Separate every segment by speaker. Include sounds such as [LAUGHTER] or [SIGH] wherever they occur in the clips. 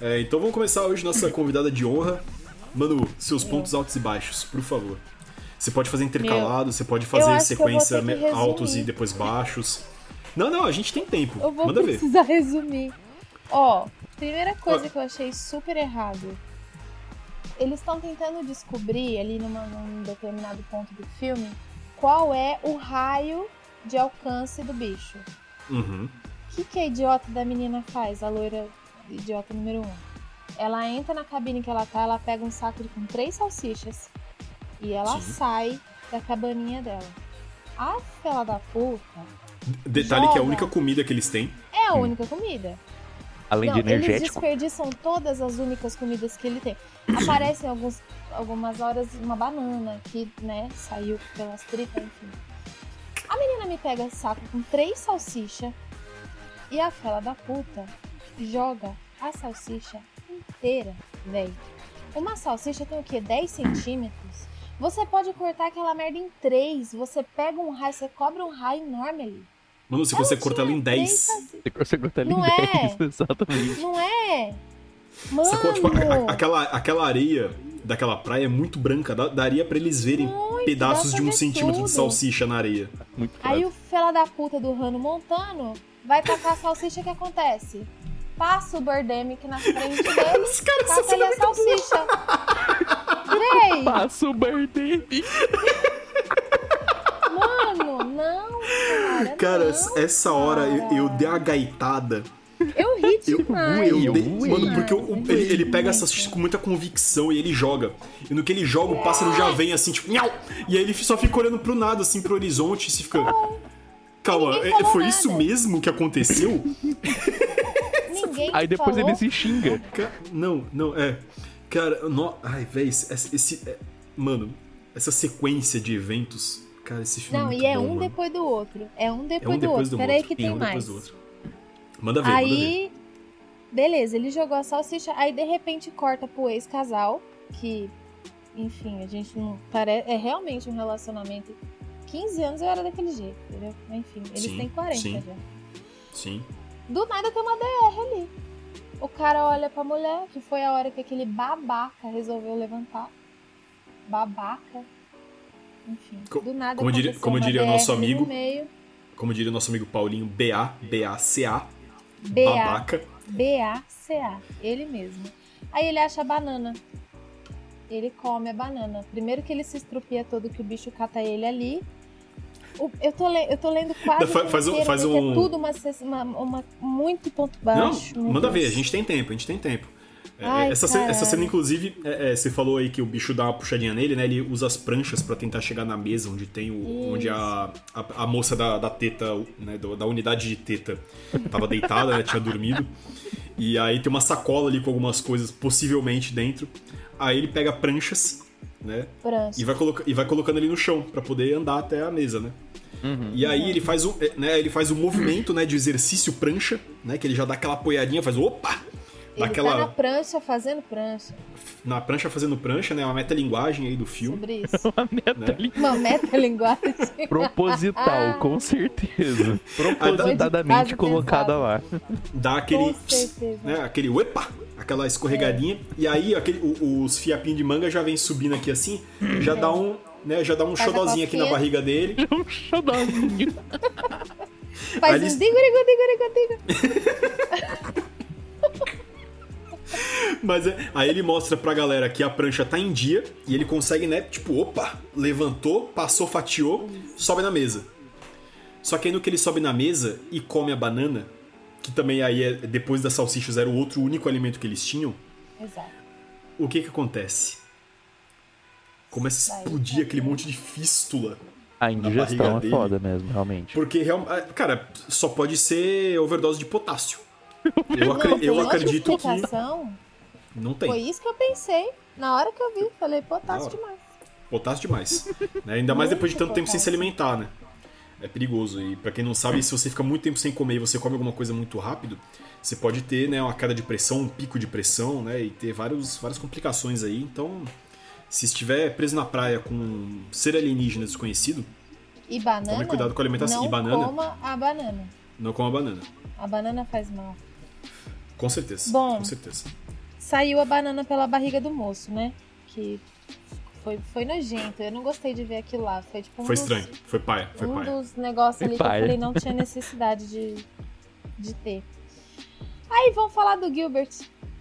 Speaker 1: É, então vamos começar hoje nossa convidada de honra. Manu, seus pontos altos e baixos, por favor. Você pode fazer intercalado, você pode fazer
Speaker 2: acho que eu vou
Speaker 1: sequência
Speaker 2: ter que
Speaker 1: me- altos
Speaker 2: resumir.
Speaker 1: e depois baixos. Não, não, a gente tem tempo.
Speaker 2: Eu vou
Speaker 1: Manda ver.
Speaker 2: precisar [LAUGHS] resumir. Ó, primeira coisa que eu achei super errado. Eles estão tentando descobrir ali numa- num determinado ponto do filme qual é o raio de alcance do bicho.
Speaker 1: Uhum.
Speaker 2: O que, que a idiota da menina faz, a loira idiota número um? Ela entra na cabine que ela tá, ela pega um saco de- com três salsichas e ela
Speaker 1: Sim.
Speaker 2: sai da cabaninha dela. A fela da puta
Speaker 1: Detalhe que é a
Speaker 2: Joga.
Speaker 1: única comida que eles têm.
Speaker 2: é a única comida.
Speaker 3: Além
Speaker 2: Não,
Speaker 3: de
Speaker 2: eles
Speaker 3: energético.
Speaker 2: desperdiçam todas as únicas comidas que ele tem. Aparecem alguns, algumas horas uma banana que, né, saiu pelas tripas, enfim. A menina me pega esse saco com três salsichas e a fela da puta joga a salsicha inteira, velho. Uma salsicha tem o quê? 10 centímetros? Você pode cortar aquela merda em três. Você pega um raio, você cobra um raio enorme ali.
Speaker 1: Mano, se você cortar ela em
Speaker 2: Três
Speaker 1: 10.
Speaker 2: salsichas.
Speaker 3: Você consegue botar ele em
Speaker 2: Não é?
Speaker 3: 10, exatamente.
Speaker 2: Não é? Mano!
Speaker 1: Sacou? Tipo, a- a- aquela, aquela areia daquela praia é muito branca. dá- daria pra eles verem
Speaker 2: Muito,
Speaker 1: pedaços de
Speaker 2: dá pra
Speaker 1: um
Speaker 2: ver
Speaker 1: centímetro
Speaker 2: tudo.
Speaker 1: de salsicha na areia.
Speaker 3: Muito
Speaker 2: Aí
Speaker 3: fácil.
Speaker 2: o fela da puta do Rano Montano vai tacar a salsicha, o que acontece? Passa o Birdemic na frente
Speaker 1: [LAUGHS]
Speaker 2: dele,
Speaker 1: Os caras são
Speaker 2: taca ali a salsicha. Grey,
Speaker 3: Passa
Speaker 2: [LAUGHS]
Speaker 3: o Birdemic.
Speaker 2: mano, não, cara,
Speaker 1: Cara, assim,
Speaker 2: não.
Speaker 1: essa hora eu, eu dei a gaitada.
Speaker 2: eu ri
Speaker 1: Eu,
Speaker 2: demais.
Speaker 1: eu dei.
Speaker 3: Ué.
Speaker 1: Mano, porque o- o- ele, ele pega essa salsicha com muita convicção e ele joga. E no que ele joga, o pássaro já vem assim, tipo, nhau! E aí ele só fica olhando pro nada, assim, pro horizonte, e se fica. Calma,
Speaker 2: Ninguém
Speaker 1: é-
Speaker 2: falou
Speaker 1: foi
Speaker 2: nada.
Speaker 1: isso mesmo que aconteceu?
Speaker 2: Ninguém
Speaker 3: Aí depois
Speaker 2: falou.
Speaker 3: ele se xinga.
Speaker 1: Ca- Não, não, é. Cara, no... ai, véi, esse. esse- esse- é- Mano, essa sequência de eventos. Cara, esse filme.
Speaker 2: Não,
Speaker 1: é
Speaker 2: e
Speaker 1: muito
Speaker 2: é
Speaker 1: bom,
Speaker 2: um
Speaker 1: mano.
Speaker 2: depois do outro. É um
Speaker 1: É
Speaker 2: depois
Speaker 1: um
Speaker 2: do
Speaker 1: depois
Speaker 2: outro.
Speaker 1: do
Speaker 2: Peraí
Speaker 1: outro.
Speaker 2: que
Speaker 1: é
Speaker 2: tem
Speaker 1: um
Speaker 2: mais.
Speaker 1: depois do outro. Manda ver, manda ver.
Speaker 2: Aí, beleza, ele jogou a salsicha, aí de repente corta pro ex-casal, que, enfim, a gente não parece. É realmente um relacionamento. 15 anos eu era daquele jeito, entendeu? Mas, Enfim, eles
Speaker 1: Sim,
Speaker 2: têm 40
Speaker 1: sim.
Speaker 2: já.
Speaker 1: Sim.
Speaker 2: Do nada tem uma DR ali. O cara olha pra mulher, que foi a hora que aquele babaca resolveu levantar. Babaca. Enfim,
Speaker 1: Co-
Speaker 2: do nada
Speaker 1: como diria-
Speaker 2: aconteceu
Speaker 1: como
Speaker 2: uma
Speaker 1: diria o
Speaker 2: DR
Speaker 1: nosso
Speaker 2: ali no
Speaker 1: amigo,
Speaker 2: meio.
Speaker 1: Como diria o nosso amigo Paulinho, BA, BACA,
Speaker 2: BA.
Speaker 1: babaca.
Speaker 2: B-A-C-A, ele mesmo. Aí ele acha a banana. Ele come a banana. Primeiro que ele se estrupia todo, que o bicho cata ele ali. O- eu, tô le- eu tô lendo quase.
Speaker 1: Dá- fa-
Speaker 2: o
Speaker 1: faz um-
Speaker 2: inteiro,
Speaker 1: faz
Speaker 2: porque é
Speaker 1: um-
Speaker 2: tudo uma, ses- uma- uma- muito ponto baixo.
Speaker 1: Não,
Speaker 2: meu
Speaker 1: manda
Speaker 2: Deus.
Speaker 1: ver, a gente tem tempo, a gente tem tempo. É,
Speaker 2: Ai,
Speaker 1: essa, cena, essa
Speaker 2: caralho.
Speaker 1: cena, inclusive, é- é, você falou aí que o bicho dá uma puxadinha nele, né? Ele usa as pranchas pra tentar chegar na mesa onde tem o, onde a, a, a moça da, da teta, né, do- da unidade de teta, tava deitada, né, tinha dormido. E aí tem uma sacola ali com algumas coisas possivelmente dentro. Aí ele pega pranchas, né?
Speaker 2: Prancha.
Speaker 1: E vai, coloca- e vai colocando ele no chão pra poder andar até a mesa, né? E aí ele faz o, é, né, ele faz o movimento, né, de exercício prancha, né, que ele já dá aquela apoiadinha, faz opa,
Speaker 2: Ele
Speaker 1: dá aquela
Speaker 2: tá na
Speaker 1: na...
Speaker 2: prancha fazendo prancha
Speaker 1: prancha fazendo prancha, né, uma metalinguagem aí do filme.
Speaker 2: sobre isso.
Speaker 3: A meta
Speaker 2: [LAUGHS]
Speaker 1: Né?
Speaker 3: ali.
Speaker 1: [LAUGHS]
Speaker 2: Uma metalinguagem.
Speaker 3: Proposital,
Speaker 2: "Ah." [LAUGHS]
Speaker 3: com certeza. Propositadamente
Speaker 2: Quase
Speaker 3: colocada
Speaker 2: pensado.
Speaker 3: lá.
Speaker 1: Dá
Speaker 2: Com
Speaker 1: aquele,
Speaker 2: certeza. É.
Speaker 1: né, aquele opa, aquela escorregadinha, e aí aquele, o- os fiapinhos de manga já vem subindo aqui assim, já dá um, né, já dá um
Speaker 2: Uhum. Faz a
Speaker 1: xodozinho aqui na
Speaker 2: cosquinha.
Speaker 1: barriga dele.
Speaker 3: [LAUGHS] É um xodózinho.
Speaker 2: Faz
Speaker 1: ali-
Speaker 2: um digo, digo, digo, digo, digo.
Speaker 1: Mas é, aí ele mostra pra galera que a prancha tá em dia e ele consegue, né? Tipo, opa, levantou, passou, fatiou, sobe na mesa. Só que aí no que ele sobe na mesa e come a banana, que também aí é, depois das salsichas era o outro único alimento que eles tinham,
Speaker 2: Exato.
Speaker 1: o que que acontece? Começa a
Speaker 2: Vai,
Speaker 1: explodir aquele monte de fístula.
Speaker 3: A indigestão
Speaker 1: barriga
Speaker 3: é
Speaker 1: dele.
Speaker 3: foda mesmo, realmente.
Speaker 1: Porque, real- ah, cara, só pode ser overdose de potássio. Eu, acre-
Speaker 2: Não,
Speaker 1: eu
Speaker 2: tem outra
Speaker 1: acredito que.
Speaker 2: explicação?
Speaker 1: Não tem.
Speaker 2: Foi isso que eu pensei. Na hora que eu vi, falei, potássio
Speaker 1: Da
Speaker 2: demais.
Speaker 1: Potássio demais. né? Ainda mais depois de
Speaker 2: Muito
Speaker 1: tanto tempo sem se
Speaker 2: potássio.
Speaker 1: alimentar, né? É perigoso. E pra quem não sabe, se você fica muito tempo sem comer e você come alguma coisa muito rápido, você pode ter né, uma queda de pressão, um pico de pressão, né? E ter vários, várias complicações aí. Então, se estiver preso na praia com um ser alienígena desconhecido,
Speaker 2: E banana.
Speaker 1: Tome cuidado com a alimentação.
Speaker 2: Não
Speaker 1: E banana?
Speaker 2: coma a banana.
Speaker 1: não coma banana.
Speaker 2: A banana faz mal.
Speaker 1: Com certeza.
Speaker 2: Bom.
Speaker 1: Com certeza.
Speaker 2: Saiu a banana pela barriga do moço, né? Que foi, foi nojento. Eu não gostei de ver aquilo lá. Foi tipo um
Speaker 1: Foi
Speaker 2: dos-
Speaker 1: estranho. Foi paia. Foi
Speaker 2: um
Speaker 1: paia.
Speaker 2: dos negócios ali que eu
Speaker 3: Paia.
Speaker 2: falei não tinha necessidade de, de ter. Aí vamos falar do Gilbert,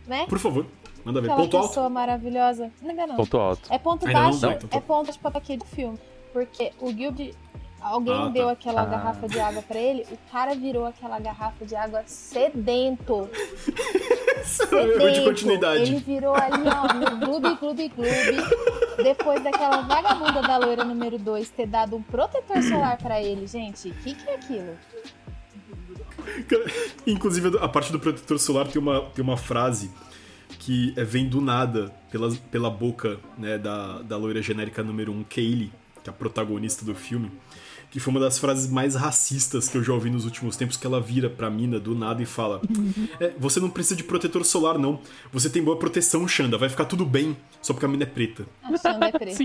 Speaker 2: né?
Speaker 1: Por favor, manda ver.
Speaker 2: Aquela
Speaker 1: Ponto alto.
Speaker 2: pessoa maravilhosa. Não é não.
Speaker 3: Ponto alto.
Speaker 2: É ponto
Speaker 1: Ainda não?
Speaker 2: baixo,
Speaker 1: Não, então tá.
Speaker 2: é ponto de papo aqui do filme. Porque o Guild. Alguém
Speaker 1: Ah, tá.
Speaker 2: deu aquela
Speaker 3: Ah.
Speaker 2: garrafa de água pra ele, o cara virou aquela garrafa de água
Speaker 1: [LAUGHS]
Speaker 2: sedento.
Speaker 1: Erro de
Speaker 2: sedento.
Speaker 1: continuidade.
Speaker 2: Ele virou ali, ó, no clube, clube, clube. Depois daquela vagabunda da loira número 2 ter dado um protetor solar pra ele, gente. O que, que é aquilo?
Speaker 1: Cara, Inclusive, a parte do protetor solar tem uma, tem uma frase que é, vem do nada pela, pela boca né, da, da loira genérica número 1, um, Kaylee, que é a protagonista do filme, que foi uma das frases mais racistas que eu já ouvi nos últimos tempos, que ela vira pra mina do nada e fala "É, Você não precisa de protetor solar, não. Você tem boa proteção, Xanda. Vai ficar tudo bem, só porque a mina é preta.
Speaker 2: Achando é preto.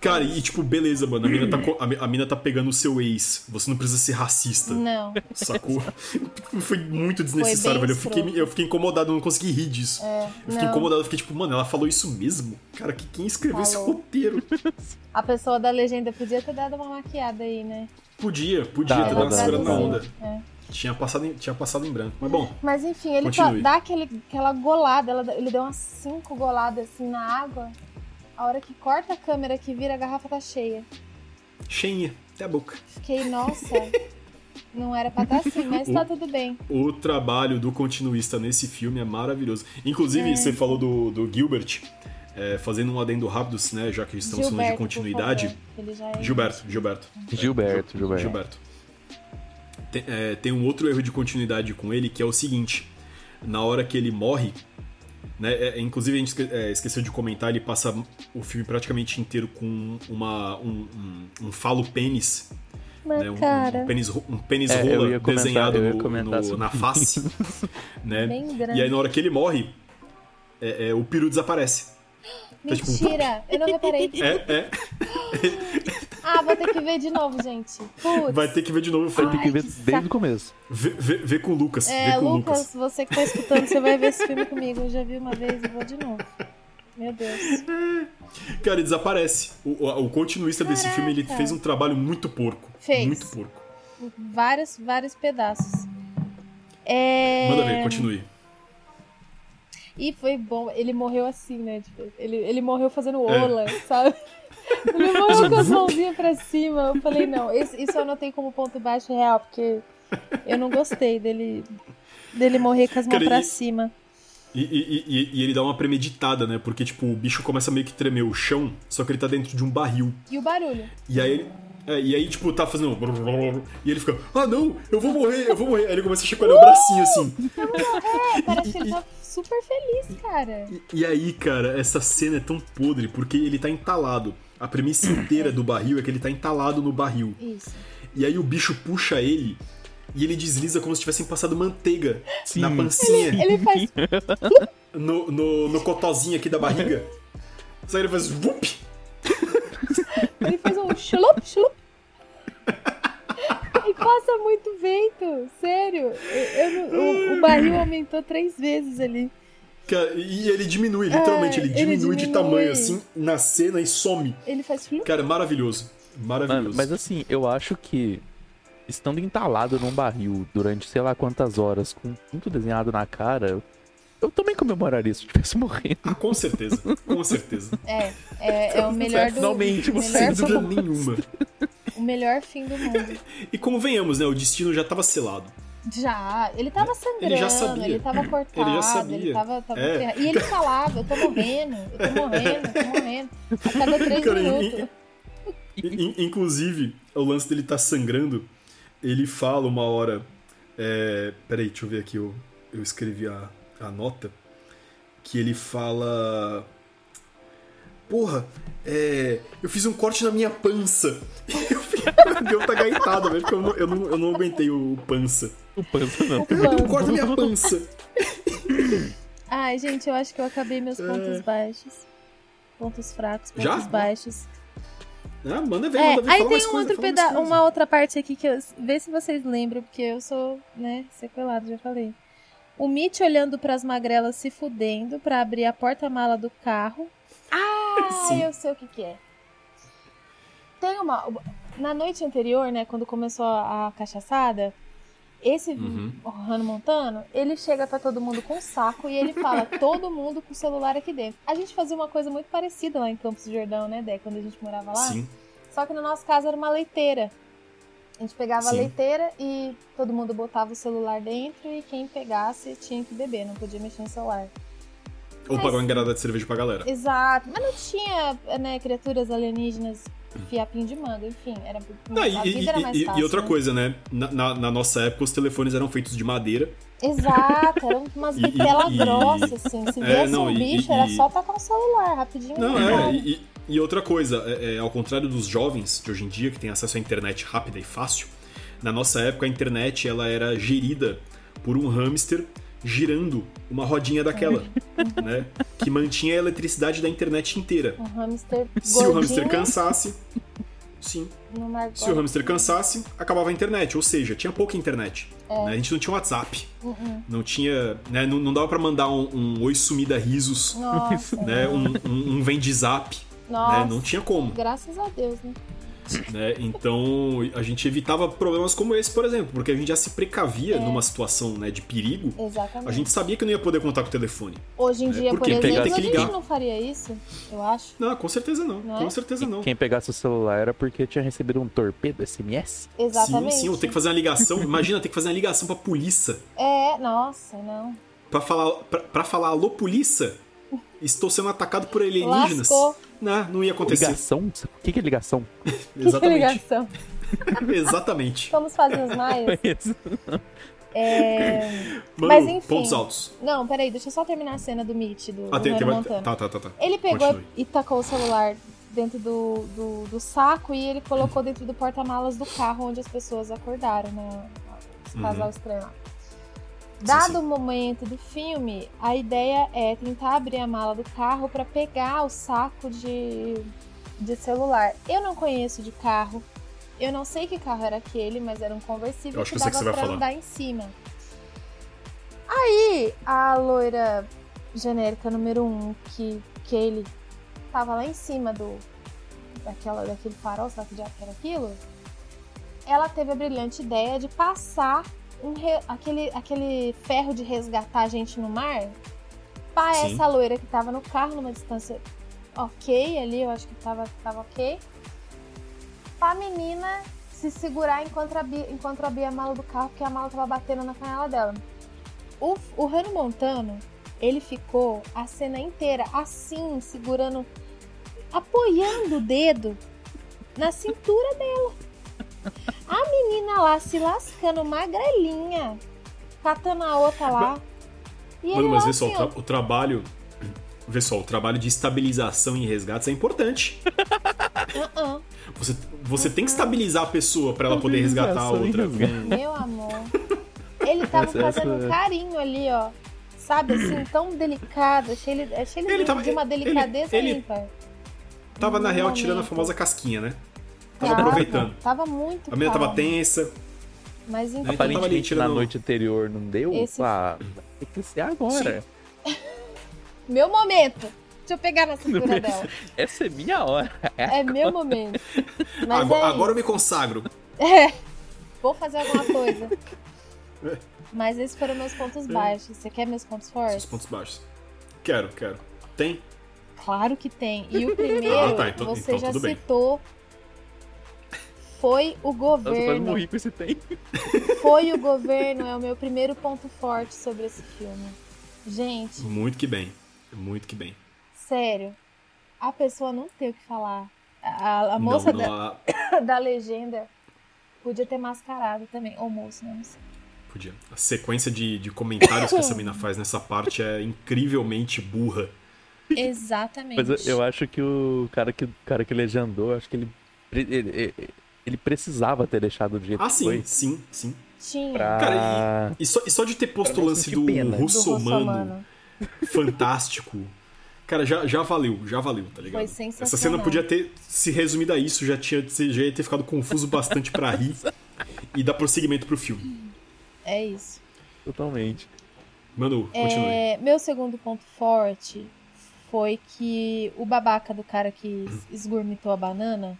Speaker 1: Cara, e tipo, beleza, mano. A mina tá, co- a mi- a mina tá pegando o seu ex. Você não precisa ser racista.
Speaker 2: Não.
Speaker 1: Sacou? [LAUGHS] Foi muito desnecessário,
Speaker 2: Foi
Speaker 1: velho.
Speaker 2: bem
Speaker 1: Eu fiquei,
Speaker 2: escroto. É,
Speaker 1: eu fiquei incomodado, eu não consegui rir disso. eu fiquei
Speaker 2: não.
Speaker 1: incomodado, eu fiquei tipo, mano, ela falou isso mesmo? Cara, que quem escreveu esse
Speaker 2: Falou.
Speaker 1: roteiro?
Speaker 2: [LAUGHS] A pessoa da legenda podia ter dado uma maquiada aí, né?
Speaker 1: Podia, podia
Speaker 3: Tá,
Speaker 1: ter
Speaker 2: Ela
Speaker 1: dado uma
Speaker 3: tá,
Speaker 1: segurada na
Speaker 2: traduziu,
Speaker 1: onda.
Speaker 2: é.
Speaker 1: Tinha passado, em, tinha passado em branco. Mas bom,
Speaker 2: Mas enfim, ele
Speaker 1: Continue.
Speaker 2: só dá aquele, aquela golada, ela- ele deu umas cinco goladas assim na água. A hora que corta a câmera que vira, a garrafa tá cheia.
Speaker 1: cheinha, até a boca.
Speaker 2: Fiquei,
Speaker 1: [LAUGHS]
Speaker 2: nossa, não era pra estar assim, mas tá tudo bem.
Speaker 1: O então, trabalho do continuista nesse filme é maravilhoso. Inclusive,
Speaker 2: É.
Speaker 1: você falou do, do Gilbert, é, fazendo um adendo rápido, né, já que estamos falando de
Speaker 2: por
Speaker 1: continuidade.
Speaker 2: favor. Ele já é...
Speaker 1: Gilberto, Gilberto.
Speaker 3: Gilberto, Gilberto.
Speaker 1: Gilberto. Tem, é, tem um outro erro de continuidade com ele que é o seguinte: na hora que ele morre, né? é, é, inclusive a gente esque- é, esqueceu de comentar, ele passa o filme praticamente inteiro com uma, um, um, um falo pênis,
Speaker 2: Mas,
Speaker 1: né, um, um
Speaker 2: cara,
Speaker 1: pênis, ro- um pênis
Speaker 3: É, eu
Speaker 1: rola
Speaker 3: ia comentar-
Speaker 1: desenhado
Speaker 3: eu ia
Speaker 1: no-
Speaker 3: comentar
Speaker 1: no-
Speaker 3: sobre
Speaker 1: na
Speaker 3: [LAUGHS]
Speaker 1: face, né?
Speaker 2: bem
Speaker 1: E aí
Speaker 2: grande.
Speaker 1: na hora que ele morre, é, é, o peru desaparece. tá tipo-
Speaker 2: Mentira, eu não reparei.
Speaker 1: É, é,
Speaker 2: Ah, vou ter que ver de novo, gente.
Speaker 1: [LAUGHS]
Speaker 2: Putz.
Speaker 1: vai ter que ver de novo.
Speaker 3: Vai
Speaker 1: Foi,
Speaker 3: ter que
Speaker 2: Ai,
Speaker 3: ver
Speaker 2: que
Speaker 3: desde
Speaker 2: saco.
Speaker 3: o começo.
Speaker 1: vê, vê- vê com o Lucas.
Speaker 2: É,
Speaker 1: vê com o
Speaker 2: Lucas,
Speaker 1: Lucas.
Speaker 2: você que tá escutando, você vai ver esse filme comigo. Eu já vi uma vez e vou de novo. Meu Deus.
Speaker 1: Cara, ele desaparece. O, o- o continuista desse
Speaker 2: Caraca.
Speaker 1: filme, ele fez um trabalho muito porco.
Speaker 2: Fez.
Speaker 1: Muito porco.
Speaker 2: Vários, vários pedaços. É...
Speaker 1: Manda ver, continue.
Speaker 2: E foi bom, ele morreu assim, né? Tipo, ele, ele morreu fazendo
Speaker 1: É.
Speaker 2: ola, sabe?
Speaker 1: Fez
Speaker 2: Ele
Speaker 1: um
Speaker 2: morreu com as
Speaker 1: vup.
Speaker 2: mãozinhas pra cima. Eu falei, não, esse- isso eu anotei como ponto baixo real, porque eu não gostei dele, dele morrer com as mãos
Speaker 1: Cara,
Speaker 2: pra
Speaker 1: e-
Speaker 2: cima.
Speaker 1: E, e- e- e ele dá uma premeditada, né? Porque, tipo, o bicho começa a meio que tremer o chão, só que ele tá dentro de um barril.
Speaker 2: E o barulho?
Speaker 1: E aí ele. é, e aí, tipo, tá fazendo. E ele fica, ah não, eu vou morrer, eu vou morrer. Aí ele começa a chacoalhar o bracinho assim.
Speaker 2: É, parece que ele tá super feliz, cara.
Speaker 1: E, e aí, cara, essa cena é tão podre porque ele tá entalado. A premissa inteira do barril é que ele tá entalado no barril.
Speaker 2: Isso.
Speaker 1: E aí o bicho puxa ele e ele desliza como se tivessem passado manteiga
Speaker 3: Sim.
Speaker 1: na pancinha.
Speaker 2: Ele faz.
Speaker 1: no, no, no cotozinho aqui da barriga. Só que ele faz vup!
Speaker 2: Ele fez um chulup, chulup. E passa muito vento, sério. Eu- eu não- o, o barril aumentou três vezes ali.
Speaker 1: Cara, é, E ele diminui, literalmente, ele
Speaker 2: ele
Speaker 1: diminui, de
Speaker 2: diminui.
Speaker 1: tamanho assim na cena e some.
Speaker 2: Ele faz chulup.
Speaker 1: Cara, é maravilhoso. Maravilhoso.
Speaker 3: [LAUGHS] Mano, mas assim, eu acho que estando entalado num barril durante sei lá quantas horas, com muito desenhado na cara, eu também comemoraria se eu tivesse [LAUGHS] morrendo.
Speaker 1: Ah, com certeza, com certeza.
Speaker 2: É,
Speaker 1: [LAUGHS]
Speaker 2: é, é o melhor do
Speaker 3: Finalmente,
Speaker 2: o
Speaker 3: você
Speaker 1: Sem
Speaker 2: É melhor,
Speaker 1: dúvida nenhuma.
Speaker 2: o melhor fim do mundo.
Speaker 1: E convenhamos, né? O destino já tava selado.
Speaker 2: Já, ele tava sangrando,
Speaker 1: Ele já sabia.
Speaker 2: ele tava cortado,
Speaker 1: Ele já sabia.
Speaker 2: ele tava, tava
Speaker 1: É.
Speaker 2: ferrado. E ele falava, eu tô morrendo, eu tô morrendo, eu
Speaker 1: [LAUGHS]
Speaker 2: tô morrendo. A cada três
Speaker 1: Cara,
Speaker 2: minutos.
Speaker 1: in- in- inclusive, o lance dele tá sangrando. Ele fala uma hora. É, peraí, deixa eu ver aqui. Eu, eu escrevi a, a nota. Que ele fala. Porra, é, eu fiz um corte na minha pança. [LAUGHS] Eu fiquei- Deu tá gaitado, velho, porque eu não, eu, não, eu não aguentei o pança.
Speaker 3: Não pensa, não.
Speaker 1: Eu dei um corte na minha pança.
Speaker 2: Ai, gente, eu acho que eu acabei meus pontos
Speaker 1: É.
Speaker 2: baixos. Pontos fracos,
Speaker 1: Já?
Speaker 2: pontos baixos.
Speaker 1: Ah, manda ver,
Speaker 2: É,
Speaker 1: manda ver. fala mais
Speaker 2: aí tem um
Speaker 1: coisa,
Speaker 2: outro
Speaker 1: fala mais
Speaker 2: peda
Speaker 1: coisa.
Speaker 2: uma outra parte aqui que eu. Vê se vocês lembram, porque eu sou, né, sequelado, já falei. O Mitch olhando pras magrelas se fudendo pra abrir a porta-mala do carro. Ah,
Speaker 1: Sim.
Speaker 2: eu sei o que que é. Tem uma... Na noite anterior, né, quando começou a cachaçada, esse
Speaker 1: Uhum.
Speaker 2: o Hannah Montano, ele chega pra todo mundo com um saco e ele [LAUGHS] fala, todo mundo com o celular aqui dentro. A gente fazia uma coisa muito parecida lá em Campos do Jordão, né, Dé, quando a gente morava lá.
Speaker 1: Sim.
Speaker 2: Só que no nosso caso era uma leiteira. A gente pegava a
Speaker 1: Sim.
Speaker 2: leiteira e todo mundo botava o celular dentro e quem pegasse tinha que beber, não podia mexer no celular.
Speaker 1: Ou
Speaker 2: Mas-
Speaker 1: pagar uma enganada de cerveja pra galera.
Speaker 2: Exato. Mas não tinha, né, criaturas alienígenas fiapinho de manga, enfim, era um-
Speaker 1: Não,
Speaker 2: a
Speaker 1: e,
Speaker 2: vida era
Speaker 1: e-
Speaker 2: mais
Speaker 1: e-
Speaker 2: fácil.
Speaker 1: e outra
Speaker 2: né?
Speaker 1: coisa, né? Na, na- na nossa época, os telefones eram feitos de madeira.
Speaker 2: Exato, eram
Speaker 1: [LAUGHS]
Speaker 2: umas
Speaker 1: E- e-
Speaker 2: bitelas
Speaker 1: e-
Speaker 2: grossas, assim. Se
Speaker 1: É,
Speaker 2: viesse
Speaker 1: não,
Speaker 2: um
Speaker 1: e-
Speaker 2: bicho,
Speaker 1: e-
Speaker 2: era só tacar o celular, rapidinho. um
Speaker 1: Não,
Speaker 2: ligava.
Speaker 1: é. E, e- e outra coisa, é- é, ao contrário dos jovens de hoje em dia, que têm acesso à internet rápida e fácil, na nossa época a internet ela era gerida por um hamster girando uma rodinha
Speaker 2: [LAUGHS]
Speaker 1: daquela, né? Que mantinha a eletricidade da internet inteira.
Speaker 2: Um hamster
Speaker 1: Se o
Speaker 2: gordinho
Speaker 1: hamster cansasse. Sim.
Speaker 2: no Margot.
Speaker 1: Se o hamster cansasse, acabava a internet. Ou seja, tinha pouca internet.
Speaker 2: É.
Speaker 1: né? A gente não tinha WhatsApp.
Speaker 2: Uh-uh.
Speaker 1: Não tinha. né, Não, não dava pra mandar um, um oi sumida risos,
Speaker 2: Nossa,
Speaker 1: [LAUGHS] né? Um, um, um vende zap.
Speaker 2: nossa.
Speaker 1: Né? Não tinha como.
Speaker 2: Graças a Deus, né?
Speaker 1: né? Então a gente evitava problemas como esse, por exemplo, porque a gente já se
Speaker 2: É.
Speaker 1: precavia numa situação né, de perigo.
Speaker 2: Exatamente.
Speaker 1: A gente sabia que não ia poder contar com o telefone.
Speaker 2: Hoje em dia,
Speaker 1: por
Speaker 2: por,
Speaker 1: quê?
Speaker 2: exemplo,
Speaker 3: Pegasse
Speaker 2: a
Speaker 1: e
Speaker 2: gente
Speaker 1: ligar.
Speaker 2: não faria isso, eu acho.
Speaker 1: Não, com certeza não.
Speaker 2: Não é?
Speaker 1: Com certeza não.
Speaker 3: Quem pegasse o celular era porque tinha recebido um torpedo SMS.
Speaker 1: Sim,
Speaker 2: Exatamente.
Speaker 1: sim, ou ter que fazer uma ligação. Imagina ter que fazer uma ligação pra polícia.
Speaker 2: É, nossa, não.
Speaker 1: Pra falar, pra, pra falar alô, polícia, estou sendo atacado por alienígenas.
Speaker 2: Lascou. [LAUGHS]
Speaker 1: Não, não ia acontecer.
Speaker 3: Ligação? O que que é [LAUGHS] ligação?
Speaker 2: Que
Speaker 1: [LAUGHS] Exatamente.
Speaker 2: ligação.
Speaker 1: Exatamente.
Speaker 2: Vamos fazer os maias? É...
Speaker 1: Mano,
Speaker 2: Mas enfim.
Speaker 1: pontos altos.
Speaker 2: Não, peraí, deixa eu só terminar a cena do Mitch, do,
Speaker 1: Ah,
Speaker 2: do
Speaker 1: tem,
Speaker 2: Hannah
Speaker 1: tem,
Speaker 2: Montana.
Speaker 1: tá, tá, tá, tá.
Speaker 2: Ele pegou
Speaker 1: Continue.
Speaker 2: e tacou o celular dentro do, do, do saco e ele colocou dentro do porta-malas do carro onde as pessoas acordaram, né? Esse casal
Speaker 1: Uhum.
Speaker 2: estranho lá.
Speaker 1: Sim,
Speaker 2: Dado
Speaker 1: sim.
Speaker 2: o momento do filme, a ideia é tentar abrir a mala do carro para pegar o saco de, de celular. Eu não conheço de carro, eu não sei que carro era aquele, mas era um conversível
Speaker 1: Eu acho
Speaker 2: que,
Speaker 1: que eu sei que
Speaker 2: dava
Speaker 1: você vai
Speaker 2: pra
Speaker 1: falar.
Speaker 2: andar em cima. Aí, a loira genérica número um, que, que ele tava lá em cima do daquela, daquele farol, será que já era aquilo? Ela teve a brilhante ideia de passar um re- aquele, aquele ferro de resgatar a gente no mar pra
Speaker 1: Sim.
Speaker 2: essa loira que tava no carro numa distância ok ali, eu acho que tava, tava ok. Pra menina se segurar enquanto abria, enquanto abria a mala do carro, porque a mala tava batendo na canela dela. O, o Rano Montano, ele ficou a cena inteira assim, segurando, apoiando o dedo na cintura dela. A menina lá se lascando, magrelinha, catando a outra lá. E ele
Speaker 1: Mano, mas é vê
Speaker 2: lá
Speaker 1: só, o,
Speaker 2: assim, ó,
Speaker 1: tra- o trabalho. Vê só, o trabalho de estabilização em resgates é importante.
Speaker 2: "Ah, ah,
Speaker 1: Você, você tem que estabilizar a pessoa pra ela poder resgatar a outra.
Speaker 2: Meu amor. Ele tava
Speaker 3: Essa-
Speaker 2: fazendo
Speaker 3: essa-
Speaker 2: um carinho ali, ó. Sabe, assim, tão delicado. Achei ele, achei ele,
Speaker 1: Ele
Speaker 2: de,
Speaker 1: tava-
Speaker 2: de uma
Speaker 1: ele-
Speaker 2: delicadeza
Speaker 1: ele-
Speaker 2: ímpar.
Speaker 1: Tava, na
Speaker 2: No
Speaker 1: real,
Speaker 2: momento.
Speaker 1: tirando a famosa casquinha, né? Tava
Speaker 2: Tava,
Speaker 1: aproveitando.
Speaker 2: Tava muito
Speaker 1: A menina tava
Speaker 2: calmo.
Speaker 1: tensa.
Speaker 2: Mas enfim.
Speaker 1: Então tava ali
Speaker 3: Aparentemente na
Speaker 1: tirando-
Speaker 3: noite anterior não deu?
Speaker 2: Esse-
Speaker 3: Ah, tem que ser agora.
Speaker 2: Meu momento! Deixa eu pegar na cintura dela.
Speaker 3: Essa é minha hora.
Speaker 2: É meu momento. Mas
Speaker 1: Agora,
Speaker 2: é
Speaker 1: agora eu me consagro.
Speaker 2: isso. Vou fazer alguma
Speaker 1: [LAUGHS]
Speaker 2: coisa. Mas esses foram meus pontos baixos. Você quer meus pontos
Speaker 1: É. Seus
Speaker 2: fortes?
Speaker 1: pontos baixos. Quero, quero. Tem?
Speaker 2: Claro que tem. E o primeiro,
Speaker 1: Ah, tá, então-
Speaker 2: você
Speaker 1: então
Speaker 2: já
Speaker 1: tudo bem.
Speaker 2: citou, foi o
Speaker 3: Nossa, quase
Speaker 2: governo.
Speaker 3: morri com um esse tempo.
Speaker 2: Foi o governo é o meu primeiro ponto forte sobre esse filme. Gente,
Speaker 1: Muito que bem. Muito que bem.
Speaker 2: sério, a pessoa não tem o que falar. A, a- a
Speaker 1: Não,
Speaker 2: moça
Speaker 1: não há-
Speaker 2: Da, da legenda podia ter mascarado também. Ou moço, né? não sei.
Speaker 1: Podia. A sequência de, de comentários que essa menina
Speaker 2: [LAUGHS]
Speaker 1: faz nessa parte é incrivelmente burra.
Speaker 2: Exatamente.
Speaker 3: Mas eu- eu acho que o cara que, o cara que legendou, eu acho que ele, pre- ele, ele- ele precisava ter deixado do jeito
Speaker 1: Ah,
Speaker 3: que
Speaker 1: sim,
Speaker 3: foi.
Speaker 1: sim, sim.
Speaker 2: Tinha.
Speaker 3: Pra...
Speaker 1: Cara, E só, e só de ter posto o
Speaker 3: Pra não
Speaker 1: lance
Speaker 3: sentir
Speaker 1: do
Speaker 3: pena. Do
Speaker 2: do [LAUGHS]
Speaker 1: russomano
Speaker 2: Russomano.
Speaker 1: fantástico. Cara, já, já valeu, já valeu, tá ligado?
Speaker 2: Foi sensacional.
Speaker 1: Essa cena podia ter se resumido a isso, já, tinha, já ia ter ficado confuso bastante pra rir e dar prosseguimento pro filme.
Speaker 2: É isso.
Speaker 3: Totalmente.
Speaker 1: Manu, continue.
Speaker 2: É, meu segundo ponto forte foi que o babaca do cara que [CLEARS THROAT] es- esgurmitou a banana,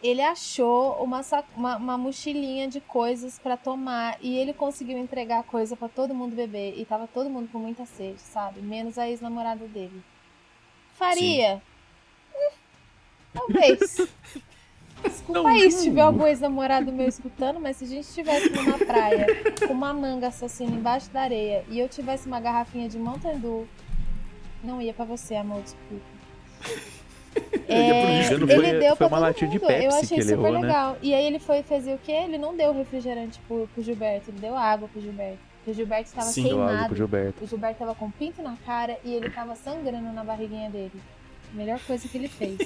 Speaker 2: ele achou uma, sa- uma, uma mochilinha de coisas pra tomar e ele conseguiu entregar a coisa pra todo mundo beber e tava todo mundo com muita sede, sabe? Menos a ex-namorada dele. Faria? Hum, talvez. Desculpa
Speaker 3: Não,
Speaker 2: aí
Speaker 3: não.
Speaker 2: se tiver
Speaker 1: [LAUGHS]
Speaker 2: algum ex-namorado meu escutando, mas se a gente estivesse numa praia com uma manga assassina embaixo da areia e eu tivesse uma garrafinha de Mountain Dew, não ia pra você,
Speaker 1: [LAUGHS]
Speaker 2: amor, desculpa.
Speaker 1: ia pro
Speaker 2: É,
Speaker 1: lixo,
Speaker 2: ele
Speaker 1: não
Speaker 3: foi-
Speaker 2: deu
Speaker 3: foi
Speaker 2: pra
Speaker 3: uma
Speaker 2: todo
Speaker 3: latinha de
Speaker 2: mundo.
Speaker 3: Pepsi
Speaker 2: eu achei
Speaker 3: que ele
Speaker 2: super
Speaker 3: errou, né?
Speaker 2: legal. E aí ele foi fazia o quê? Ele não deu refrigerante pro, pro Gilberto, ele deu água pro Gilberto. Porque o Gilberto tava
Speaker 1: Sim,
Speaker 3: Deu água pro
Speaker 2: queimado.
Speaker 3: Gilberto.
Speaker 2: O Gilberto tava com pinto na cara e ele tava sangrando na barriguinha dele. Melhor coisa que ele fez.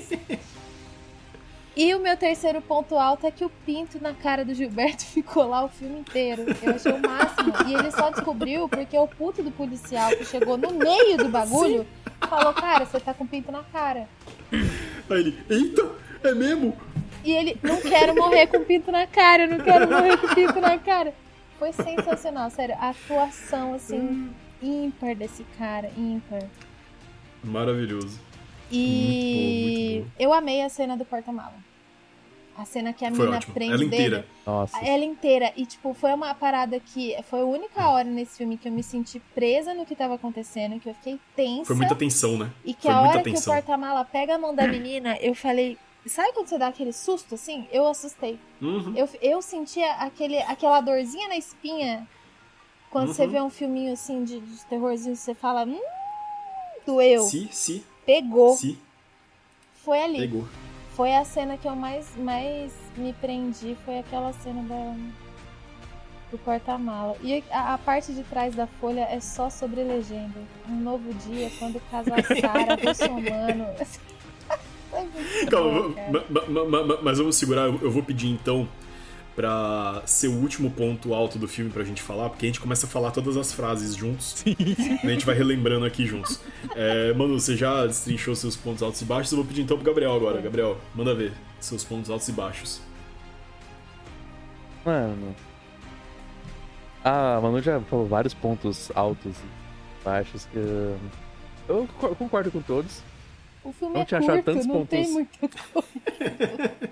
Speaker 2: E o meu terceiro ponto alto é que o pinto na cara do Gilberto [LAUGHS] ficou lá o filme inteiro. Eu achei o máximo. E ele só descobriu porque o puto do policial que chegou no meio do bagulho falou: Cara, você tá com pinto na cara.
Speaker 1: Aí ele, eita, é mesmo?
Speaker 2: E ele: Não quero morrer com pinto na cara, eu não quero morrer com pinto na cara. Foi sensacional, sério. A atuação, assim, ímpar desse cara, ímpar.
Speaker 1: Maravilhoso.
Speaker 2: E
Speaker 1: Muito bom, muito bom.
Speaker 2: eu amei a cena do porta-mala. A cena que a
Speaker 1: Foi
Speaker 2: mina
Speaker 1: ótimo.
Speaker 2: prende
Speaker 1: Ela inteira.
Speaker 2: dele.
Speaker 3: Nossa.
Speaker 2: Ela inteira. E, tipo, foi uma parada que. Foi a
Speaker 1: Hum.
Speaker 2: única hora nesse filme que eu me senti presa no que tava acontecendo, que eu fiquei tensa.
Speaker 1: Foi muita tensão, né?
Speaker 2: E que
Speaker 1: foi
Speaker 2: a
Speaker 1: muita
Speaker 2: hora que o
Speaker 1: tensão.
Speaker 2: porta-mala pega a
Speaker 1: [CLEARS THROAT]
Speaker 2: mão da menina, eu falei. Sabe quando você dá aquele susto assim? Eu assustei.
Speaker 1: Uhum.
Speaker 2: Eu, eu sentia aquele, aquela dorzinha na espinha. Quando você
Speaker 1: Uhum.
Speaker 2: vê um filminho assim de, de terrorzinho, você fala. Hum, doeu.
Speaker 1: Se, se,
Speaker 2: Pegou.
Speaker 1: se,
Speaker 2: Foi ali.
Speaker 1: pegou.
Speaker 2: Foi a cena que eu mais, mais me prendi, foi aquela cena da, do porta-mala. E a, a parte de trás da folha é só sobre legenda. Um novo dia, quando casar Sara,
Speaker 3: [LAUGHS]
Speaker 2: Bolsonaro. É muito
Speaker 1: Calma,
Speaker 2: bom, é. cara.
Speaker 1: Então, ma- ma- ma- ma- mas vamos segurar, eu eu vou pedir então pra ser o último ponto alto do filme pra gente falar, porque a gente começa a falar todas as frases juntos. né, A gente vai relembrando aqui juntos. É, Manu, você já destrinchou seus pontos altos e baixos, eu vou pedir então pro Gabriel agora. Gabriel, manda ver seus pontos altos e baixos.
Speaker 3: Mano. Ah, a Manu já falou vários pontos altos e baixos que. hum, Eu co- concordo com todos.
Speaker 2: [LAUGHS] O filme
Speaker 3: não
Speaker 2: é
Speaker 3: tinha achado
Speaker 2: curto,
Speaker 3: tantos
Speaker 2: não tem
Speaker 3: pontos.
Speaker 2: muito.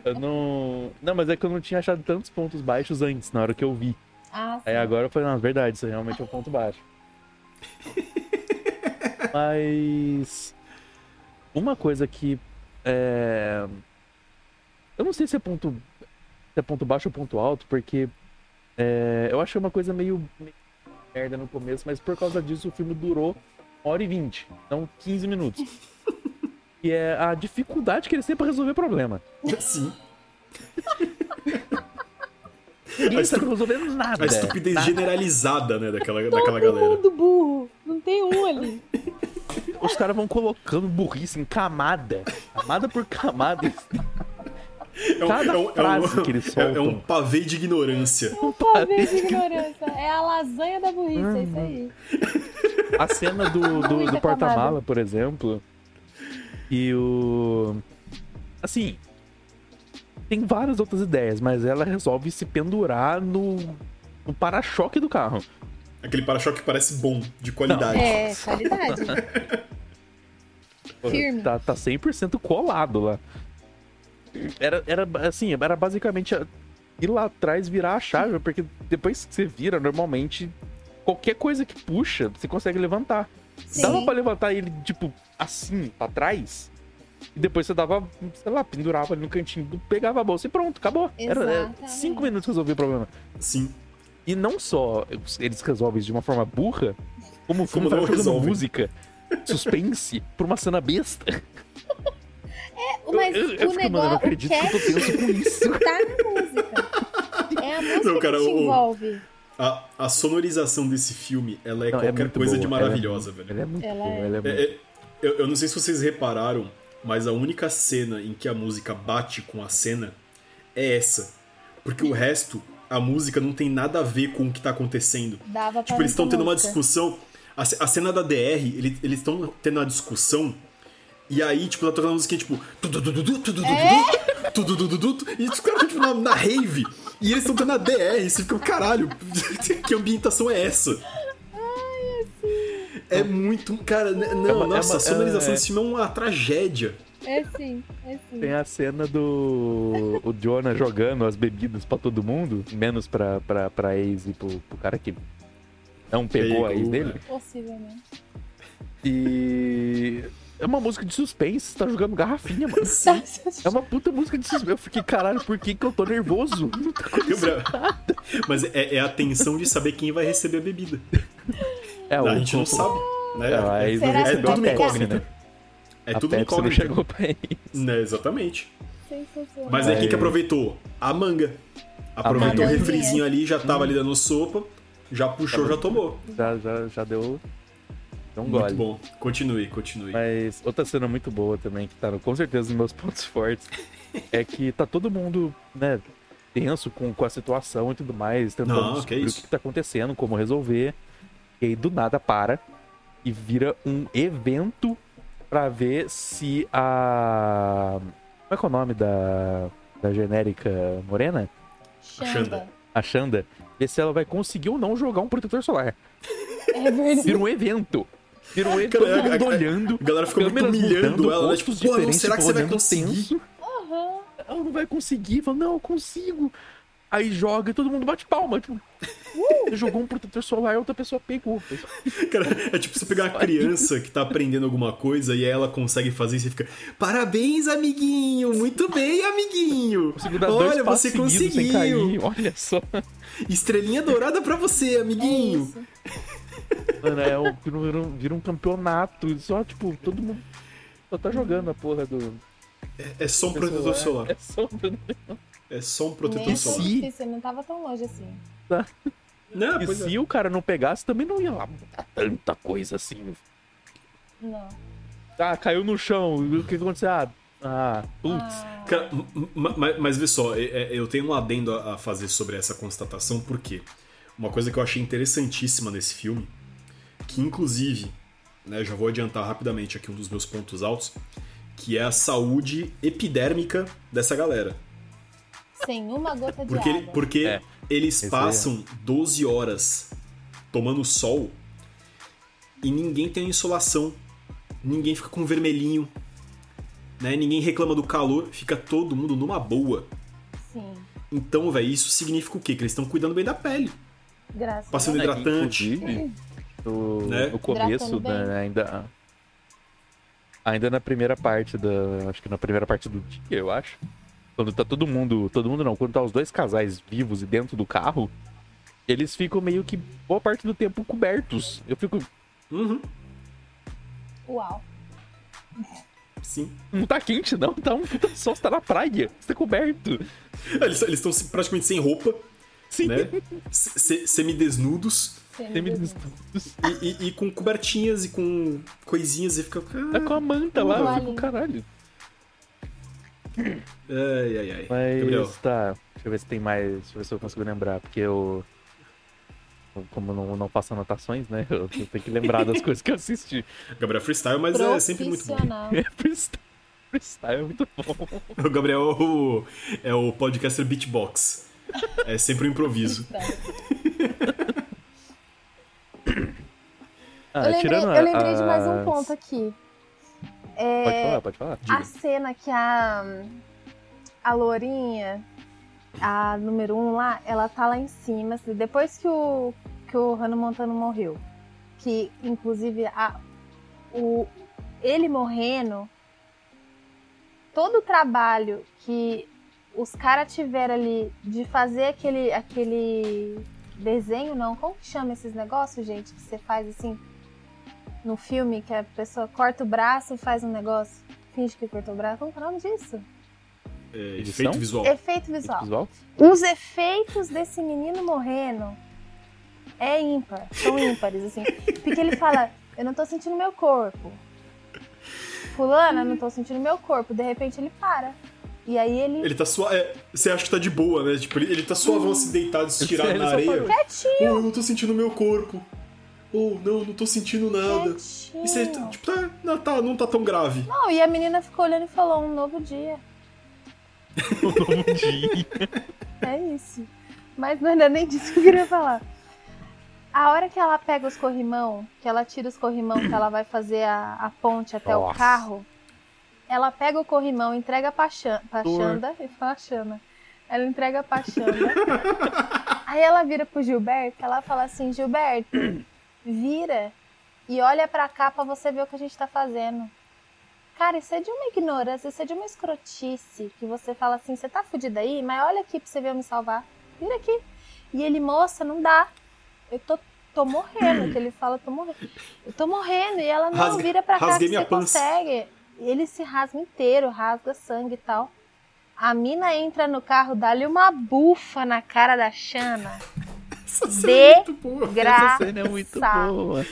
Speaker 3: Eu não. Não, mas é que eu não tinha achado tantos pontos baixos antes, na hora que eu vi.
Speaker 2: Ah, sim.
Speaker 3: Aí agora eu falei, não, é verdade, isso realmente é um ponto baixo. Mas. Uma coisa que. É... Eu não sei se é ponto. Se é ponto baixo ou ponto alto, porque. é, Eu achei uma coisa meio. meio merda no começo, mas por causa disso o filme durou 1 hora e 20. Então, 15 minutos. E é a dificuldade que eles têm pra resolver problema.
Speaker 1: Sim,
Speaker 3: Ninguém
Speaker 1: A
Speaker 3: sabe
Speaker 1: estu-
Speaker 3: resolver nada.
Speaker 1: a estupidez
Speaker 3: Tá.
Speaker 1: generalizada, né, daquela, daquela
Speaker 2: Todo
Speaker 1: galera.
Speaker 2: mundo um burro. Não tem um
Speaker 3: [LAUGHS]
Speaker 2: ali.
Speaker 3: Os caras vão colocando burrice em camada. Camada por camada.
Speaker 1: É um,
Speaker 3: Cada
Speaker 1: é um- é um-
Speaker 3: frase que eles
Speaker 1: é- é um
Speaker 3: soltam.
Speaker 1: pavê de ignorância.
Speaker 2: Um
Speaker 3: tá
Speaker 2: pavê de ignorância. É a lasanha da burrice, é isso aí.
Speaker 3: A cena do, do,
Speaker 2: Muita
Speaker 3: do porta-mala, por exemplo. E o. Assim. Tem várias outras ideias, mas ela resolve se pendurar no, no para-choque do carro.
Speaker 1: Aquele para-choque que parece bom, de qualidade.
Speaker 2: É, qualidade. Firme.
Speaker 3: Tá, tá 100% colado lá. Era, era assim, era basicamente a- ir lá atrás virar a chave, porque depois que você vira, normalmente, qualquer coisa que puxa, você consegue levantar.
Speaker 2: Sim.
Speaker 3: Dava pra levantar ele, tipo, assim, pra trás, e depois você dava, sei lá, pendurava ali no cantinho, pegava a bolsa e pronto, acabou. Era, era
Speaker 2: Exatamente.
Speaker 3: cinco minutos que resolvia o problema.
Speaker 1: Sim.
Speaker 3: E não só eles resolvem isso de uma forma burra, como o filme
Speaker 1: Como não
Speaker 3: tá jogando
Speaker 1: resolve.
Speaker 3: música, suspense, [LAUGHS] por uma cena besta.
Speaker 2: Mas
Speaker 3: Eu- eu
Speaker 2: o
Speaker 3: fico, mano, eu não
Speaker 2: negócio. é O
Speaker 3: acredito que eu tô
Speaker 2: cast
Speaker 3: tenso com
Speaker 1: É
Speaker 3: isso.
Speaker 2: tá na música. É a música
Speaker 1: Não, cara,
Speaker 2: que te
Speaker 1: o-
Speaker 2: envolve.
Speaker 1: A, a sonorização desse filme, ela é
Speaker 3: Não, é
Speaker 1: qualquer
Speaker 3: muito
Speaker 1: coisa
Speaker 3: boa,
Speaker 1: de
Speaker 3: ela é
Speaker 1: maravilhosa,
Speaker 3: Ela
Speaker 1: velho.
Speaker 3: é muito
Speaker 2: Ela
Speaker 3: boa,
Speaker 2: é.
Speaker 3: ela é muito...
Speaker 1: É, é, eu, eu não sei se vocês repararam, mas a única cena em que a música bate com a cena é essa. Porque o resto, a música não tem nada a ver com o que tá acontecendo.
Speaker 2: Dava pra
Speaker 1: Tipo, eles
Speaker 2: não
Speaker 1: estão
Speaker 2: ter
Speaker 1: tendo uma
Speaker 2: música.
Speaker 1: discussão. A, ce- a cena da DR, ele- eles estão tendo uma discussão. E aí, tipo, tá tocando uma musiquinha, tipo. tu, tu, tu, tu, tu, tu, tu, tu, tu, tu, tu, tu, tu, tu, E os caras estão, tipo, na, na [LAUGHS] rave. E eles estão tendo a DR. E você fica, caralho, que ambientação é essa? É muito. Cara, n- não,
Speaker 3: É uma- é
Speaker 1: nossa,
Speaker 3: uma-
Speaker 1: a sonorização
Speaker 3: é-
Speaker 1: desse filme é uma tragédia.
Speaker 2: É sim, é sim.
Speaker 3: Tem a cena do o Jonah jogando as bebidas pra todo mundo, menos pra, pra, pra ex e pro, pro cara que não pegou a ex
Speaker 1: Pegou,
Speaker 3: dele.
Speaker 1: né?
Speaker 2: Possivelmente.
Speaker 3: E é uma música de suspense, você tá jogando garrafinha,
Speaker 2: [LAUGHS]
Speaker 3: mano.
Speaker 1: Sim.
Speaker 3: É uma puta música de suspense. Eu fiquei, caralho, por que, que eu tô nervoso? Não tá acontecendo
Speaker 1: Gabriel.
Speaker 3: nada.
Speaker 1: [LAUGHS] Mas é, é a tensão de saber quem vai receber a bebida.
Speaker 3: É,
Speaker 1: a
Speaker 3: o-
Speaker 1: gente não sabe. Né?
Speaker 3: É, a ex não
Speaker 2: Será
Speaker 1: é
Speaker 2: que-
Speaker 3: recebeu
Speaker 1: tudo uma
Speaker 3: a Pepsi,
Speaker 1: incógnita.
Speaker 3: né?
Speaker 1: É
Speaker 3: a
Speaker 1: tudo uma
Speaker 3: Pepsi não
Speaker 1: incógnita.
Speaker 3: chegou pra ex.
Speaker 1: Né, exatamente.
Speaker 2: Sensacional.
Speaker 1: Mas aí quem que
Speaker 3: Mas-
Speaker 1: aproveitou? A manga. Aproveitou
Speaker 2: manga. é.
Speaker 1: o refrizinho ali, já
Speaker 3: Hum.
Speaker 1: tava ali dando sopa, já puxou, já tomou.
Speaker 3: Já, já, já deu, deu Tá um
Speaker 1: Muito
Speaker 3: gole.
Speaker 1: bom. Continue, continue.
Speaker 3: Mas outra cena muito boa também, que tá no- com certeza nos meus pontos [LAUGHS] fortes, é que tá todo mundo, né, tenso com, com a situação e tudo mais, tentando
Speaker 1: Não, que é
Speaker 3: descobrir
Speaker 1: isso.
Speaker 3: o que tá acontecendo, como resolver. E aí do nada para e vira um evento pra ver se a. Como é que é o nome da, da genérica morena?
Speaker 2: Xanda.
Speaker 3: A Xanda. Ver se ela vai conseguir ou não jogar um protetor solar.
Speaker 2: É verdade.
Speaker 3: Vira um evento. Vira
Speaker 1: [LAUGHS]
Speaker 3: um evento,
Speaker 1: Cara, é,
Speaker 3: todo
Speaker 1: a-
Speaker 3: mundo
Speaker 1: a-
Speaker 3: olhando.
Speaker 1: A galera ficou muito
Speaker 3: câmeras
Speaker 1: humilhando
Speaker 3: mudando,
Speaker 1: ela, né?
Speaker 3: rostos
Speaker 1: Tipo, pô, não,
Speaker 3: diferentes,
Speaker 1: será que
Speaker 3: tipo,
Speaker 1: você vai
Speaker 3: olhando
Speaker 1: conseguir?
Speaker 3: tenso.
Speaker 2: Aham.
Speaker 3: Ela não vai conseguir. Fala, não, eu consigo. Aí joga e todo mundo bate palma. Tipo, "Uh", jogou um protetor solar e outra pessoa pegou.
Speaker 1: [LAUGHS]
Speaker 3: um
Speaker 1: Cara, é tipo você pegar uma criança que tá aprendendo alguma coisa e ela consegue fazer e você fica: Parabéns, amiguinho! Muito bem, amiguinho!
Speaker 3: Conseguiu dar dois
Speaker 1: Olha,
Speaker 3: passos
Speaker 1: você
Speaker 3: seguidos sem
Speaker 1: conseguiu!
Speaker 3: cair. Olha só.
Speaker 1: Estrelinha dourada pra você,
Speaker 2: É
Speaker 1: amiguinho!
Speaker 2: isso.
Speaker 3: Mano, é um, vira, um- vira um, vira um campeonato. Só, tipo, todo mundo só tá jogando a porra do.
Speaker 1: É, só um protetor solar.
Speaker 3: É só um protetor
Speaker 1: É só um
Speaker 2: Nem
Speaker 1: protetor
Speaker 2: é tão
Speaker 1: solar.
Speaker 3: Sim.
Speaker 2: difícil, não tava tão longe assim.
Speaker 3: solar.
Speaker 1: Não,
Speaker 3: E
Speaker 1: pois é.
Speaker 3: se o cara não pegasse, também não ia lá mudar tanta coisa assim.
Speaker 2: Não.
Speaker 3: Ah, caiu no chão. O que que aconteceu? Ah, ah putz.
Speaker 2: Ah,
Speaker 1: Cara, m- m- mas, mas vê só, é- é- eu tenho um adendo a a fazer sobre essa constatação, porque uma coisa que eu achei interessantíssima nesse filme, que inclusive, né, já vou adiantar rapidamente aqui um dos meus pontos altos, que é a saúde epidérmica dessa galera.
Speaker 2: sem uma gota de
Speaker 1: Porque,
Speaker 2: água.
Speaker 1: porque
Speaker 3: É.
Speaker 1: eles
Speaker 3: Isso aí é.
Speaker 1: passam 12 horas tomando sol e ninguém tem insolação. Ninguém fica com vermelhinho. Né? Ninguém reclama do calor. Fica todo mundo numa boa.
Speaker 2: Sim.
Speaker 1: Então, velho, isso significa o quê? Que eles estão cuidando bem da pele.
Speaker 2: Graças a
Speaker 1: Passando
Speaker 3: É,
Speaker 1: hidratante.
Speaker 3: inclusive, no,
Speaker 1: Né?
Speaker 3: no começo,
Speaker 2: Hidratando bem.
Speaker 3: né, ainda. Ainda na primeira parte da. Acho que na primeira parte do dia, eu acho. Quando tá todo mundo. Todo mundo não, quando tá os dois casais vivos e dentro do carro, eles ficam meio que boa parte do tempo cobertos. Eu fico.
Speaker 1: Uhum,
Speaker 2: Uau.
Speaker 1: sim.
Speaker 3: Não tá quente, não, tá um puta sol, você tá na praia, você tá coberto.
Speaker 1: Ah, Eles estão praticamente sem roupa,
Speaker 3: Sim,
Speaker 1: né? Se- se- Semidesnudos.
Speaker 2: Sem
Speaker 3: tem
Speaker 2: dúvida.
Speaker 3: meninos todos.
Speaker 1: E, e- e com cobertinhas e com coisinhas e fica.
Speaker 3: Tá com a manta lá, eu
Speaker 2: Olha.
Speaker 3: fico, caralho.
Speaker 1: Ai, ai, ai.
Speaker 3: Mas
Speaker 1: Gabriel.
Speaker 3: tá, deixa eu ver se tem mais, deixa eu ver se eu consigo lembrar, porque eu como não, não faço anotações, né? [LAUGHS] Eu tenho que lembrar das coisas que eu assisti. [LAUGHS]
Speaker 1: Gabriel é Freestyle, mas é sempre muito bom.
Speaker 2: Profissional.
Speaker 3: É freestyle, freestyle é muito bom.
Speaker 1: [LAUGHS] O Gabriel é o, é o podcaster beatbox. É sempre um improviso.
Speaker 3: Ah,
Speaker 2: eu lembrei, eu lembrei de mais um
Speaker 3: as-
Speaker 2: ponto aqui. É,
Speaker 3: Pode falar, pode falar.
Speaker 2: a cena que a, a Lourinha, a número um lá, ela tá lá em cima, assim, depois que o, que o Hannah Montano morreu. Que, inclusive, a, o, ele morrendo, todo o trabalho que os caras tiveram ali de fazer aquele, aquele desenho, não, como que chama esses negócios, gente, que você faz assim no filme, que a pessoa corta o braço e faz um negócio? Finge que cortou o braço. Como que é o nome disso?
Speaker 1: É,
Speaker 3: Edição?
Speaker 1: efeito visual.
Speaker 2: Efeito visual.
Speaker 3: Visual?
Speaker 2: Os efeitos desse menino morrendo é ímpar. São ímpares, assim. Porque ele fala, eu não tô sentindo meu corpo. Fulana, eu não tô sentindo meu corpo. De repente ele para. E aí ele.
Speaker 1: Ele tá suave. você acha que tá de boa, né? Tipo, ele, ele tá suavão se deitado, estirado
Speaker 3: Ele
Speaker 1: na
Speaker 3: é só
Speaker 1: areia.
Speaker 3: parou.
Speaker 1: Oh,
Speaker 2: Quietinho!
Speaker 1: eu não tô sentindo meu corpo. Oh, não, não tô sentindo nada. E você,
Speaker 2: Quietinho!
Speaker 1: tipo, tá, não, tá, não tá tão grave.
Speaker 2: Não, e a menina ficou olhando e falou, um novo dia.
Speaker 3: Bom dia.
Speaker 2: É isso. Mas não era nem disso que eu queria falar. A hora que ela pega os corrimão, que ela tira os corrimão, que ela vai fazer a, a ponte até o
Speaker 3: Nossa.
Speaker 2: carro, ela pega o corrimão, entrega pra, Xan, pra
Speaker 3: Dor.
Speaker 2: Xanda e fala Xana. Ela entrega pra Xanda. Aí ela vira pro Gilberto, ela fala assim, Gilberto, vira e olha pra cá pra você ver o que a gente tá fazendo. Cara, isso é de uma ignorância, isso é de uma escrotice, que você fala assim, você tá fudido aí, mas olha aqui pra você ver eu me salvar. Vira aqui. E ele, moça, não dá. Eu tô, tô morrendo, que ele fala, tô morrendo. Eu tô morrendo. E ela, não,
Speaker 1: Rasga-
Speaker 2: vira pra cá
Speaker 1: rasguei
Speaker 2: que
Speaker 1: minha
Speaker 2: você
Speaker 1: pança.
Speaker 2: consegue. E ele se rasga inteiro, rasga sangue e tal. A mina entra no carro, dá-lhe uma bufa na cara da Xana.
Speaker 1: Essa
Speaker 2: De-
Speaker 1: cena é muito boa.
Speaker 3: Essa
Speaker 2: Graça. [LAUGHS]
Speaker 3: cena é muito boa.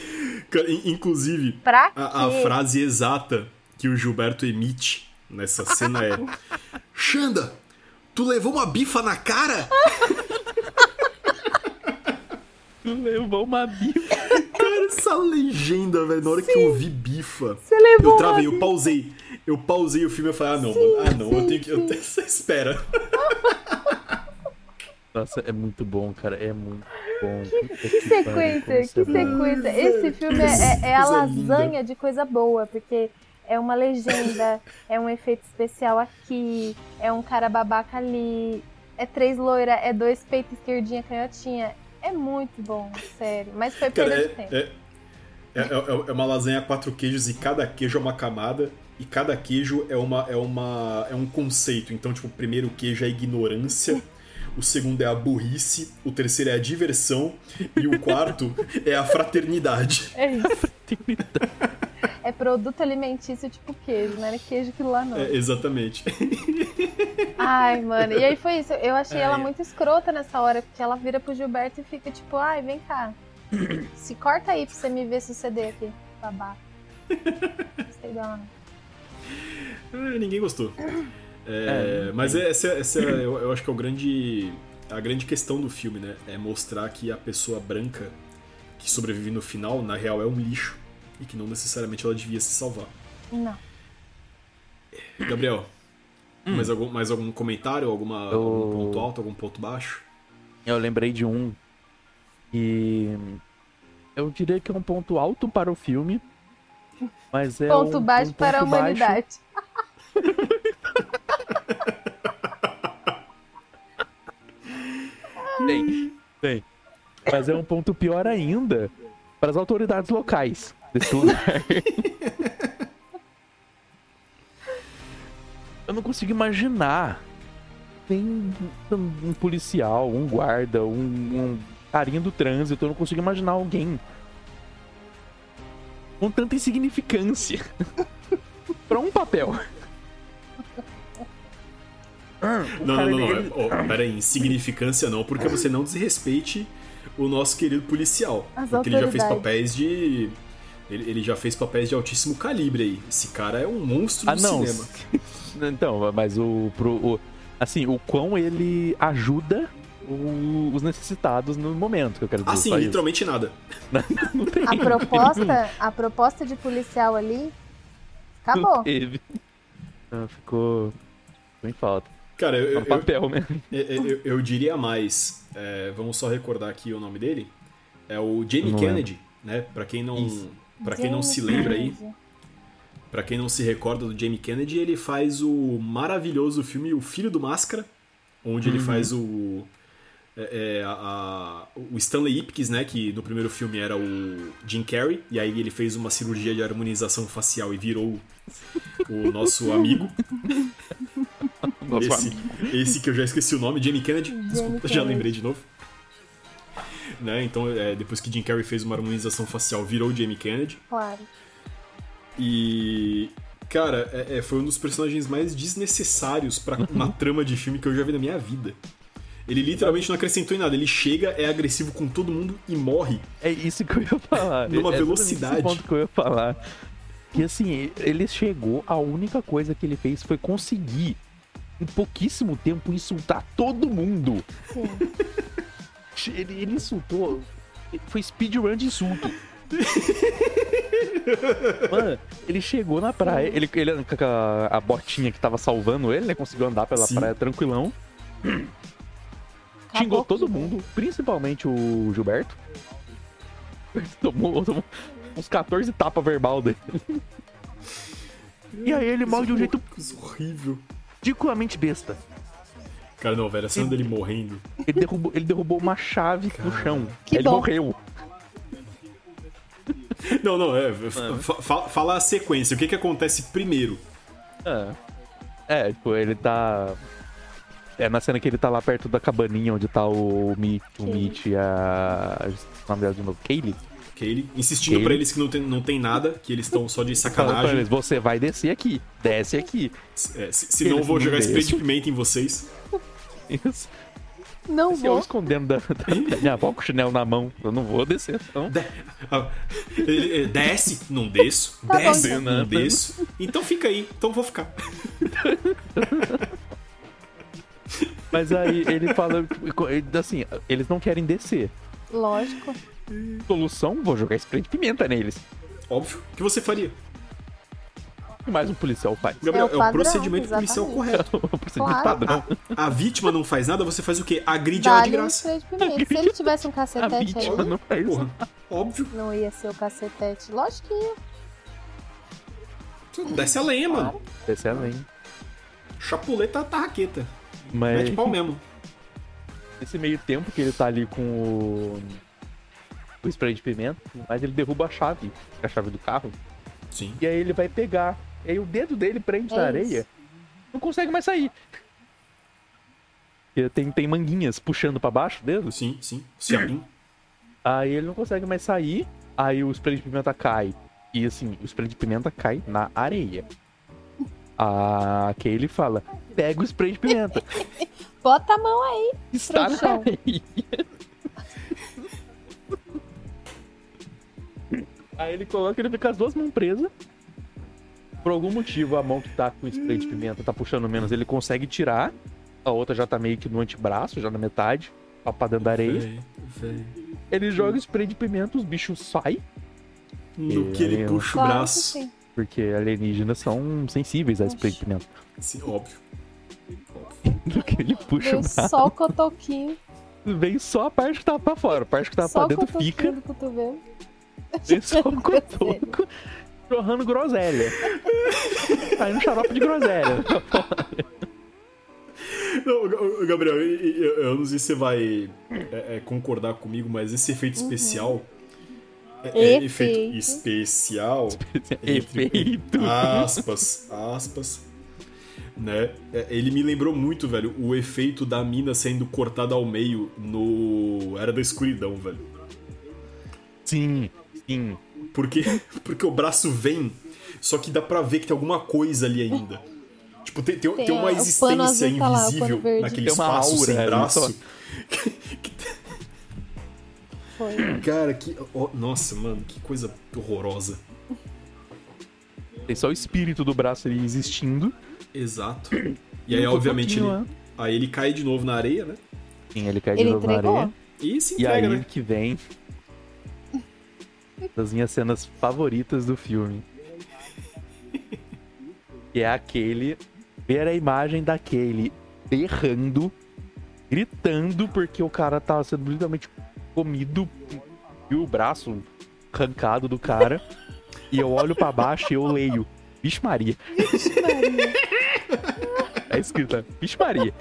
Speaker 1: Cara, in- Inclusive,
Speaker 2: Pra quê?
Speaker 1: a, a frase exata que o Gilberto emite nessa cena é: Xanda, tu levou uma bifa na cara?
Speaker 3: Tu levou uma bifa.
Speaker 1: Cara, essa legenda, velho. Na hora que eu vi bifa,
Speaker 2: Você
Speaker 1: eu
Speaker 2: levou uma
Speaker 1: travei, eu pausei. Eu pausei o filme e eu falei: ah, não, mano, ah, não, eu tenho que. Eu tenho, espera.
Speaker 3: Nossa, é muito bom, cara. É muito bom. Puta
Speaker 2: Que
Speaker 3: pariu,
Speaker 2: sequência,
Speaker 3: como
Speaker 2: que
Speaker 3: isso é bom.
Speaker 2: sequência.
Speaker 1: Ai,
Speaker 2: Esse
Speaker 1: velho,
Speaker 2: filme
Speaker 1: que
Speaker 2: é, é a
Speaker 1: coisa
Speaker 2: lasanha
Speaker 1: linda.
Speaker 2: de coisa boa, porque é uma legenda, é um efeito especial aqui, é um cara babaca ali, é três loira, é dois peitos esquerdinha, canhotinha. É muito bom, sério. Mas foi
Speaker 1: Cara,
Speaker 2: perda de
Speaker 1: é,
Speaker 2: tempo.
Speaker 1: é, é, é- é uma lasanha a quatro queijos e cada queijo é uma camada. E cada queijo é, uma, é, uma, é um conceito. Então, tipo, o primeiro queijo é a ignorância, o segundo é a burrice, o terceiro é a diversão e o quarto é a
Speaker 2: [LAUGHS]
Speaker 1: fraternidade.
Speaker 2: É isso. É produto alimentício tipo queijo, não era queijo aquilo lá não.
Speaker 1: É, exatamente.
Speaker 2: Ai, mano. E aí foi isso. Eu achei ela
Speaker 1: Ai.
Speaker 2: muito escrota nessa hora, porque ela vira pro Gilberto e fica tipo, ai, vem cá. Se corta aí pra você me ver suceder aqui, babaca. Gostei dela, não.
Speaker 1: Ah, ninguém gostou. É, mas essa, essa eu, eu acho que é o grande, a grande questão do filme, né? É mostrar que a pessoa branca que sobrevive no final, na real, é um lixo. E que não necessariamente ela devia se salvar.
Speaker 2: Não.
Speaker 1: Gabriel, mais, algum, mais algum comentário? Alguma,
Speaker 3: Eu-
Speaker 1: Algum ponto alto? Algum ponto baixo?
Speaker 3: Eu lembrei de um que eu diria que é um ponto alto para o filme, mas é
Speaker 2: ponto
Speaker 3: um-
Speaker 2: baixo
Speaker 3: um ponto
Speaker 2: para a
Speaker 3: baixo-
Speaker 2: humanidade.
Speaker 3: Tem, tem. Mas é um ponto pior ainda para as autoridades locais desse [LAUGHS] lugar. eu não consigo imaginar. Tem um, um policial, um guarda, um, um carinha do trânsito. Eu não consigo imaginar alguém com tanta insignificância [LAUGHS] para um papel. O
Speaker 1: Não,
Speaker 3: cara,
Speaker 1: não, não. não.
Speaker 3: ele-
Speaker 1: Oh, peraí, insignificância não, porque você não desrespeite o nosso querido policial.
Speaker 2: As
Speaker 1: porque ele já fez
Speaker 2: autoridades.
Speaker 1: papéis de. Ele, ele já fez papéis de altíssimo calibre aí. Esse cara é um monstro
Speaker 3: Ah,
Speaker 1: do
Speaker 3: não.
Speaker 1: cinema.
Speaker 3: [LAUGHS] Então, mas o, pro, o- Assim, o quão ele ajuda o- os necessitados no momento, que eu quero dizer.
Speaker 1: Assim,
Speaker 3: só isso.
Speaker 1: literalmente nada.
Speaker 3: Não [LAUGHS] tem.
Speaker 2: A proposta, a proposta de policial ali
Speaker 3: Não
Speaker 2: acabou.
Speaker 3: teve. Ah, Ficou. Ficou em falta.
Speaker 1: Cara, eu,
Speaker 3: É
Speaker 1: eu,
Speaker 3: um papel mesmo. [LAUGHS]
Speaker 1: eu- eu- eu diria mais. É, vamos só recordar aqui o nome dele. É o Jamie
Speaker 3: Não
Speaker 1: Kennedy, né? Pra quem não.
Speaker 3: Isso.
Speaker 1: Pra quem não se
Speaker 2: Gente,
Speaker 1: lembra aí,
Speaker 2: gente.
Speaker 1: Pra quem não se recorda do Jamie Kennedy, ele faz o maravilhoso filme O Filho do Máscara, onde ele faz o é, é, a- a- o Stanley Ipkiss, né, que no primeiro filme era o Jim Carrey, e aí ele fez uma cirurgia de harmonização facial e virou o nosso amigo,
Speaker 3: Nosso
Speaker 1: esse,
Speaker 3: amigo.
Speaker 1: esse que eu já esqueci o nome, Jamie Kennedy,
Speaker 2: Jamie
Speaker 1: desculpa, já
Speaker 2: Kennedy.
Speaker 1: lembrei de novo. Né, então, é, depois que Jim Carrey fez uma harmonização facial, virou o Jamie Kennedy.
Speaker 2: Claro.
Speaker 1: E. Cara, é- é, foi um dos personagens mais desnecessários pra
Speaker 3: Uhum.
Speaker 1: uma trama de filme que eu já vi na minha vida. Ele literalmente não acrescentou em nada. Ele chega, é agressivo com todo mundo e morre.
Speaker 3: É isso que eu ia falar.
Speaker 1: Numa
Speaker 3: É exatamente
Speaker 1: velocidade.
Speaker 3: Esse ponto que eu ia falar. Que assim, ele chegou, a única coisa que ele fez foi conseguir, em pouquíssimo tempo, insultar todo mundo.
Speaker 2: Sim.
Speaker 3: Ele, ele insultou. Foi speedrun de insulto. Mano, ele chegou na praia, ele, ele com a, a botinha que tava salvando ele, né? Conseguiu andar pela
Speaker 1: Sim.
Speaker 3: praia tranquilão.
Speaker 2: Acabou
Speaker 3: xingou
Speaker 2: com o
Speaker 3: todo
Speaker 2: Gilberto.
Speaker 3: mundo, principalmente o Gilberto. [LAUGHS] Ele tomou, tomou uns 14 tapas verbal dele. E aí ele morre de um jeito
Speaker 1: Isso é horrível.
Speaker 3: ridiculamente besta.
Speaker 1: Cara, não, velho, a cena dele morrendo.
Speaker 3: Ele derrubou, ele derrubou uma chave no chão.
Speaker 2: Que
Speaker 3: ele
Speaker 2: bom.
Speaker 3: morreu.
Speaker 1: Não, não, é.
Speaker 3: Uhum.
Speaker 1: fa- fa- Fala a sequência. O que que acontece primeiro?
Speaker 3: É, tipo, ele tá. É na cena que ele tá lá perto da cabaninha onde tá o Mitch, o
Speaker 2: Kaylee.
Speaker 3: Mitch e a. O nome dela de novo? Kaylee?
Speaker 1: Que ele insistindo
Speaker 3: Ele-
Speaker 1: pra eles que não tem, não tem nada, que eles estão só de
Speaker 3: Falando pra
Speaker 1: sacanagem.
Speaker 3: eles, você vai descer aqui, desce aqui. [LAUGHS]
Speaker 1: É, se se não, eu
Speaker 3: Eles
Speaker 1: vou
Speaker 3: não
Speaker 1: jogar spray de
Speaker 3: deixam.
Speaker 1: pimenta em vocês.
Speaker 3: Isso.
Speaker 2: Tá Não
Speaker 3: Eu
Speaker 2: vou.
Speaker 3: escondendo da, da- da minha avó com o chinelo na mão. Eu não vou descer, então.
Speaker 1: De- ah, ele- ele- Desce, não desço.
Speaker 2: Tá bom,
Speaker 1: desce,
Speaker 2: então.
Speaker 1: não desço. Então fica aí, então vou ficar.
Speaker 3: Mas aí ele fala, tipo, ele- assim, eles não querem descer.
Speaker 2: Lógico.
Speaker 3: Solução, vou jogar spray de pimenta neles.
Speaker 1: Óbvio. O que você faria?
Speaker 3: O que mais um policial faz? [LAUGHS]
Speaker 1: Gabriel,
Speaker 2: É o
Speaker 1: é o,
Speaker 2: padrão,
Speaker 1: procedimento policial
Speaker 2: exatamente. Ah,
Speaker 1: correto.
Speaker 3: O procedimento
Speaker 2: Claro.
Speaker 3: padrão.
Speaker 1: A, a vítima não faz nada, você faz o quê? Agride ela de
Speaker 2: Dá-lhe um
Speaker 1: graça.
Speaker 2: spray de pimenta. Se ele tivesse um
Speaker 3: [LAUGHS] A
Speaker 2: cacetete aí,
Speaker 3: tá vítima não faz isso.
Speaker 1: Porra, óbvio.
Speaker 2: não ia ser o cacetete. Lógico que ia.
Speaker 1: Desce a lenha, mano.
Speaker 3: Esse é além.
Speaker 1: Chapuleta tá raqueta.
Speaker 3: Mas
Speaker 1: Mete pau mesmo.
Speaker 3: nesse meio tempo que ele tá ali com o, o spray de pimenta, mas ele derruba a chave, a chave do carro,
Speaker 1: Sim.
Speaker 3: e aí ele vai pegar. E aí o dedo dele prende
Speaker 2: É
Speaker 3: na areia,
Speaker 2: isso.
Speaker 3: não consegue mais sair. E Tem, tem manguinhas puxando pra baixo o dedo.
Speaker 1: Sim, sim. Ciabim.
Speaker 3: Aí ele não consegue mais sair. Aí o spray de pimenta cai. E assim, o spray de pimenta cai na areia. Ah, que ele fala: pega o spray de pimenta.
Speaker 2: Bota a mão aí.
Speaker 3: Está na
Speaker 2: Produção.
Speaker 3: areia. Aí ele coloca, ele fica com as duas mãos presas. Por algum motivo, a mão que tá com o spray de pimenta tá puxando menos, ele consegue tirar. A outra já tá meio que no antebraço, já na metade. Lá pra dentro da areia.
Speaker 1: Véi, véi.
Speaker 3: Ele joga o spray de pimenta, os bichos saem.
Speaker 1: No
Speaker 3: E
Speaker 1: que ele
Speaker 3: aí, ó.
Speaker 1: puxa o
Speaker 2: Claro que
Speaker 1: braço.
Speaker 2: sim.
Speaker 3: Porque alienígenas são sensíveis a spray de pimenta. [LAUGHS]
Speaker 1: Sim, óbvio.
Speaker 3: Do que ele puxa o
Speaker 2: Veio
Speaker 3: braço,
Speaker 2: só o cotoquinho.
Speaker 3: vem só a parte que tá pra fora. A parte que [LAUGHS] tá
Speaker 2: só
Speaker 3: pra
Speaker 2: o
Speaker 3: dentro
Speaker 2: cotoquinho
Speaker 3: fica,
Speaker 2: do cotovelo.
Speaker 3: vem só o cotoco, jorrando groselha. Saindo xarope de groselha.
Speaker 1: Não, o- o- Gabriel, e- e- eu, eu não sei se você vai é, é, concordar comigo, mas esse efeito especial. é- É,
Speaker 2: Uhum. Efeito.
Speaker 1: efeito
Speaker 3: [LAUGHS]
Speaker 1: especial. entre-
Speaker 3: Efeito.
Speaker 1: Ah, Aspas, aspas. Né? É, Ele me lembrou muito, velho, o efeito da mina sendo cortada ao meio no Era da Escuridão, velho.
Speaker 3: Sim, sim.
Speaker 1: Porque, [LAUGHS] porque o braço vem, só que dá pra ver que tem alguma coisa ali ainda. Tipo, tem, tem,
Speaker 2: Tem
Speaker 1: tem uma
Speaker 2: a- o pano
Speaker 1: existência
Speaker 2: azul tá lá, o pano
Speaker 1: invisível
Speaker 2: verde.
Speaker 1: naquele
Speaker 3: Tem uma
Speaker 1: espaço
Speaker 3: aura
Speaker 1: sem
Speaker 3: ali,
Speaker 1: braço.
Speaker 3: só.
Speaker 2: Foi.
Speaker 1: Cara, que. ó, nossa, mano, que coisa horrorosa.
Speaker 3: Tem só o espírito do braço ali existindo.
Speaker 1: Exato.
Speaker 3: [COUGHS]
Speaker 1: E aí, obviamente, ele,
Speaker 3: ele...
Speaker 1: aí ele cai de novo na areia, né?
Speaker 3: Sim, ele cai de
Speaker 2: Ele
Speaker 3: novo na
Speaker 2: entregou?
Speaker 3: areia.
Speaker 1: E se
Speaker 3: E aí
Speaker 1: entrega, né?
Speaker 3: que vem das minhas cenas favoritas do filme. Que é aquele ver a imagem daquele berrando, gritando porque o cara tava sendo literalmente comido e o braço arrancado do cara. e eu olho pra baixo e eu leio Vixe Maria. É escrita Vixe Maria.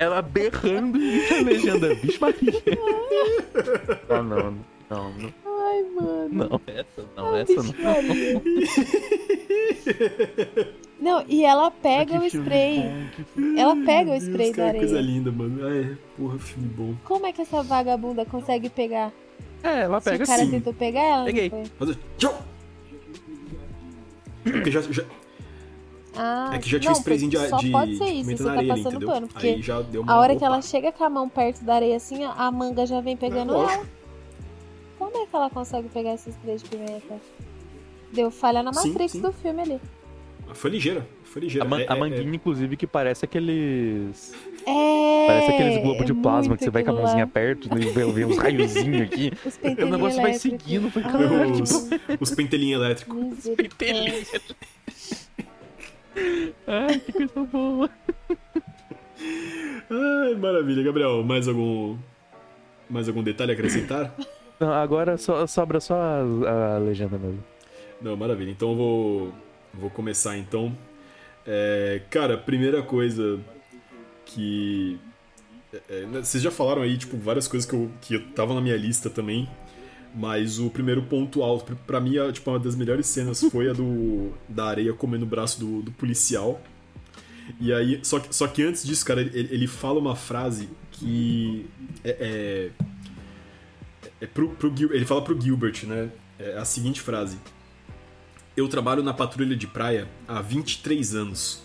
Speaker 3: Ela berrando e a legenda Vixe Maria. [LAUGHS] Ah, não, não, não.
Speaker 2: Ai, mano.
Speaker 3: Não, essa não, essa não.
Speaker 2: Vixe,
Speaker 1: [LAUGHS]
Speaker 2: Maria. Não, e ela pega
Speaker 3: Que
Speaker 2: o
Speaker 3: filme
Speaker 2: spray.
Speaker 3: bom, que
Speaker 2: Ela pega
Speaker 1: Meu
Speaker 2: o
Speaker 1: Deus,
Speaker 2: spray da
Speaker 1: cara, que coisa
Speaker 2: areia.
Speaker 1: linda, mano. Ai, porra, filme bom.
Speaker 2: Como é que essa vagabunda consegue pegar?
Speaker 3: É, ela
Speaker 2: Se
Speaker 3: pega
Speaker 2: o cara
Speaker 3: assim.
Speaker 2: tentou pegar ela, não
Speaker 3: Peguei.
Speaker 2: foi?
Speaker 1: Mas, tchau! É Porque já, já-
Speaker 2: Ah,
Speaker 1: é que já tinha
Speaker 2: não,
Speaker 1: um sprayzinho de,
Speaker 2: porque
Speaker 1: de,
Speaker 2: Só pode
Speaker 1: de
Speaker 2: ser isso,
Speaker 1: pimenta
Speaker 2: você
Speaker 1: na
Speaker 2: tá
Speaker 1: areia, ali,
Speaker 2: passando
Speaker 1: entendeu?
Speaker 2: pano. Porque
Speaker 1: aí já deu uma.
Speaker 2: a hora que
Speaker 1: opa.
Speaker 2: ela chega com a mão perto da areia assim, ó, a manga já vem pegando
Speaker 1: É,
Speaker 2: ela.
Speaker 1: lógico.
Speaker 2: Como é que ela consegue pegar esses três de pimenta? Deu falha na
Speaker 1: Sim,
Speaker 2: Matrix
Speaker 1: sim.
Speaker 2: do filme ali.
Speaker 1: Ah, Foi ligeira, foi ligeira.
Speaker 3: A, man-
Speaker 1: É-
Speaker 3: a
Speaker 1: é-
Speaker 3: manguinha, inclusive, que parece aqueles.
Speaker 2: É.
Speaker 3: Parece aqueles globos de
Speaker 2: é
Speaker 3: plasma
Speaker 2: muito
Speaker 3: que você vai com a
Speaker 2: aquilo
Speaker 3: mãozinha
Speaker 2: lá.
Speaker 3: perto e vê vê uns raiozinhos aqui.
Speaker 2: Os
Speaker 3: O
Speaker 2: pentelhinhos
Speaker 3: negócio vai
Speaker 2: elétricos.
Speaker 3: seguindo. Foi,
Speaker 2: [LAUGHS]
Speaker 3: caralho, que
Speaker 1: é,
Speaker 2: tipo-
Speaker 1: os, os pentelinhos elétricos.
Speaker 2: Misericórdia.
Speaker 3: pentelinho. Ai, É, que coisa boa.
Speaker 1: Ai, maravilha, Gabriel. Mais algum. Mais algum detalhe a acrescentar?
Speaker 3: Não, Então, agora só- sobra só a, a legenda mesmo.
Speaker 1: Não, maravilha. Então eu vou, vou começar então. É, cara, primeira coisa que. é, é, né, vocês já falaram aí, tipo, várias coisas que eu, que eu tava na minha lista também. Mas o primeiro ponto alto, pra- pra mim, a, tipo, uma das melhores cenas foi a do. Da areia comendo o braço do, do policial. E aí. Só que, só que antes disso, cara, ele, ele fala uma frase que. É. é, é pro, pro Gil- ele fala pro Gilbert, né? É a seguinte frase. Eu trabalho na patrulha de praia há 23 anos.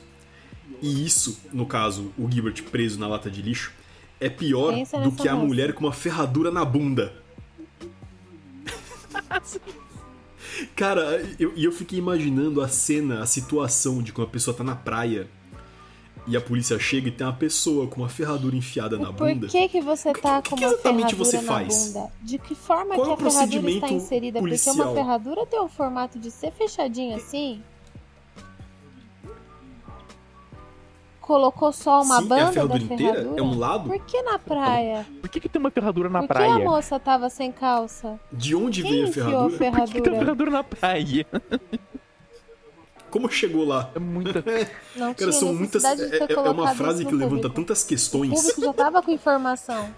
Speaker 1: E isso, no caso, o Gilbert preso na lata de lixo, é pior
Speaker 2: Pensa
Speaker 1: do
Speaker 2: nessa
Speaker 1: que a
Speaker 2: moça.
Speaker 1: mulher com uma ferradura na bunda. Cara, eu- e eu, fiquei imaginando a cena, a situação de quando a pessoa tá na praia e a polícia chega e tem uma pessoa com uma ferradura enfiada na
Speaker 2: Por
Speaker 1: bunda.
Speaker 2: que, que você tá
Speaker 1: que-
Speaker 2: com
Speaker 1: que
Speaker 2: uma
Speaker 1: exatamente
Speaker 2: ferradura
Speaker 1: você
Speaker 2: na
Speaker 1: faz?
Speaker 2: bunda? De que forma
Speaker 1: Qual é o
Speaker 2: que a ferradura está
Speaker 1: procedimento
Speaker 2: inserida? Porque
Speaker 1: policial?
Speaker 2: uma ferradura tem um formato de ser fechadinho assim. Colocou só uma
Speaker 1: Sim, é
Speaker 2: banda
Speaker 1: a ferradura
Speaker 2: da
Speaker 1: inteira?
Speaker 2: ferradura?
Speaker 1: É um lado?
Speaker 2: Por que na praia?
Speaker 3: Por que, que tem uma ferradura na
Speaker 2: Por
Speaker 3: praia?
Speaker 2: que a moça tava sem calça?
Speaker 1: De onde
Speaker 2: Quem
Speaker 1: veio a
Speaker 2: enfiou a
Speaker 1: ferradura?
Speaker 3: Por que, que tem uma
Speaker 2: ferradura?
Speaker 3: ferradura na praia?
Speaker 1: Como chegou lá?
Speaker 3: É muita
Speaker 2: Não
Speaker 1: Cara,
Speaker 2: tinha
Speaker 1: são muitas.
Speaker 2: necessidade de
Speaker 1: É,
Speaker 2: ter
Speaker 1: é- é uma
Speaker 2: colocado
Speaker 1: frase
Speaker 2: isso
Speaker 1: que
Speaker 2: no
Speaker 1: levanta
Speaker 2: público.
Speaker 1: tantas
Speaker 2: O
Speaker 1: questões.
Speaker 2: público já tava com informação.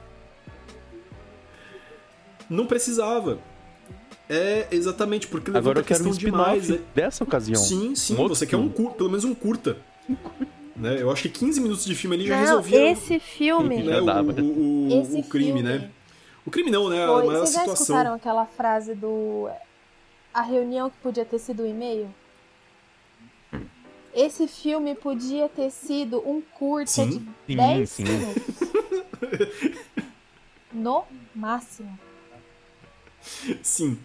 Speaker 1: Não precisava. É exatamente porque levanta
Speaker 3: Agora eu quero um
Speaker 1: questão demais.
Speaker 3: spin-off
Speaker 1: é-
Speaker 3: dessa ocasião.
Speaker 1: Sim, sim.
Speaker 3: Um outro
Speaker 1: você quer um
Speaker 3: filme.
Speaker 1: curto, pelo menos um
Speaker 2: [LAUGHS]
Speaker 1: curta. Né? Eu acho que 15 minutos de filme ali [LAUGHS] já
Speaker 2: Não,
Speaker 1: resolvia
Speaker 2: esse filme.
Speaker 1: né,
Speaker 3: Já dava.
Speaker 1: o, o- o-
Speaker 2: Esse
Speaker 1: o crime,
Speaker 2: filme.
Speaker 1: né? O crime não, né?
Speaker 2: Oi,
Speaker 1: Mas a
Speaker 2: vocês já escutaram
Speaker 1: situação.
Speaker 2: aquela frase do a reunião que podia ter sido um e-mail? Esse filme podia ter sido um curta
Speaker 1: Sim,
Speaker 2: de
Speaker 3: sim,
Speaker 2: 10
Speaker 3: sim.
Speaker 2: minutos. [LAUGHS] No máximo.
Speaker 1: Sim.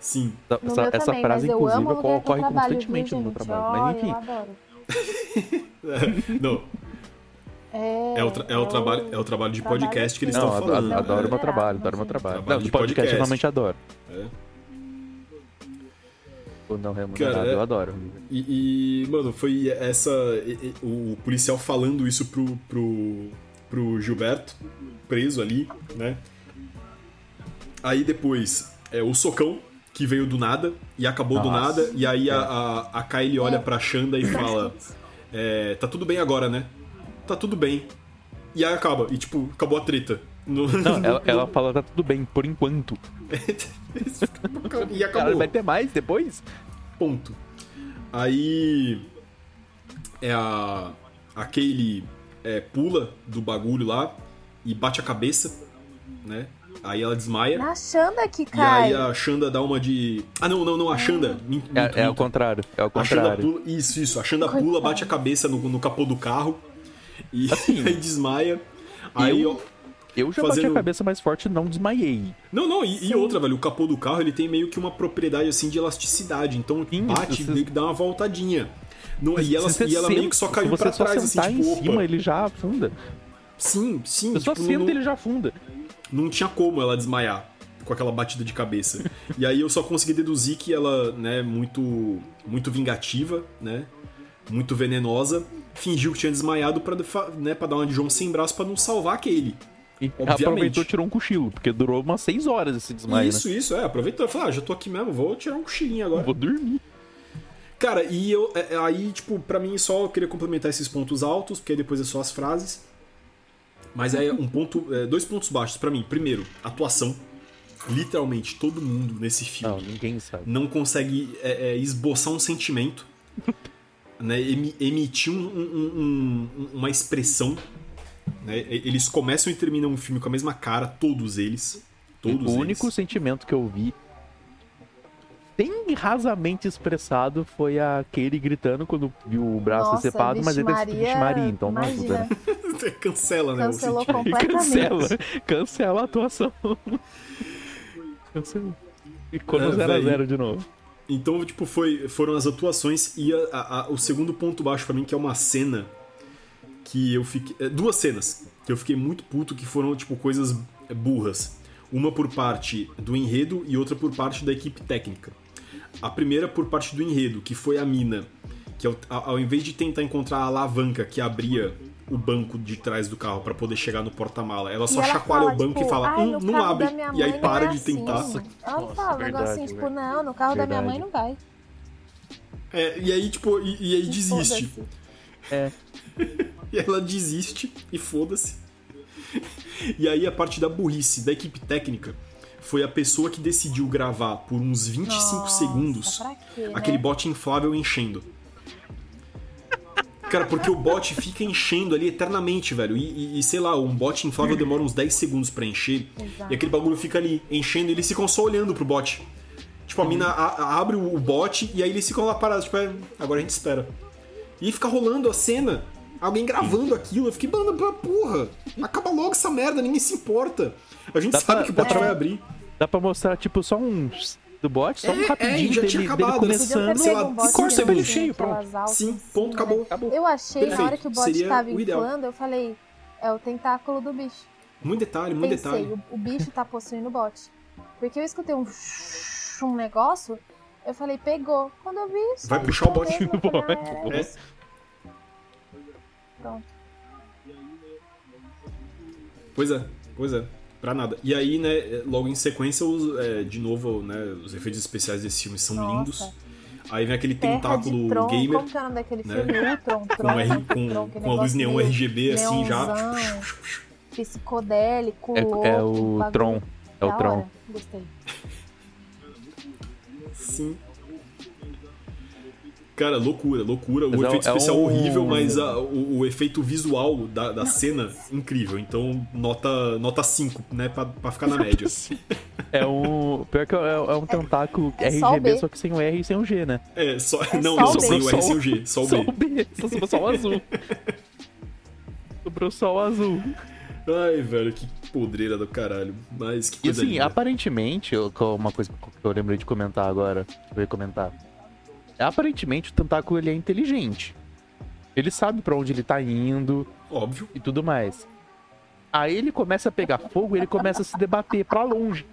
Speaker 1: Sim.
Speaker 3: Essa,
Speaker 2: No
Speaker 3: essa-
Speaker 2: meu
Speaker 3: essa
Speaker 2: também,
Speaker 3: frase,
Speaker 2: mas eu amo
Speaker 3: inclusive,
Speaker 2: o lugar que eu
Speaker 3: ocorre
Speaker 2: trabalho, viu,
Speaker 3: constantemente no meu
Speaker 2: gente?
Speaker 3: trabalho.
Speaker 2: Ó,
Speaker 3: Mas enfim,
Speaker 2: Eu adoro.
Speaker 1: Não,
Speaker 2: É, um
Speaker 1: é o, tra- é o trabalho, é o trabalho de
Speaker 2: trabalho
Speaker 1: podcast que eles
Speaker 2: que-
Speaker 1: estão
Speaker 3: não, ado-
Speaker 1: falando.
Speaker 2: né?
Speaker 3: adoro meu
Speaker 2: Liberado,
Speaker 3: trabalho, adoro meu
Speaker 2: imagina.
Speaker 3: trabalho.
Speaker 1: Trabalho
Speaker 3: Não,
Speaker 1: de
Speaker 3: do podcast
Speaker 1: podcast.
Speaker 3: eu realmente adoro.
Speaker 1: né?
Speaker 3: O não remunerado
Speaker 1: Cara, é-
Speaker 3: eu adoro.
Speaker 1: E, e, mano, foi essa. e- e- o, o policial falando isso pro, pro, pro Gilberto, preso ali, né? Aí depois, é o socão, que veio do nada, e acabou do
Speaker 3: Nossa. É.
Speaker 1: nada, e aí a, a, a Kylie
Speaker 2: É.
Speaker 1: olha pra Shanda e
Speaker 2: [LAUGHS]
Speaker 1: fala: é, Tá tudo bem agora, né? Tá tudo bem. E aí acaba, e tipo, acabou a treta. No-
Speaker 3: Não,
Speaker 1: [LAUGHS]
Speaker 3: ela, ela fala, tá tudo bem, por enquanto.
Speaker 1: e
Speaker 3: Cara,
Speaker 1: acabou.
Speaker 3: vai ter mais depois?
Speaker 1: Ponto. Aí é a aquele é, pula do bagulho lá e bate a cabeça, né? Aí ela desmaia.
Speaker 2: Na Xanda que
Speaker 1: E aí
Speaker 2: cai.
Speaker 1: a Shanda dá uma de. Ah, não, não, não, a Shanda. Minto, minto,
Speaker 3: É, é o
Speaker 1: minto.
Speaker 3: contrário, é o
Speaker 1: A Shanda
Speaker 3: contrário.
Speaker 1: pula. Isso, isso. A Shanda
Speaker 2: Coitada.
Speaker 1: pula, bate a cabeça no, no capô do carro [LAUGHS] e
Speaker 3: Assim.
Speaker 1: aí desmaia. Aí, ó.
Speaker 3: Eu já bati
Speaker 1: fazendo-
Speaker 3: a cabeça mais forte e não desmaiei.
Speaker 1: Não, não, e, e outra, velho, o capô do carro ele tem meio que uma propriedade assim de elasticidade, então
Speaker 3: Sim,
Speaker 1: bate
Speaker 3: você-
Speaker 1: meio que dá uma voltadinha. Não, e ela,
Speaker 3: Se você
Speaker 1: e ela
Speaker 3: senta-
Speaker 1: meio que só
Speaker 3: se
Speaker 1: caiu
Speaker 3: você
Speaker 1: pra
Speaker 3: só
Speaker 1: trás, assim,
Speaker 3: sentar
Speaker 1: tipo,
Speaker 3: em cima,
Speaker 1: opa. Tipo,
Speaker 3: ele já afunda.
Speaker 1: Sim, sim,
Speaker 3: Eu só
Speaker 1: tipo, não,
Speaker 3: sento, ele já afunda.
Speaker 1: não tinha como ela desmaiar com aquela batida de cabeça.
Speaker 3: [LAUGHS]
Speaker 1: e aí eu só consegui deduzir que ela, né, muito, muito vingativa, né, muito venenosa, fingiu que tinha desmaiado pra, defa- né, pra dar uma de João sem braço pra não salvar aquele.
Speaker 3: E
Speaker 1: Obviamente.
Speaker 3: aproveitou e tirou um cochilo, porque durou umas 6 horas esse desmaio,
Speaker 1: isso, isso, é, aproveitou, falou, ah, já tô aqui mesmo, vou tirar um cochilinho
Speaker 3: né?
Speaker 1: agora.
Speaker 3: Vou dormir.
Speaker 1: Cara, e eu. é- é- Aí, tipo, pra mim só eu queria complementar esses pontos altos, porque aí depois é só as frases. Mas aí um ponto. é, dois pontos baixos pra mim. Primeiro, atuação. Literalmente, todo mundo nesse
Speaker 3: Não,
Speaker 1: filme
Speaker 3: ninguém sabe.
Speaker 1: não, consegue é, é, esboçar um sentimento. né, emi- emitir um- um- um- um- uma expressão. né, e- Eles começam e terminam o filme com a mesma cara, todos eles. Todos
Speaker 3: o
Speaker 1: eles. [LAUGHS]
Speaker 3: único sentimento que eu vi bem rasamente expressado foi a Katie gritando quando viu o braço
Speaker 2: Nossa,
Speaker 3: separado, mas ele tá escrito
Speaker 2: Vixe
Speaker 3: Vixe Maria, então não
Speaker 2: imagina,
Speaker 3: ajuda.
Speaker 1: Cancela, né? o
Speaker 2: Cancelou
Speaker 1: sentimento. [LAUGHS]
Speaker 3: E
Speaker 2: completamente.
Speaker 3: cancela, cancela a atuação. Cancela. E
Speaker 1: É,
Speaker 3: quando 0 a
Speaker 1: véi.
Speaker 3: 0 de novo.
Speaker 1: Então, tipo, foi, foram as atuações e a- a- a- o segundo ponto baixo pra mim, que é uma cena que eu fiquei. é, Duas cenas que eu fiquei muito puto, que foram, tipo, coisas burras. Uma por parte do enredo e outra por parte da equipe técnica. A primeira por parte é do enredo, que foi a mina, que ao, a- ao invés de tentar encontrar a alavanca que abria o banco de trás do carro pra poder chegar no porta-mala. Ela só
Speaker 2: E ela
Speaker 1: chacoalha
Speaker 2: fala,
Speaker 1: o banco
Speaker 2: tipo,
Speaker 1: e fala,
Speaker 2: "Ai,
Speaker 1: hum,
Speaker 2: no
Speaker 1: não
Speaker 2: carro
Speaker 1: abre.
Speaker 2: da minha
Speaker 1: E aí
Speaker 2: mãe
Speaker 1: para
Speaker 2: não é
Speaker 1: de
Speaker 2: assim.
Speaker 1: tentar.
Speaker 2: Ela
Speaker 3: Nossa,
Speaker 2: fala um negócio assim,
Speaker 3: verdade, né?
Speaker 2: tipo,
Speaker 3: velho.
Speaker 2: não, no carro da minha mãe não vai.
Speaker 1: É, e aí, tipo, e, e aí desiste.
Speaker 2: Foda-se.
Speaker 1: [LAUGHS] E ela desiste e foda-se. E aí a parte da burrice da equipe técnica foi a pessoa que decidiu gravar por uns 25
Speaker 2: Nossa,
Speaker 1: segundos
Speaker 2: pra quê, né?
Speaker 1: um aquele bote inflável enchendo. Cara, porque o bot fica enchendo ali eternamente, velho. E, e- e, sei lá, um bot inflável demora uns 10 segundos pra encher.
Speaker 2: Exato.
Speaker 1: E aquele bagulho fica ali enchendo e eles ficam só olhando pro bot. Tipo, a mina a- a- abre o o bot e aí eles ficam lá parados. Tipo, é, agora a gente espera. E fica rolando a cena, alguém gravando aquilo. Eu fiquei, mano, pra porra, acaba logo essa merda, ninguém se importa. A gente
Speaker 3: Dá
Speaker 1: sabe
Speaker 3: pra-
Speaker 1: que tá o
Speaker 3: dá
Speaker 1: bot
Speaker 2: pra-
Speaker 1: vai abrir.
Speaker 3: Dá pra mostrar, tipo, só um do bot, só
Speaker 1: É,
Speaker 3: um
Speaker 1: é,
Speaker 3: rapidinho
Speaker 1: já
Speaker 3: dele,
Speaker 1: tinha
Speaker 3: dele
Speaker 1: acabado, né?
Speaker 2: Podiam ter
Speaker 3: começando.
Speaker 1: sei
Speaker 2: pego
Speaker 1: lá,
Speaker 2: um bote
Speaker 1: corta
Speaker 2: que
Speaker 1: o olho
Speaker 2: tem
Speaker 3: cheio,
Speaker 2: aquelas alças
Speaker 1: Sim,
Speaker 2: em
Speaker 1: ponto,
Speaker 2: cima,
Speaker 1: acabou.
Speaker 2: né? tá Eu achei, na hora
Speaker 1: Perfeito,
Speaker 2: que o bot
Speaker 1: seria
Speaker 2: tava
Speaker 1: o ideal.
Speaker 2: inflando, eu falei, é o tentáculo do bicho.
Speaker 1: Muito detalhe, muito
Speaker 2: Pensei,
Speaker 1: Um detalhe.
Speaker 2: O, o bicho tá possuindo o bot. Porque eu escutei um, [LAUGHS] um negócio, eu falei, pegou. Quando eu vi isso.
Speaker 1: Vai puxar o bot
Speaker 2: mesmo,
Speaker 3: do
Speaker 2: eu falei,
Speaker 3: bot.
Speaker 2: ah,
Speaker 1: É.
Speaker 2: era isso. Pronto.
Speaker 1: Pois é, pois é. Pra nada. E aí, né, logo em sequência, os, é, de novo, né, os efeitos especiais desse filme são
Speaker 2: Nossa.
Speaker 1: lindos. Aí vem aquele
Speaker 2: Terra
Speaker 1: tentáculo
Speaker 2: de Tron,
Speaker 1: gamer
Speaker 2: Como que é o nome daquele
Speaker 1: né?
Speaker 2: filme? Ultron, Tron,
Speaker 1: com,
Speaker 2: [LAUGHS]
Speaker 1: a-
Speaker 2: Ultron,
Speaker 1: com,
Speaker 2: que
Speaker 1: com a luz
Speaker 2: negócio
Speaker 1: neon
Speaker 2: meio
Speaker 1: RGB, assim, já.
Speaker 2: neonzão, Psicodélico,
Speaker 3: É, é
Speaker 2: louco,
Speaker 3: o
Speaker 2: bagulho.
Speaker 3: Tron. É
Speaker 2: Da
Speaker 3: o Tron.
Speaker 2: hora, Gostei.
Speaker 1: Sim. Cara, loucura, loucura. O
Speaker 3: Mas é
Speaker 1: efeito
Speaker 3: um- é
Speaker 1: especial
Speaker 3: um-
Speaker 1: horrível, mas a- o, o efeito visual da, da cena, incrível. Então, nota, nota 5, né? Pra, pra ficar na
Speaker 3: [LAUGHS]
Speaker 1: média.
Speaker 3: É um. Pior que é, é um tentáculo
Speaker 2: é só o
Speaker 3: RGB,
Speaker 2: B.
Speaker 3: só que sem o R e sem o G, né?
Speaker 1: É, só.
Speaker 2: É
Speaker 1: não,
Speaker 2: só
Speaker 1: não,
Speaker 2: o
Speaker 1: sem
Speaker 2: B.
Speaker 1: o R, sem o G, só o
Speaker 3: só
Speaker 1: B.
Speaker 3: o B. Só sobrou é só o
Speaker 1: [LAUGHS]
Speaker 3: azul. sobrou só o azul.
Speaker 1: Ai, velho, que podreira do caralho. Mas que
Speaker 3: E
Speaker 1: coisa
Speaker 3: assim,
Speaker 1: linda.
Speaker 3: aparentemente, eu- qual- uma coisa que eu lembrei de comentar agora, que eu ia comentar. Aparentemente o tentáculo ele é inteligente. Ele sabe pra onde ele tá indo
Speaker 1: Óbvio.
Speaker 3: e tudo mais. Aí ele começa a pegar fogo e ele começa a se debater pra longe.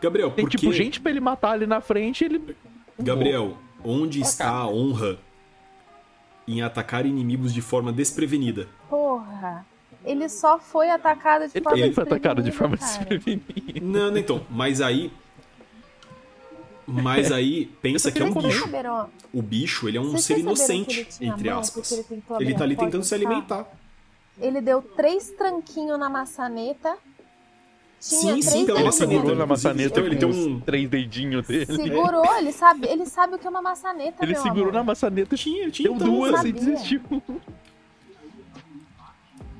Speaker 1: Gabriel,
Speaker 3: Tem
Speaker 1: por
Speaker 3: tipo
Speaker 1: que...
Speaker 3: gente pra ele matar ali na frente, ele
Speaker 1: Gabriel, onde
Speaker 3: Pra
Speaker 1: está
Speaker 3: cá.
Speaker 1: a honra em atacar inimigos de forma desprevenida?
Speaker 2: Porra. Ele só foi atacado de
Speaker 3: ele
Speaker 2: forma
Speaker 3: também foi atacado de
Speaker 2: desprevenida,
Speaker 3: forma
Speaker 2: cara.
Speaker 3: desprevenida.
Speaker 1: Não, não, então, mas aí... Mas aí, pensa que é um
Speaker 2: Vocês
Speaker 1: bicho.
Speaker 2: perceberam-
Speaker 1: O bicho, ele é um
Speaker 2: Vocês
Speaker 1: ser
Speaker 2: perceberam que ele
Speaker 1: inocente,
Speaker 2: tinha
Speaker 1: entre
Speaker 2: mão,
Speaker 1: aspas.
Speaker 2: porque ele tentou
Speaker 1: Ele
Speaker 2: abrir
Speaker 1: tá
Speaker 2: a
Speaker 1: ali
Speaker 2: porta
Speaker 1: tentando
Speaker 2: do
Speaker 1: se
Speaker 2: carro?
Speaker 1: alimentar.
Speaker 2: Ele deu três tranquinhos na maçaneta. Tinha
Speaker 1: Sim,
Speaker 2: três
Speaker 1: sim, pela
Speaker 2: dedinhos.
Speaker 1: maçaneta.
Speaker 3: Segurou na
Speaker 1: inclusive.
Speaker 3: maçaneta
Speaker 1: Então, ele
Speaker 3: com
Speaker 1: tem
Speaker 3: os
Speaker 1: um-
Speaker 3: três dedinhos dele.
Speaker 2: Segurou, ele sabe, ele sabe o que é uma maçaneta,
Speaker 3: Ele
Speaker 2: meu
Speaker 3: segurou na
Speaker 2: amor.
Speaker 3: maçaneta e
Speaker 1: Tinha, tinha
Speaker 3: deu
Speaker 1: então,
Speaker 3: duas
Speaker 1: velho.
Speaker 3: e
Speaker 2: sabia.
Speaker 3: [LAUGHS] desistiu.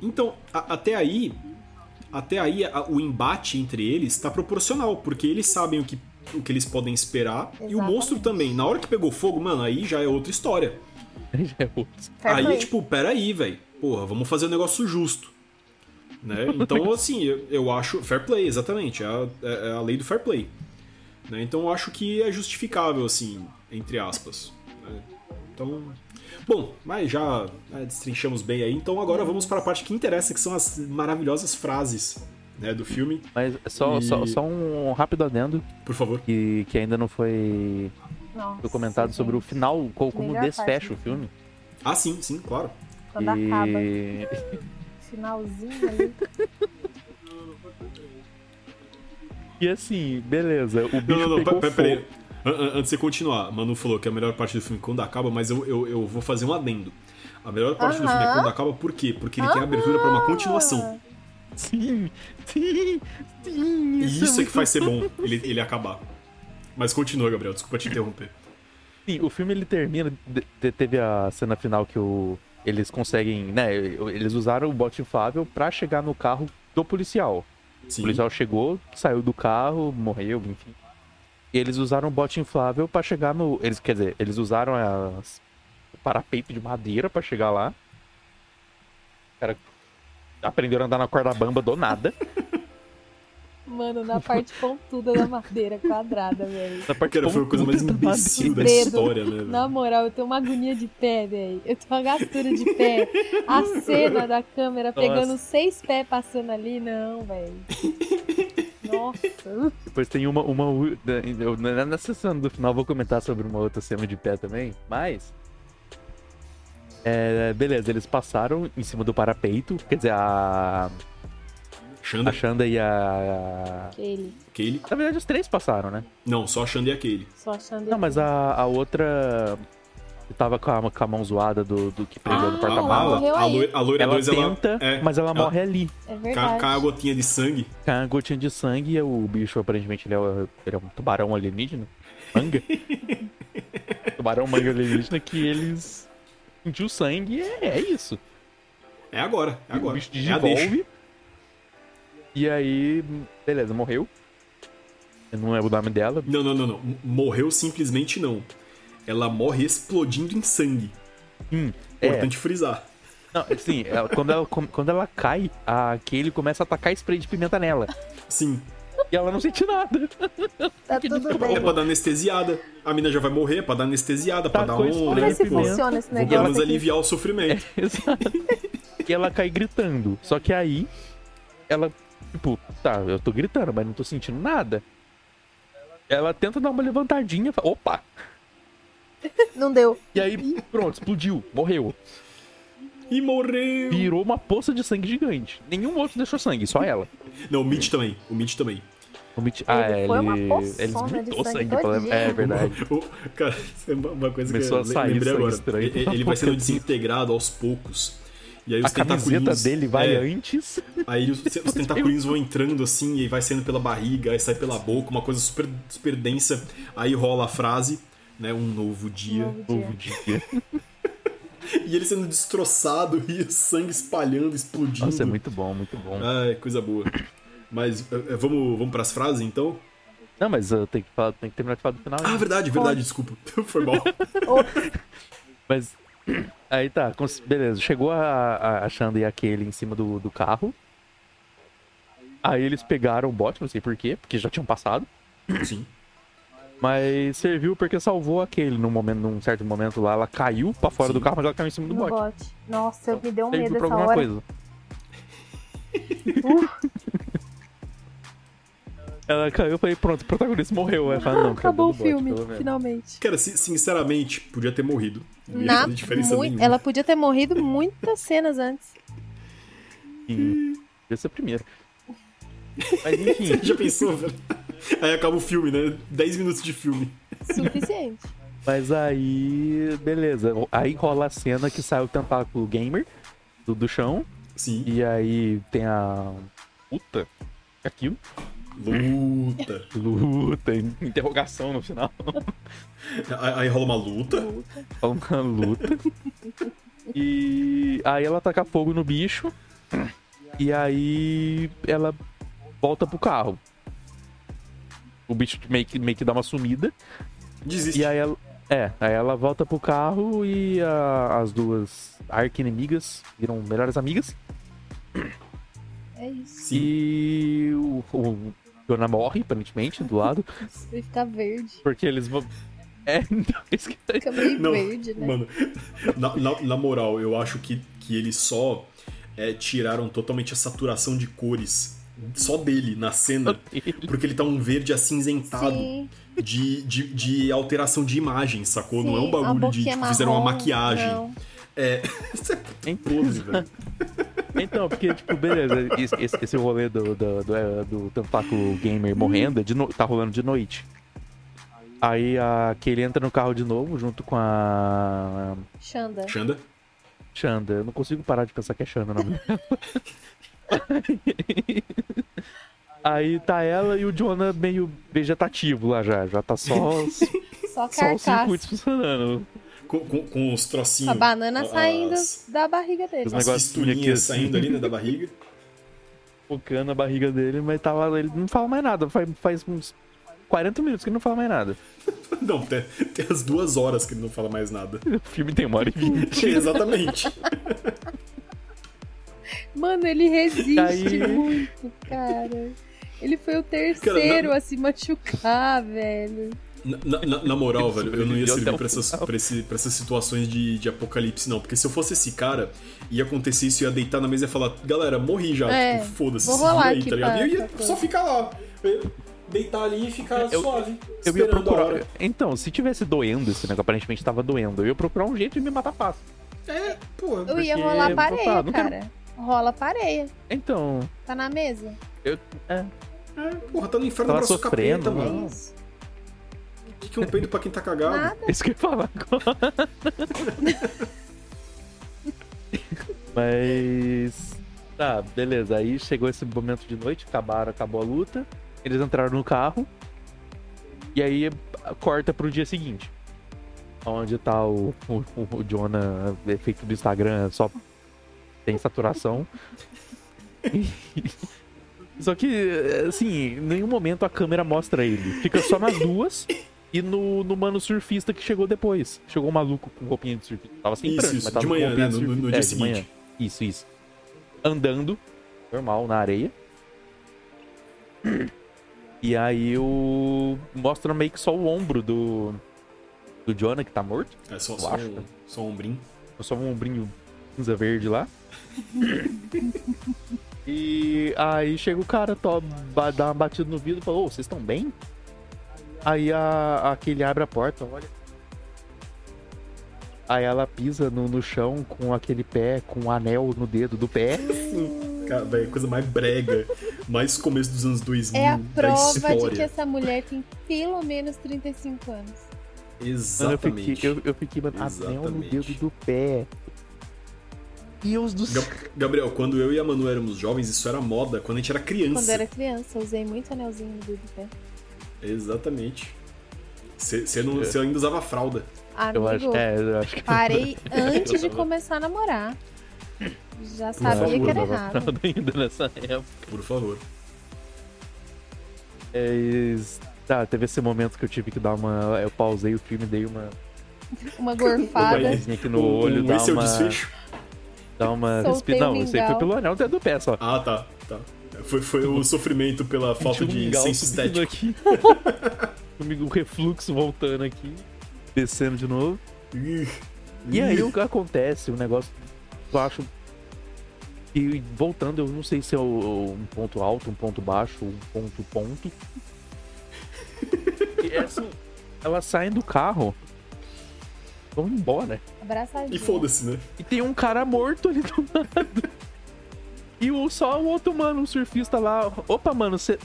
Speaker 1: Então, a- até aí, até aí a- o embate entre eles está proporcional, porque eles sabem o que, o que eles podem esperar e o
Speaker 2: Exatamente.
Speaker 1: monstro também. Na hora que pegou fogo, mano, aí já é outra história.
Speaker 3: Já é outro.
Speaker 2: Fair
Speaker 1: aí é
Speaker 2: play.
Speaker 1: tipo, peraí, velho. Porra, vamos fazer um negócio justo. Né? Então, assim, eu, eu acho. Fair play, exatamente. É a, é a lei do fair play. Né? Então, eu acho que é justificável, assim, entre aspas. né? Então. Bom, mas já né, destrinchamos bem aí. Então, agora vamos para a parte que interessa, que são as maravilhosas frases né, do filme.
Speaker 3: Mas é só,
Speaker 1: E-
Speaker 3: só, só um rápido adendo
Speaker 1: Por favor.
Speaker 3: que, que ainda não foi
Speaker 2: Nossa,
Speaker 3: foi comentado sobre o
Speaker 2: gente,
Speaker 3: final, co- como
Speaker 2: Melhor
Speaker 3: desfecha
Speaker 2: parte.
Speaker 3: o filme.
Speaker 1: Ah, sim, sim, claro.
Speaker 2: Quando acaba.
Speaker 3: E-
Speaker 2: Finalzinho ali.
Speaker 3: [LAUGHS]
Speaker 2: [LAUGHS]
Speaker 3: E, assim, beleza, o bicho
Speaker 1: Não, não, não,
Speaker 3: pegou
Speaker 1: pe- pe-
Speaker 3: fogo.
Speaker 1: peraí. An- an- Antes de você continuar, Manu falou que a melhor parte do filme é quando acaba, mas eu, eu, eu vou fazer um adendo. A melhor parte do filme é
Speaker 2: Aham.
Speaker 1: quando acaba, por quê? Porque ele tem abertura pra uma continuação.
Speaker 3: Sim, sim, sim.
Speaker 1: E isso é que
Speaker 3: muito-
Speaker 1: faz ser bom, ele, ele acabar. Mas continua, Gabriel, desculpa te interromper.
Speaker 3: Sim, assim, o filme ele termina. de- de- teve a cena final que o, eles conseguem, né? Eles usaram o bote inflável pra chegar no carro do policial. O
Speaker 1: Sim.
Speaker 3: policial chegou, saiu do carro, morreu, enfim. E eles usaram o bote inflável pra chegar no. Eles, quer dizer, eles usaram as- o parapeito de madeira pra chegar lá. O cara aprendeu a andar na corda bamba do
Speaker 1: [LAUGHS]
Speaker 3: nada.
Speaker 2: Mano, na parte pontuda da madeira quadrada, velho.
Speaker 3: Na parte
Speaker 1: Cara, foi a coisa mais
Speaker 3: pontuda da
Speaker 1: imbecil da
Speaker 3: madeira.
Speaker 2: Dedo.
Speaker 1: história, né? velho?
Speaker 2: Na moral, eu tenho uma agonia de pé, velho. Eu tenho uma gastura de pé. A cena da câmera pegando seis pés passando ali, não, velho. Nossa.
Speaker 3: Depois tem uma. uma u- da- eu- né, na- Nessa cena do final eu vou comentar sobre uma outra cena de pé também. Mas. É, beleza, eles passaram em cima do parapeito. Quer dizer, a,
Speaker 1: Xander,
Speaker 3: a Shanda e a.
Speaker 2: Ele,
Speaker 1: aquele.
Speaker 3: Na verdade, os três passaram, né?
Speaker 1: Não, só a Xander e aquele.
Speaker 2: só achando.
Speaker 3: Não, mas a, a outra. que Tava com a, com a mão zoada do, do que prendeu no
Speaker 2: Ah,
Speaker 3: porta-mala.
Speaker 2: morreu
Speaker 1: a,
Speaker 2: aí.
Speaker 1: loira- a loira
Speaker 3: Ela
Speaker 1: 2, ela.
Speaker 3: tenta,
Speaker 1: é,
Speaker 3: mas ela morre ali.
Speaker 2: É
Speaker 1: Cai
Speaker 2: verdade.
Speaker 1: a gotinha de sangue.
Speaker 3: Com a gotinha de sangue, e o bicho aparentemente ele é, o- ele é um tubarão alienígena.
Speaker 1: [LAUGHS]
Speaker 3: Manga. tubarão manga alienígena que eles. Sentiu sangue e é, é isso.
Speaker 1: É agora, é
Speaker 3: O
Speaker 1: agora.
Speaker 3: bicho
Speaker 1: É a deixa.
Speaker 3: desenvolve. E aí, beleza, morreu. Eu não lembro o nome dela.
Speaker 1: Não, não, não, não. M- Morreu simplesmente não. Ela morre explodindo em sangue.
Speaker 3: Hum, é,
Speaker 1: Importante frisar.
Speaker 3: não, sim, ela- quando, ela, quando ela cai, a Kaylee começa a atacar spray de pimenta nela.
Speaker 1: Sim.
Speaker 3: E ela não
Speaker 1: [LAUGHS]
Speaker 3: sente nada.
Speaker 2: Tá
Speaker 3: que
Speaker 2: tudo
Speaker 3: nunca
Speaker 1: É
Speaker 2: bem.
Speaker 1: pra dar anestesiada. A mina já vai morrer, é pra dar anestesiada, pra
Speaker 3: Tá,
Speaker 1: dar
Speaker 3: coisa-
Speaker 1: um.
Speaker 2: Vamos ver se
Speaker 3: Olha, pimenta.
Speaker 2: é funciona esse
Speaker 1: Vou
Speaker 3: Vamos
Speaker 1: pelo
Speaker 2: negócio.
Speaker 1: menos
Speaker 2: aqui.
Speaker 1: aliviar o sofrimento.
Speaker 3: Exato. e ela cai gritando. Só que aí, ela, tipo, tá, eu tô gritando, mas não tô sentindo nada. Ela tenta dar uma levantadinha, fala, opa!
Speaker 2: Não deu.
Speaker 3: E aí, pronto, explodiu, morreu.
Speaker 1: E morreu!
Speaker 3: Virou uma poça de sangue gigante. Nenhum outro deixou sangue, só ela.
Speaker 1: Não, o Mitch também. O Mitch também.
Speaker 3: O Mitch-
Speaker 2: Ele
Speaker 3: ah,
Speaker 2: foi uma
Speaker 3: ele,
Speaker 2: poçona
Speaker 3: ele
Speaker 2: de
Speaker 3: vomitou
Speaker 2: sangue
Speaker 3: sangue. pela-
Speaker 2: todinho.
Speaker 3: É verdade.
Speaker 1: O- cara, isso é uma- uma coisa
Speaker 3: Começou a
Speaker 1: que eu le-
Speaker 3: sair
Speaker 1: lembrei
Speaker 3: sangue
Speaker 1: agora.
Speaker 3: estranho.
Speaker 1: E- Ele, vai sendo desintegrado aos poucos. E aí
Speaker 3: A
Speaker 1: os
Speaker 3: camiseta
Speaker 1: tentaculinhos.
Speaker 3: dele vai
Speaker 1: é,
Speaker 3: antes.
Speaker 1: Aí
Speaker 2: [LAUGHS]
Speaker 1: os, os tentaculinhos vão entrando assim, e vai saindo pela barriga, aí sai pela boca, uma coisa super, super densa. Aí rola a frase, né? Um novo dia.
Speaker 2: Novo dia.
Speaker 3: Novo dia.
Speaker 1: E ele sendo destroçado [LAUGHS] e o sangue espalhando, explodindo.
Speaker 3: Nossa, é muito bom, muito bom.
Speaker 1: Ai, coisa boa. Mas eh, eh, vamos, vamos pras frases então?
Speaker 3: Não, mas eu tenho que, falar, tenho que terminar de falar do final.
Speaker 1: Ah,
Speaker 3: ainda.
Speaker 1: verdade, verdade, desculpa. [LAUGHS] Foi mal.
Speaker 3: Mas. [CLEARS THROAT] Aí tá, cons- beleza. Chegou a, a, a Shanda e aquele em cima do, do carro. Aí eles pegaram o bot, não sei porquê, porque já tinham passado.
Speaker 1: Sim.
Speaker 3: Mas serviu porque salvou aquele num, momento, num certo momento lá. Ela caiu pra fora
Speaker 1: Sim.
Speaker 3: do carro, mas ela caiu em cima do
Speaker 2: No
Speaker 3: bot.
Speaker 2: bote. Nossa, eu me deu um medo
Speaker 3: Serviu pra
Speaker 2: essa
Speaker 3: alguma
Speaker 2: hora. [LAUGHS]
Speaker 3: coisa. Ela caiu e falei, pronto, o protagonista morreu. Aí fala, não, cara,
Speaker 2: Acabou o
Speaker 3: deu no bote,
Speaker 2: filme,
Speaker 3: pelo menos.
Speaker 2: finalmente.
Speaker 1: Cara, si- sinceramente, podia ter morrido. Não ia
Speaker 2: Na,
Speaker 1: fazer diferença
Speaker 2: mui-
Speaker 1: nenhuma.
Speaker 2: ela podia ter morrido muitas cenas antes.
Speaker 3: Sim, Devia ser a primeira. Mas [LAUGHS]
Speaker 1: [LAUGHS]
Speaker 3: enfim,
Speaker 1: Já pensou, [LAUGHS] velho? Aí acaba o filme, né? 10 minutos de filme.
Speaker 2: Suficiente.
Speaker 3: mas aí, beleza. Aí rola a cena que sai o tentáculo gamer do, do chão.
Speaker 1: Sim.
Speaker 3: E aí tem a. Puta! Aquilo. [LAUGHS]
Speaker 1: Luta.
Speaker 3: Luta, interrogação no final.
Speaker 1: Aí- Aí rola uma luta.
Speaker 2: Puta.
Speaker 3: Rola [LAUGHS] uma luta. E aí ela taca fogo no bicho. E aí ela volta pro carro. O bicho meio que, meio que dá uma sumida.
Speaker 1: Desiste.
Speaker 3: E aí ela. É, aí ela volta pro carro e a- as duas arqui-inimigas viram melhores amigas.
Speaker 2: É isso.
Speaker 1: Sim.
Speaker 3: E o, o Jonah morre, aparentemente, do lado.
Speaker 2: Ele fica verde.
Speaker 3: [LAUGHS] Porque eles vão. É, então, [LAUGHS] isso que tá.
Speaker 2: Fica meio
Speaker 1: Não,
Speaker 2: verde, né?
Speaker 1: Mano, [LAUGHS] na, na- na moral, eu acho que, que eles só é, tiraram totalmente a saturação de cores só dele na cena. Porque ele tá um verde acinzentado.
Speaker 2: Sim,
Speaker 1: de, de, de alteração de imagem, sacou? não é
Speaker 2: sim,
Speaker 1: um
Speaker 2: a
Speaker 1: bagulho de
Speaker 2: boquinha
Speaker 1: tipo, fizeram uma
Speaker 2: marrom,
Speaker 1: maquiagem.
Speaker 2: não.
Speaker 1: É. Isso é podre, velho.
Speaker 3: Então, porque, tipo, beleza, esse, esse- esse rolê do, do, do, é, do Tentáculo Gamer morrendo é de no- tá rolando de noite. Aí a Kelly entra no carro de novo junto com a
Speaker 2: Xanda.
Speaker 1: Xanda?
Speaker 3: Xanda. Eu não consigo parar de pensar que é Xanda, não. Aí tá ela e o Jonah meio vegetativo lá já. Já tá só,
Speaker 2: Só
Speaker 3: só os circuitos
Speaker 2: carcaça.
Speaker 3: funcionando.
Speaker 1: Com, com, com os trocinhos.
Speaker 2: A banana
Speaker 1: as-
Speaker 2: saindo
Speaker 1: As,
Speaker 2: da barriga dele.
Speaker 3: Os
Speaker 1: as
Speaker 3: negocinhos aqui,
Speaker 1: fisturinhas
Speaker 3: assim.
Speaker 1: saindo ali, né, da barriga. [LAUGHS]
Speaker 3: Focando a barriga dele, mas tá lá, ele não fala mais nada. Faz, faz uns 40 minutos que ele não fala mais nada. [LAUGHS]
Speaker 1: Não, tem, tem as duas horas que ele não fala mais
Speaker 3: [LAUGHS]
Speaker 1: nada. [LAUGHS]
Speaker 3: O filme tem uma hora e vinte.
Speaker 1: Exatamente.
Speaker 2: Mano, ele resiste
Speaker 3: Tá Aí- né?
Speaker 2: muito, cara. Ele foi o terceiro a se machucar, velho.
Speaker 1: Na, na- na- na moral,
Speaker 3: Ele
Speaker 1: velho, eu não ia
Speaker 3: sobreviveu até
Speaker 1: servir
Speaker 3: o
Speaker 1: pra essas,
Speaker 3: final.
Speaker 1: pra esse- pra essas situações de, de apocalipse, não. Porque se eu fosse esse cara, ia acontecer isso, eu ia deitar na mesa e ia falar, galera, morri já,
Speaker 2: É,
Speaker 1: tipo, foda-se,
Speaker 2: vou
Speaker 1: se vira
Speaker 2: rolar
Speaker 1: aí,
Speaker 2: aqui
Speaker 1: tá ligado?
Speaker 2: pra-
Speaker 1: E eu ia
Speaker 2: pra
Speaker 1: só
Speaker 2: coisa.
Speaker 1: ficar lá, eu- deitar ali e ficar
Speaker 3: Eu-
Speaker 1: suave,
Speaker 3: Eu ia
Speaker 1: esperando a
Speaker 3: procurar.
Speaker 1: hora.
Speaker 3: Então, se tivesse doendo esse negócio, aparentemente tava doendo, eu ia procurar um jeito de me matar fácil.
Speaker 1: É, pô.
Speaker 2: Eu ia
Speaker 3: Porque
Speaker 2: rolar
Speaker 3: eu
Speaker 2: pra
Speaker 3: vou
Speaker 2: areia,
Speaker 3: falar, não tem-
Speaker 2: cara. Rola pra areia.
Speaker 3: Então,
Speaker 2: Tá na mesa.
Speaker 1: É, porra, tá no inferno
Speaker 3: Tava
Speaker 1: abraço do
Speaker 3: sofrendo,
Speaker 1: capeta,
Speaker 2: É
Speaker 3: mano.
Speaker 1: mano.
Speaker 2: isso.
Speaker 1: O que, que é um peido pra quem tá cagado?
Speaker 2: Nada.
Speaker 3: [LAUGHS] isso que eu ia falar agora. [LAUGHS] Mas. Tá, beleza. Aí chegou esse momento de noite, acabaram, acabou a luta. Eles entraram no carro. E aí corta pro dia seguinte. Onde tá o, [LAUGHS] o, o Jonah, efeito do Instagram, só tem saturação. [LAUGHS] só que, assim, em nenhum momento a câmera mostra ele. Fica só nas duas e no, no mano surfista que chegou depois. Chegou um maluco com roupinha de surfista. Tava sem
Speaker 1: Isso,
Speaker 3: prancha,
Speaker 1: isso,
Speaker 3: mas tava
Speaker 1: de
Speaker 3: com
Speaker 1: manhã,
Speaker 3: roupinha
Speaker 1: né,
Speaker 3: de
Speaker 1: no- no
Speaker 3: surfista.
Speaker 1: dia
Speaker 3: É, de manhã.
Speaker 1: seguinte.
Speaker 3: Isso, isso. Andando, normal, na areia. E aí o. Mostra meio que só o ombro do. Do Jonah que tá morto.
Speaker 1: É só,
Speaker 3: Eu
Speaker 1: só,
Speaker 3: acho.
Speaker 1: um, só um ombrinho.
Speaker 3: Só um ombrinho cinza verde lá. e aí chega o cara, to, ba- dá uma batida no vidro e falou, ô, vocês estão bem? Aí a, aquele abre a porta, olha. Aí ela pisa no, no chão com aquele pé, com um anel no dedo do pé.
Speaker 1: Cara, velho, coisa mais brega. Mais começo dos anos 2000
Speaker 2: É a
Speaker 1: da
Speaker 2: prova de que
Speaker 1: Hum, história.
Speaker 2: essa mulher tem pelo menos 35 anos.
Speaker 3: Mano, eu
Speaker 1: Exatamente.
Speaker 3: fiquei, eu, eu fiquei, mano, anel no
Speaker 1: Exatamente.
Speaker 3: dedo do pé. Deus do céu.
Speaker 1: Gab- Gabriel, quando eu e a Manu éramos jovens, isso era moda. Quando a gente era criança.
Speaker 2: Quando eu era criança, eu usei muito anelzinho no dedo do pé.
Speaker 1: Exatamente. Você
Speaker 3: É.
Speaker 1: não- você ainda usava fralda.
Speaker 2: Ah, Amigo,
Speaker 3: Eu acho, é, eu acho que
Speaker 2: parei antes de
Speaker 3: [LAUGHS] Eu tava-
Speaker 2: começar a namorar. Já
Speaker 1: Por
Speaker 2: sabia
Speaker 1: favor,
Speaker 2: que era
Speaker 3: eu tava [LAUGHS]
Speaker 2: errado.
Speaker 3: fralda ainda nessa época.
Speaker 1: Por favor.
Speaker 3: É, es- tá, teve esse momento que eu tive que dar uma. Eu pausei o filme, dei uma
Speaker 2: Uma gorfada.
Speaker 1: Mas-
Speaker 3: coisinha aqui no
Speaker 1: Um-
Speaker 3: olho,
Speaker 1: um-
Speaker 3: dar
Speaker 1: esse é o
Speaker 3: uma.
Speaker 1: desfecho?
Speaker 3: Dar uma
Speaker 2: Soltei
Speaker 3: respi-
Speaker 2: o
Speaker 3: Não, isso aí foi
Speaker 2: mingau.
Speaker 3: pelo anel do pé só.
Speaker 1: Ah, tá. tá. Foi, foi o sofrimento
Speaker 3: [LAUGHS]
Speaker 1: pela falta
Speaker 3: Tinha um
Speaker 1: de
Speaker 3: mingau
Speaker 1: senso estético.
Speaker 3: subindo aqui. Comigo, [LAUGHS] o refluxo voltando aqui, descendo de novo.
Speaker 1: Ih,
Speaker 3: E aí
Speaker 1: ih.
Speaker 3: o que acontece, o negócio que eu acho. E voltando, eu não sei se é o- um ponto alto, um ponto baixo, um ponto ponto. é E essa, elas saem do carro, vão embora.
Speaker 2: Abraçadinha.
Speaker 1: E foda-se, né?
Speaker 3: E tem um cara morto ali do [LAUGHS] lado. E o, só o outro mano, um surfista lá. Opa, mano, você.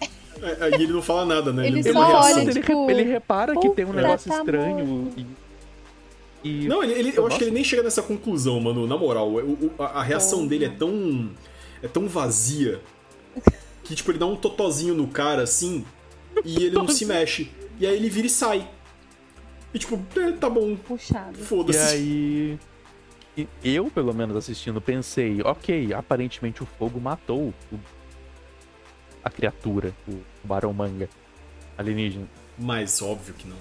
Speaker 1: É, é, E ele não fala nada, né?
Speaker 2: Ele
Speaker 1: não
Speaker 2: só
Speaker 1: tem uma
Speaker 2: olha,
Speaker 1: reação.
Speaker 3: ele,
Speaker 2: tipo,
Speaker 3: re- ele repara que tem um
Speaker 2: puta,
Speaker 3: negócio
Speaker 2: tá
Speaker 3: estranho. E, e-
Speaker 1: Não, ele, ele- eu,
Speaker 3: Eu
Speaker 1: acho que ele nem chega nessa conclusão, mano. Na moral, o- o- a, a reação
Speaker 2: Porra.
Speaker 1: dele é tão. é tão vazia que, tipo, ele dá um totozinho no cara assim e ele não se mexe. E aí ele vira e sai. E tipo, é, tá bom,
Speaker 2: Puxado.
Speaker 3: E
Speaker 1: foda-se.
Speaker 3: aí. e Eu, pelo menos assistindo, pensei, ok, aparentemente o fogo matou o- a criatura, o barão manga alienígena.
Speaker 1: Mas óbvio que não.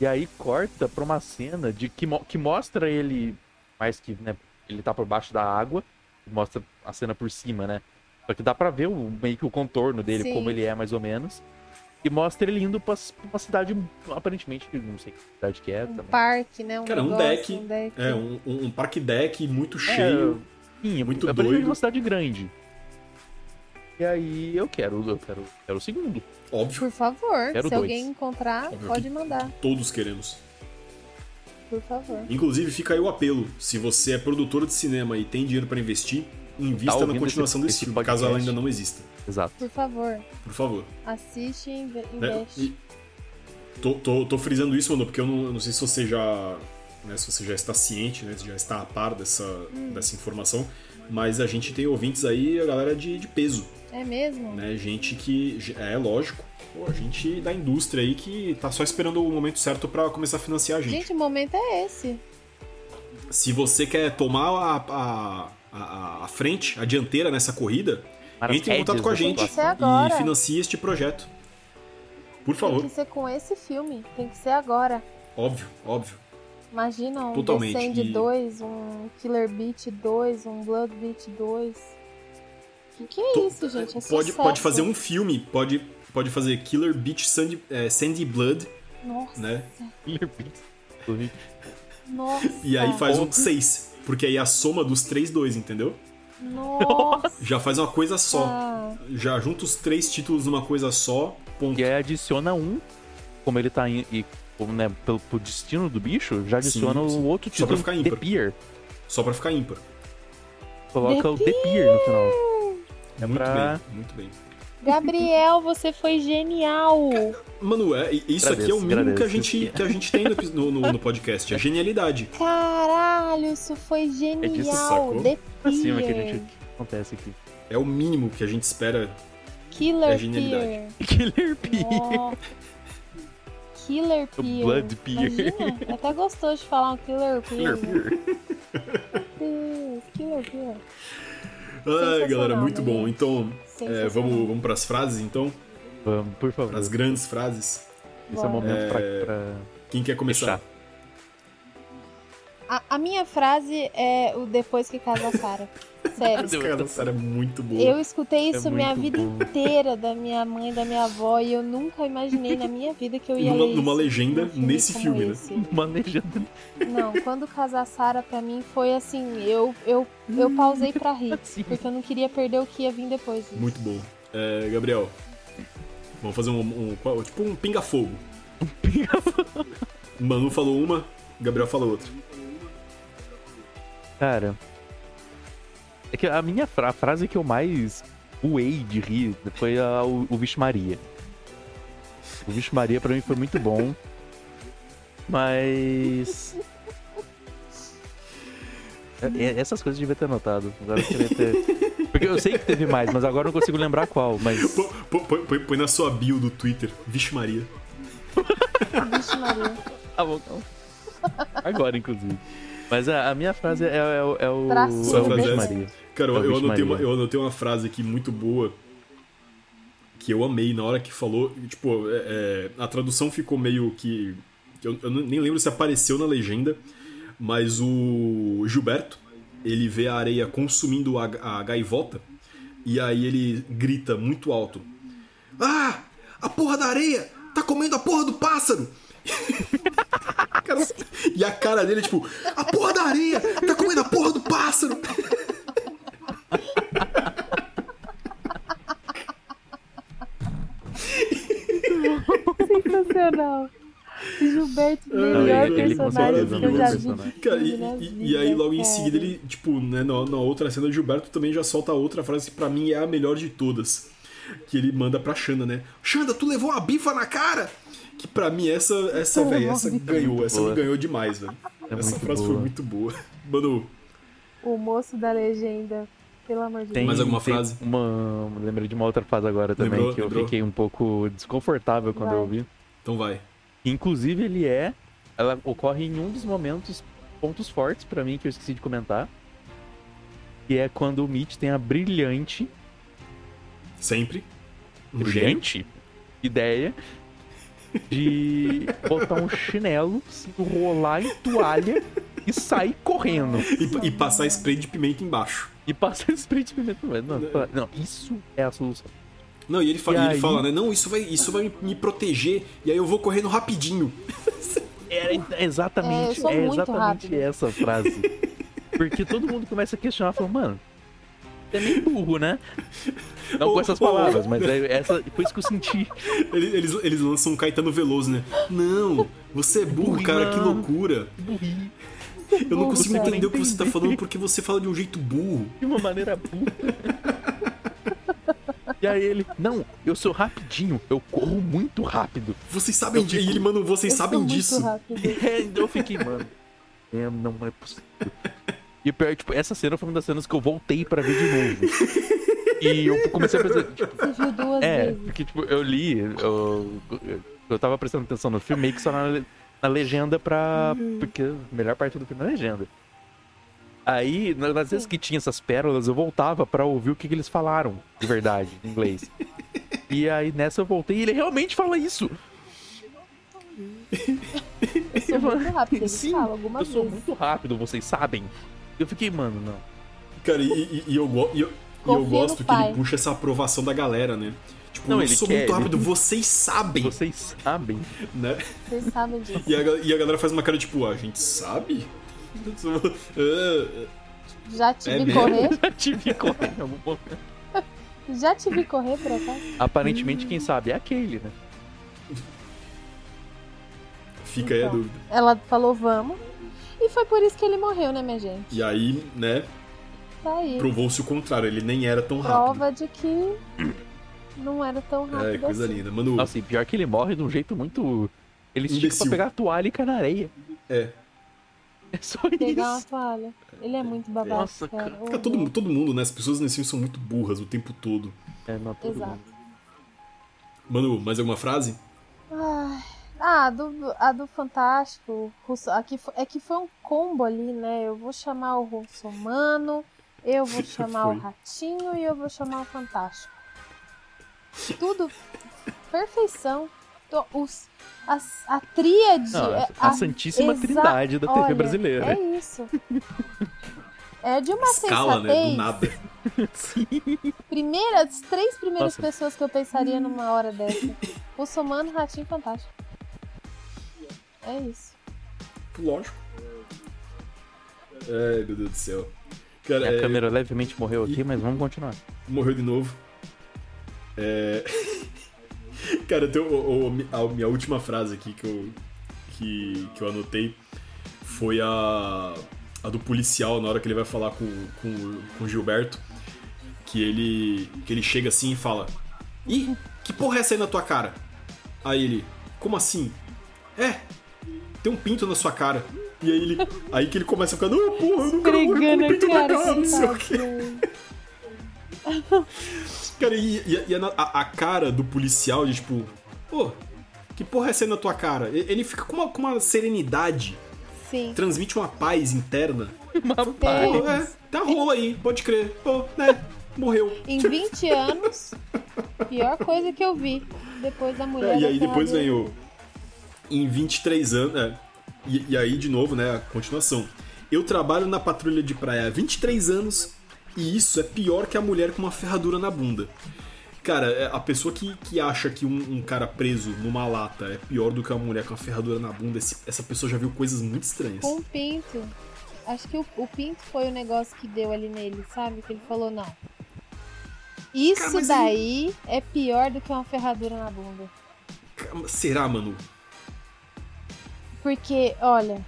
Speaker 3: E aí corta pra uma cena de que, mo- que mostra ele, mais que né, ele tá por baixo da água, e mostra a cena por cima, né? Só que dá pra ver o, meio que o contorno dele,
Speaker 2: Sim.
Speaker 3: como ele é mais ou menos. E mostra ele indo pra, s- pra uma cidade, aparentemente, não sei que cidade que é.
Speaker 2: Um
Speaker 3: também.
Speaker 2: parque, né? Um
Speaker 1: Cara, um
Speaker 2: negócio,
Speaker 1: deck.
Speaker 2: Um deck.
Speaker 1: É, um, um, um parque deck muito cheio.
Speaker 3: Sim, é
Speaker 1: Muito
Speaker 3: muito doido.
Speaker 1: doido.
Speaker 3: uma cidade grande. E aí eu quero, eu quero, quero o segundo.
Speaker 1: Óbvio,
Speaker 2: Por favor,
Speaker 3: Quero
Speaker 2: se
Speaker 3: dois.
Speaker 2: alguém encontrar,
Speaker 1: Óbvio.
Speaker 2: pode mandar,
Speaker 1: todos queremos.
Speaker 2: por favor.
Speaker 1: Inclusive, fica aí o apelo. Se você é produtor de cinema e tem dinheiro pra investir, invista na
Speaker 3: Tá ouvindo
Speaker 1: continuação
Speaker 3: esse-
Speaker 1: desse
Speaker 3: esse
Speaker 1: filme, caso ela
Speaker 3: podcast?
Speaker 1: ainda não exista.
Speaker 3: [LAUGHS] Exato.
Speaker 2: Por favor,
Speaker 1: Por favor.
Speaker 2: assiste e inve-
Speaker 1: né?
Speaker 2: investe.
Speaker 1: E- Tô, tô, tô frisando isso, mano, porque eu não, eu não sei se você já. né, se você já está ciente, né? Se já está a par dessa,
Speaker 2: Hum.
Speaker 1: dessa informação. Mas a gente tem ouvintes aí, a galera de, de peso,
Speaker 2: É mesmo?
Speaker 1: né? Gente que. É lógico. Pô, a gente da indústria aí que tá só esperando o momento certo pra começar a financiar a gente.
Speaker 2: Gente, o momento é esse.
Speaker 1: Se você quer tomar a, a, a, a frente, a dianteira nessa corrida, entre em contato com a gente
Speaker 2: Tem que ser é agora.
Speaker 1: e financie este projeto. Por
Speaker 2: Tem
Speaker 1: favor,
Speaker 2: que ser com esse filme, tem que ser agora.
Speaker 1: óbvio, óbvio.
Speaker 2: Imagina um
Speaker 1: Totalmente,
Speaker 2: Descend
Speaker 1: e-
Speaker 2: 2, um Killer Beat 2, um Blood Beat 2. Que que é
Speaker 1: To-
Speaker 2: isso, gente? É
Speaker 1: pode,
Speaker 2: sucesso.
Speaker 1: pode fazer um filme, pode, pode fazer Killer Beach Sandy, é, Sandy Blood,
Speaker 2: Nossa,
Speaker 1: né?
Speaker 2: nossa.
Speaker 1: E aí faz um
Speaker 3: Porra.
Speaker 1: 6. Porque aí é a soma dos três dois, entendeu?
Speaker 2: Nossa.
Speaker 1: Já faz uma coisa
Speaker 2: Ah.
Speaker 1: só. Já junta os três títulos numa coisa só. Ponto.
Speaker 3: E aí adiciona um como ele tá em, e como, né, pelo pro destino do bicho, já
Speaker 1: Sim,
Speaker 3: adiciona
Speaker 1: sim.
Speaker 3: o outro
Speaker 1: Só pra
Speaker 3: título,
Speaker 1: ficar
Speaker 3: The
Speaker 1: ímpar.
Speaker 3: Pier.
Speaker 1: Só pra ficar ímpar.
Speaker 3: Coloca
Speaker 2: The
Speaker 3: o The Pier no final. É
Speaker 1: muito
Speaker 3: pra...
Speaker 1: bem, muito bem.
Speaker 2: Gabriel, você foi genial.
Speaker 1: Mano, é, e- isso aqui é o
Speaker 3: Agradeço,
Speaker 1: mínimo que a,
Speaker 3: agradeço.
Speaker 1: gente, que a gente tem no, epi- no, no- no podcast, a genialidade.
Speaker 2: Caralho, isso foi genial.
Speaker 3: disso,
Speaker 1: sacou?
Speaker 2: The
Speaker 3: Pra cima que a
Speaker 2: Pier.
Speaker 3: gente o que acontece aqui. [LAUGHS]
Speaker 1: É o mínimo que a gente espera.
Speaker 2: Killer
Speaker 1: É genialidade.
Speaker 3: Killer Pier.
Speaker 2: Pier. Nó. Oh. Killer
Speaker 3: [LAUGHS] O
Speaker 2: Pier.
Speaker 3: Blood Pier.
Speaker 2: Imagina, é até gostou de falar um Killer Pier.
Speaker 3: Killer Pier.
Speaker 2: Meu Deus, Killer Pier.
Speaker 1: Ai, galera,
Speaker 2: Sensacional,
Speaker 1: muito
Speaker 2: né,
Speaker 1: bom.
Speaker 2: gente?
Speaker 1: Então, é,
Speaker 2: Sensacional.
Speaker 1: vamos, vamos pras frases, então?
Speaker 3: Vamos, por favor.
Speaker 1: Pras grandes frases.
Speaker 3: Esse é
Speaker 2: Bora.
Speaker 3: o momento
Speaker 1: É.
Speaker 3: pra, pra
Speaker 1: Quem quer começar?
Speaker 3: fechar.
Speaker 2: A, a minha frase é o depois que casa a
Speaker 3: [LAUGHS]
Speaker 2: Sarah. Sério.
Speaker 1: Essa cara, essa era muito boa.
Speaker 2: Eu escutei isso
Speaker 3: É
Speaker 2: minha
Speaker 3: muito
Speaker 2: vida
Speaker 3: bom.
Speaker 2: inteira da minha mãe, da minha avó, e eu nunca imaginei na minha vida que eu ia
Speaker 1: Numa-
Speaker 2: ler
Speaker 1: numa
Speaker 2: isso
Speaker 1: legenda,
Speaker 2: num
Speaker 1: nesse
Speaker 2: como
Speaker 1: filme, né?
Speaker 2: esse.
Speaker 3: Manejando.
Speaker 2: Não, quando casar Sara pra mim foi assim, eu, eu, eu pausei pra rir,
Speaker 3: [LAUGHS] Sim.
Speaker 2: porque eu não queria perder o que ia vir depois. disso.
Speaker 1: Muito bom. É, Gabriel, vamos fazer um, um- qual- tipo um pinga-fogo. Manu falou uma, Gabriel falou outra.
Speaker 3: Cara. É que a minha fra- a frase que eu mais uei de rir foi a, o, o Vixe Maria. O Vixe Maria pra mim foi muito bom. Mas. É- é- Essas coisas eu devia ter anotado. Agora eu queria ter. Porque eu sei que teve mais, mas agora eu não consigo lembrar qual. Mas.
Speaker 1: Pô- pô- Põe, põe- põe na sua bio do Twitter, vixe Maria.
Speaker 2: Vixe Maria.
Speaker 3: Tá bom, calma. Agora, inclusive. Mas a, a minha frase é, é o. É o,
Speaker 2: Traço
Speaker 3: é o
Speaker 1: do
Speaker 3: Vixe
Speaker 1: bem.
Speaker 3: Maria.
Speaker 1: Cara, eu,
Speaker 3: É o
Speaker 1: eu
Speaker 3: Vixe
Speaker 1: anotei
Speaker 3: Maria.
Speaker 1: uma, eu anotei uma frase aqui muito boa que eu amei na hora que falou. Tipo, é- é, a tradução ficou meio que. Eu, eu nem lembro se apareceu na legenda, mas o Gilberto ele vê a areia consumindo a, a gaivota e aí ele grita muito alto: Ah! A porra da areia! Tá comendo a porra do pássaro! [LAUGHS] Cara, e a cara dele, é tipo, a porra da areia! Tá comendo a porra do pássaro!
Speaker 2: Sensacional. Gilberto,
Speaker 1: Não,
Speaker 2: melhor
Speaker 3: ele- ele com
Speaker 2: personagem que eu já
Speaker 3: certeza é um
Speaker 2: vi.
Speaker 3: personagem.
Speaker 1: Cara, e,
Speaker 2: na
Speaker 1: e- e aí
Speaker 2: vida,
Speaker 1: logo em
Speaker 2: cara.
Speaker 1: seguida ele, tipo, né, na, na outra cena, o Gilberto também já solta outra frase que pra mim é a melhor de todas. Que ele manda pra Xanda, né? Xanda, tu levou uma bifa na cara! Que pra mim essa, essa,
Speaker 2: Tu
Speaker 1: velho,
Speaker 2: levou
Speaker 1: essa
Speaker 2: uma bifa.
Speaker 1: ganhou, essa
Speaker 3: boa.
Speaker 1: me ganhou demais, velho.
Speaker 3: É
Speaker 1: essa
Speaker 3: muito
Speaker 1: frase foi
Speaker 3: boa.
Speaker 1: muito boa. [LAUGHS] Manu,
Speaker 2: O moço da legenda, pelo amor de
Speaker 3: Tem,
Speaker 2: Deus.
Speaker 1: Mais alguma
Speaker 3: tem
Speaker 1: frase?
Speaker 3: Uma... Lembrei de uma outra frase agora também,
Speaker 1: Lembrou,
Speaker 3: que eu
Speaker 1: lembrou.
Speaker 3: fiquei um pouco desconfortável quando
Speaker 2: Vai.
Speaker 3: eu ouvi.
Speaker 1: então vai.
Speaker 3: Inclusive, ele é. Ela ocorre em um dos momentos, pontos fortes pra mim, que eu esqueci de comentar. Que é quando o Mitch tem a brilhante.
Speaker 1: Sempre. Um gênio.
Speaker 3: Brilhante? Ideia. De botar um chinelo, se enrolar em toalha e sair correndo.
Speaker 1: E, e passar spray de pimenta embaixo.
Speaker 3: E passar spray de pimenta no meio. Não,
Speaker 1: Né?
Speaker 3: não, isso é a solução.
Speaker 1: Não, e ele, fa-
Speaker 3: E
Speaker 1: e ele
Speaker 3: aí?
Speaker 1: fala, né? Não, isso vai, isso vai me- me proteger e aí eu vou correndo rapidinho.
Speaker 3: Era
Speaker 2: É, eu
Speaker 3: exatamente,
Speaker 2: sou
Speaker 3: é
Speaker 2: muito
Speaker 3: exatamente
Speaker 2: rápida.
Speaker 3: essa frase. Porque todo mundo começa a questionar, falando, mano, você é meio burro, né? Não
Speaker 1: Ô,
Speaker 3: com essas
Speaker 1: ô,
Speaker 3: palavras, mas é essa, foi isso que eu senti.
Speaker 1: Eles, eles, eles lançam um Caetano Veloso, né? Não, você é burro, cara, que loucura.
Speaker 3: Burri,
Speaker 1: Eu não consigo
Speaker 2: cara.
Speaker 1: entender o que você tá falando porque você fala de um jeito burro.
Speaker 3: de uma maneira burra. E aí ele, não, eu sou rapidinho, eu corro muito rápido.
Speaker 1: Vocês sabem
Speaker 3: Eu
Speaker 1: disso.
Speaker 3: fico-
Speaker 1: E ele, mano, vocês
Speaker 2: Eu sou
Speaker 1: sabem
Speaker 2: muito
Speaker 1: disso.
Speaker 2: rápida.
Speaker 3: É, então eu fiquei, mano, é, não é possível. E o pior, tipo, essa cena foi uma das cenas que eu voltei pra ver de novo. E eu comecei a pensar, tipo,
Speaker 2: Você viu duas
Speaker 3: [LAUGHS] É,
Speaker 2: vezes.
Speaker 3: porque tipo, eu li, eu, eu tava prestando atenção no filme, meio que só na, le- na legenda pra.
Speaker 2: Uhum.
Speaker 3: Porque a melhor parte do filme é a legenda. Aí, na- nas vezes que tinha essas pérolas, eu voltava pra ouvir o que, que eles falaram, de verdade, em
Speaker 2: [LAUGHS]
Speaker 3: inglês. E aí nessa eu voltei e ele realmente fala isso.
Speaker 1: [LAUGHS]
Speaker 2: Eu sou muito rápida, ele
Speaker 3: Sim,
Speaker 2: fala alguma
Speaker 3: eu sou
Speaker 2: vez.
Speaker 3: muito rápido, vocês sabem. Eu fiquei, mano, não.
Speaker 1: Cara, e, e- e eu, go- e eu, e eu
Speaker 2: Confia no
Speaker 1: gosto que
Speaker 2: pai.
Speaker 1: ele puxa essa aprovação da galera, né? Tipo,
Speaker 3: Não,
Speaker 1: eu
Speaker 3: ele
Speaker 1: sou
Speaker 3: quer,
Speaker 1: muito rápido,
Speaker 3: [LAUGHS] ele-
Speaker 1: vocês sabem,
Speaker 3: Vocês sabem. [LAUGHS]
Speaker 1: né?
Speaker 2: Vocês sabem disso.
Speaker 1: E a, ga- e a galera faz uma cara tipo, a gente sabe? [LAUGHS] Ah,
Speaker 2: Já te
Speaker 1: É
Speaker 2: vi
Speaker 1: mesmo?
Speaker 2: correr.
Speaker 3: Já te vi correndo em algum momento.
Speaker 2: Já te vi correr por acaso?
Speaker 3: Aparentemente, quem sabe é aquele, né?
Speaker 1: Fica aí a
Speaker 2: Então.
Speaker 1: dúvida.
Speaker 2: Ela falou, vamos. E foi por isso que ele morreu, né, minha gente?
Speaker 1: E aí, né,
Speaker 2: Tá aí.
Speaker 1: provou-se o contrário, ele nem era tão rápido.
Speaker 2: Prova de que não era tão rápido
Speaker 1: É, coisa
Speaker 2: assim.
Speaker 1: linda. Mano,
Speaker 3: Nossa, e pior que ele morre de um jeito muito. Ele estica
Speaker 1: Imbecil.
Speaker 3: pra pegar a toalha e cai na areia.
Speaker 1: É.
Speaker 3: É só
Speaker 2: Pegar uma
Speaker 3: isso.
Speaker 2: toalha. Ele é muito babaca.
Speaker 3: Nossa,
Speaker 2: cara.
Speaker 3: cara.
Speaker 1: fica todo, todo mundo, né? As pessoas nesse filme são muito burras o tempo todo.
Speaker 3: É, não, todo
Speaker 2: Exato.
Speaker 3: mundo.
Speaker 1: Manu, mais alguma frase?
Speaker 2: Ai, Ah, a do, a do Fantástico, Russo, aqui, fo- é que foi um combo ali, né? Eu vou chamar o Russo Mano, eu vou chamar o
Speaker 1: Foi.
Speaker 2: Ratinho e eu vou chamar o Fantástico. Tudo perfeição. Tô- os- as- a tríade.
Speaker 3: Não,
Speaker 2: é-
Speaker 3: a, Santíssima
Speaker 2: exa-
Speaker 3: Trindade da TV
Speaker 2: olha,
Speaker 3: brasileira.
Speaker 2: É
Speaker 3: [LAUGHS]
Speaker 2: isso. É de uma
Speaker 1: Escala, né? Do
Speaker 2: sensatez.
Speaker 1: nada.
Speaker 2: Primeira, as três primeiras
Speaker 3: Nossa.
Speaker 2: pessoas que eu pensaria numa hora dessa. Russomano, Ratinho Fantástico. É isso.
Speaker 1: Lógico. Ai, meu Deus do céu. Cara,
Speaker 3: A
Speaker 1: é,
Speaker 3: câmera levemente morreu aqui, mas vamos continuar.
Speaker 1: morreu de novo. É... [LAUGHS] Cara, tem o- o- a minha última frase aqui que eu, que, que eu anotei foi a, a do policial na hora que ele vai falar com, com, com o Gilberto. Que ele, que ele chega assim e fala: Ih, que porra é essa aí na tua cara? Aí ele: Como assim? É, tem um pinto na sua cara. E aí ele. Aí que ele começa a ficar: Não, porra, eu não quero morrer com um pinto na cara, não sei o quê. [LAUGHS] Cara, e, e- e a, a- a cara do policial de tipo, pô, que porra é essa aí na tua cara? E- Ele fica com uma, com uma serenidade,
Speaker 2: Sim.
Speaker 1: transmite uma paz interna.
Speaker 2: Tem-
Speaker 1: Pô, é, tá rola aí, pode crer. Pô, né, morreu.
Speaker 2: Em 20 anos, pior coisa que eu vi. Depois da mulher.
Speaker 1: É, e
Speaker 2: da
Speaker 1: aí depois
Speaker 2: Terra
Speaker 1: vem o. Em 23 anos. É, e, e aí, de novo, né? A continuação. Eu trabalho na patrulha de praia há 23 anos e isso é pior que a mulher com uma ferradura na bunda. Cara, é, a pessoa que, que acha que um, um cara preso numa lata é pior do que uma mulher com uma ferradura na bunda, esse- essa pessoa já viu coisas muito estranhas.
Speaker 2: Com o Pinto. Acho que o, o Pinto foi o negócio que deu ali nele, sabe? Que ele falou, não. Isso
Speaker 1: Cara, mas
Speaker 2: daí é pior do que uma ferradura na bunda.
Speaker 1: Cara, Será, mano?
Speaker 2: Porque, olha,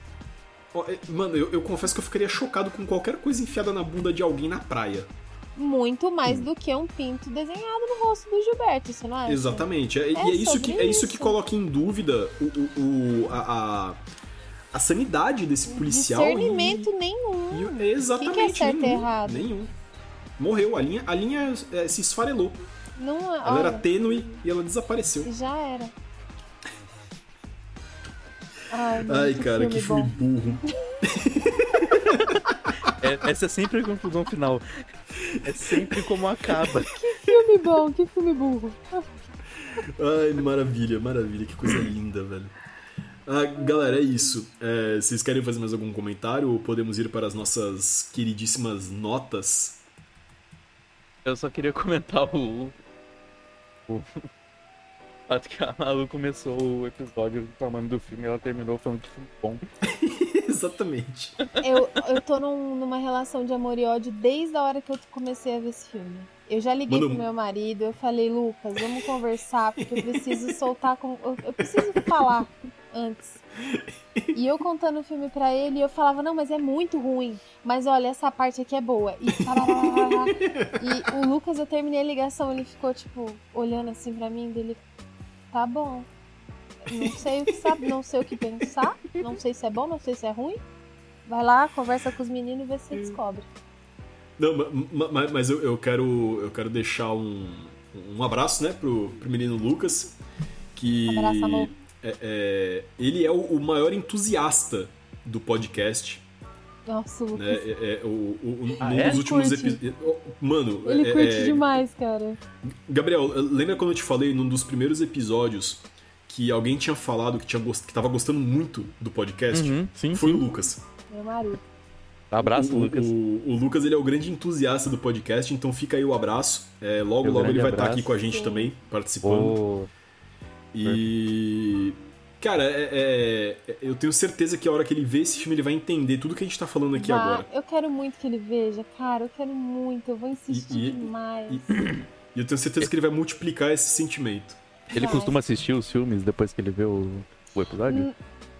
Speaker 1: Ó, é, Mano, eu, eu confesso que eu ficaria chocado com qualquer coisa enfiada na bunda de alguém na praia.
Speaker 2: muito
Speaker 1: Hum.
Speaker 2: mais do que um pinto desenhado no rosto do Gilberto, você não acha?
Speaker 1: Exatamente. É, e
Speaker 2: É
Speaker 1: é isso que,
Speaker 2: sobre
Speaker 1: é isso que
Speaker 2: isso.
Speaker 1: coloca em dúvida o, o- o- a, a- a sanidade desse policial. e-
Speaker 2: Discernimento nenhum.
Speaker 1: e- é exatamente.
Speaker 2: que é certo e
Speaker 1: nenhum,
Speaker 2: errado?
Speaker 1: Nenhum. Morreu. A linha, a linha é, se esfarelou.
Speaker 2: Não, é-
Speaker 1: Ela
Speaker 2: olha,
Speaker 1: era tênue e ela desapareceu.
Speaker 2: já era. Ai,
Speaker 1: Ai,
Speaker 2: É muito
Speaker 1: cara, que filme
Speaker 2: bom.
Speaker 1: burro.
Speaker 3: É- essa é sempre a conclusão final. É sempre como acaba.
Speaker 2: Filme bom, que filme burro.
Speaker 1: Ai, maravilha, maravilha. Que coisa linda, velho. Ah, galera, é isso. É, vocês querem fazer mais algum comentário ou podemos ir para as nossas queridíssimas notas? [LAUGHS]
Speaker 3: Eu só queria comentar o. O o fato que a Malu começou o episódio reclamando do filme e ela terminou falando que filme bom.
Speaker 1: Exatamente.
Speaker 2: Eu, eu tô num- numa relação de amor e ódio desde a hora que eu comecei a ver esse filme. Eu já liguei
Speaker 1: Mano,
Speaker 2: pro meu marido, eu falei, Lucas, vamos conversar, porque eu preciso soltar com. Eu, eu preciso falar antes. E eu contando o filme pra ele, eu falava, não, mas é muito ruim. Mas olha, essa parte aqui é boa. E, tarararará. e o Lucas, eu terminei a ligação, ele ficou, tipo, olhando assim pra mim, dele. Tá bom. Não sei o que sabe, não sei o que pensar. Não sei se é bom, não sei se é ruim. Vai lá, conversa com os meninos e vê se você descobre.
Speaker 1: Não, ma- ma- mas eu, eu quero eu quero deixar um, um abraço, né, pro, pro menino Lucas, que
Speaker 2: Abraço, amor.
Speaker 1: é- é, ele é o, o maior entusiasta do podcast,
Speaker 2: Nossa, o Lucas.
Speaker 1: né? É, é, o, o- o-
Speaker 3: Ah,
Speaker 1: num
Speaker 3: é?
Speaker 1: dos últimos
Speaker 2: Curte.
Speaker 1: episódios. Mano,
Speaker 2: Ele
Speaker 1: é-
Speaker 2: curte
Speaker 1: é-
Speaker 2: demais, cara.
Speaker 1: Gabriel, lembra quando eu te falei num dos primeiros episódios que alguém tinha falado que tinha gost- que tava gostando muito do podcast?
Speaker 3: Uhum, sim.
Speaker 1: Foi o Lucas.
Speaker 2: Meu marido.
Speaker 3: Um Abraço,
Speaker 1: o,
Speaker 3: Lucas.
Speaker 1: O, o Lucas ele é o grande entusiasta do podcast, então fica aí o abraço. É, logo,
Speaker 3: Meu
Speaker 1: logo ele
Speaker 3: grande
Speaker 1: vai estar
Speaker 3: abraço.
Speaker 1: aqui com a gente
Speaker 2: Sim.
Speaker 1: também, participando.
Speaker 3: Vou-
Speaker 1: E. Cara, é- é- eu tenho certeza que a hora que ele vê esse filme, ele vai entender tudo que a gente tá falando aqui
Speaker 2: Vá,
Speaker 1: agora.
Speaker 2: Eu quero muito que ele veja, cara. Eu quero muito. Eu vou insistir
Speaker 1: E- e-
Speaker 2: demais.
Speaker 1: e- E eu tenho certeza que ele vai multiplicar esse sentimento.
Speaker 3: Ele
Speaker 2: Vai.
Speaker 3: costuma assistir os filmes depois que ele vê o, o episódio?
Speaker 2: Hum,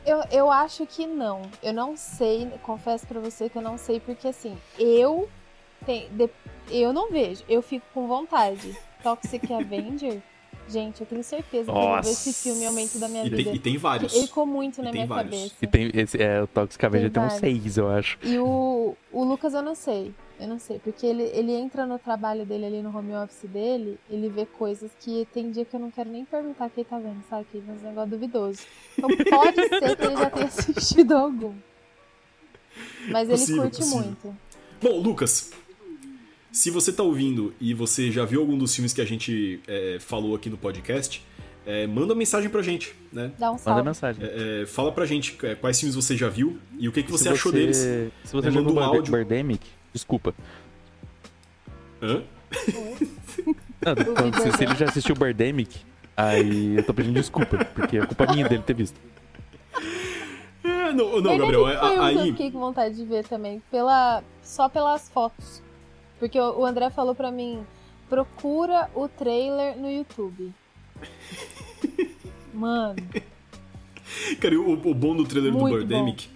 Speaker 2: Eu, eu acho que não. Eu não sei, confesso pra você que eu não sei, porque assim, eu tem, de- eu não vejo, eu fico com vontade.
Speaker 1: [LAUGHS]
Speaker 2: Toxic Avenger, gente, eu tenho certeza que eu vou ver esse
Speaker 3: Nossa.
Speaker 2: filme aumento da minha
Speaker 1: E tem,
Speaker 2: vida.
Speaker 1: e tem vários.
Speaker 2: Ele ficou muito
Speaker 1: E
Speaker 2: na
Speaker 1: tem
Speaker 2: minha
Speaker 1: vários.
Speaker 2: cabeça.
Speaker 3: E tem esse, é, o Toxic Avenger tem uns
Speaker 2: vários.
Speaker 3: seis, eu acho.
Speaker 2: E o, o Lucas eu não sei. Eu não sei. Porque ele, ele entra no trabalho dele ali no home office dele, ele vê coisas que tem dia que eu não quero nem perguntar quem tá vendo, sabe? Que é uns negócio duvidoso. Então pode
Speaker 1: [LAUGHS]
Speaker 2: ser que ele já tenha assistido algum. Mas ele
Speaker 1: Possível,
Speaker 2: curte
Speaker 1: possível.
Speaker 2: muito.
Speaker 1: Bom, Lucas, se você tá ouvindo e você já viu algum dos filmes que a gente é, falou aqui no podcast, é, manda uma mensagem pra gente, né?
Speaker 2: Dá um
Speaker 3: Manda
Speaker 2: salve.
Speaker 3: mensagem.
Speaker 1: É, fala pra gente é, quais filmes você já viu e o que, que
Speaker 3: Se
Speaker 1: você, achou deles.
Speaker 3: Se você
Speaker 1: né,
Speaker 3: jogou
Speaker 1: manda um
Speaker 3: Bird-
Speaker 1: áudio.
Speaker 3: Birdemic, desculpa.
Speaker 1: Hã?
Speaker 3: Não, então, se, se ele
Speaker 2: Birdemic.
Speaker 3: já assistiu Birdemic, aí eu tô pedindo desculpa, porque é culpa minha dele ter visto.
Speaker 1: É, não, não
Speaker 2: Bernardo
Speaker 1: Gabriel, é,
Speaker 2: foi um que eu
Speaker 1: aí.
Speaker 2: fiquei com vontade de ver também, pela, só pelas fotos. Porque o o André falou pra mim, procura o trailer
Speaker 1: [LAUGHS]
Speaker 2: no YouTube. Mano,
Speaker 1: Cara, e o, o bom do trailer
Speaker 2: Muito
Speaker 1: do
Speaker 2: bom.
Speaker 1: Birdemic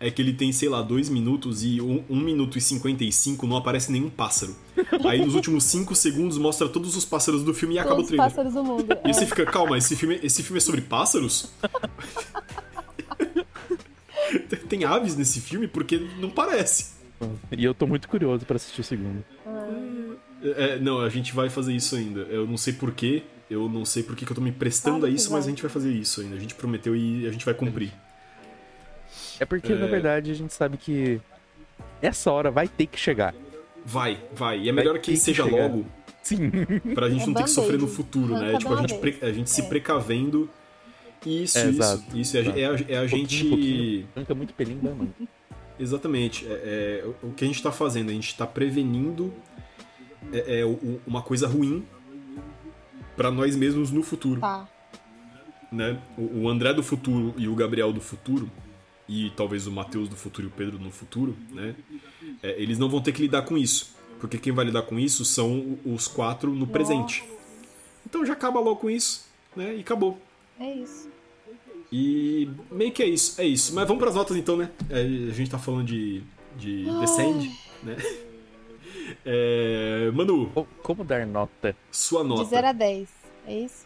Speaker 1: é que ele tem, sei lá, 2 minutos e 1 um, um minuto e 55 não aparece nenhum pássaro. Aí nos últimos 5 segundos mostra todos os pássaros do filme e acaba o
Speaker 2: todos os
Speaker 1: trailer.
Speaker 2: pássaros do mundo.
Speaker 1: E você
Speaker 2: É,
Speaker 1: fica, calma, esse filme, esse filme é sobre pássaros? Tem aves nesse filme? Porque não parece.
Speaker 3: E eu tô muito curioso pra assistir o segundo.
Speaker 1: É, não, a gente vai fazer isso ainda. Eu não sei porquê, eu não sei por que que eu tô me prestando
Speaker 2: Claro
Speaker 1: a
Speaker 2: que
Speaker 1: isso, mas a
Speaker 2: vai.
Speaker 1: gente vai fazer isso ainda. A gente prometeu e a gente vai cumprir.
Speaker 3: É porque, na verdade, a gente sabe que essa hora vai ter que chegar.
Speaker 1: Vai, vai. E é melhor
Speaker 3: ter
Speaker 1: que
Speaker 3: que
Speaker 1: seja
Speaker 3: chegar.
Speaker 1: logo,
Speaker 3: Sim. [LAUGHS]
Speaker 1: pra gente
Speaker 2: É
Speaker 1: não ter que sofrer no
Speaker 2: band-aid.
Speaker 1: futuro, né?
Speaker 2: Arranca
Speaker 1: Tipo, a
Speaker 2: de uma
Speaker 1: gente, pre- a gente se
Speaker 2: É.
Speaker 1: precavendo. Isso,
Speaker 3: É,
Speaker 1: isso,
Speaker 3: exato.
Speaker 1: isso. É, a- é a, é a gente.
Speaker 3: pouquinho. Tanca muito pelinho da mãe.
Speaker 1: Exatamente. É, é, o- o que a gente está fazendo? A gente está prevenindo é, é, o- o- uma coisa ruim para nós mesmos no futuro.
Speaker 2: tá.
Speaker 1: Né? O, o André do futuro e o Gabriel do futuro, e talvez o Matheus do futuro e o Pedro no futuro, né? É, eles não vão ter que lidar com isso. Porque quem vai lidar com isso são o- os quatro no presente. Então já acaba logo com isso, né? E acabou.
Speaker 2: É isso.
Speaker 1: E meio que é isso, é isso. Mas vamos pras notas então, né? É, a gente tá falando de, de
Speaker 2: Ai.
Speaker 1: Descend, né? [LAUGHS] É, Manu,
Speaker 3: Co- Como dar nota?
Speaker 1: sua
Speaker 2: De 0
Speaker 1: nota.
Speaker 2: a 10. É isso?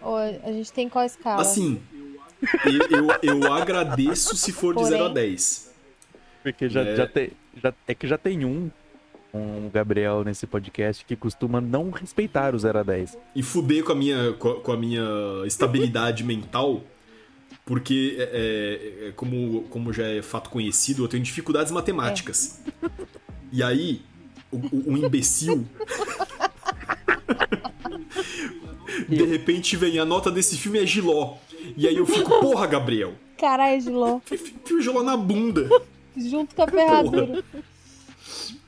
Speaker 2: Ou a gente tem qual escala?
Speaker 1: Assim, eu, eu, eu agradeço se for de
Speaker 2: Porém.
Speaker 1: 0 a 10.
Speaker 3: Porque já,
Speaker 1: É.
Speaker 3: já tem. já- é que já tem um, um Gabriel nesse podcast que costuma não respeitar o 0 a 10.
Speaker 1: E fuder com a minha, com a- com a minha estabilidade [LAUGHS] mental, porque, é, é, é, como, como já é fato conhecido, eu tenho dificuldades matemáticas. E aí, o, o- o imbecil De repente vem a nota desse filme é Giló. E aí eu fico, porra, Gabriel,
Speaker 2: Caralho, Giló.
Speaker 1: enfia o Giló na bunda,
Speaker 2: Junto com
Speaker 1: [LAUGHS]
Speaker 2: a ferradura.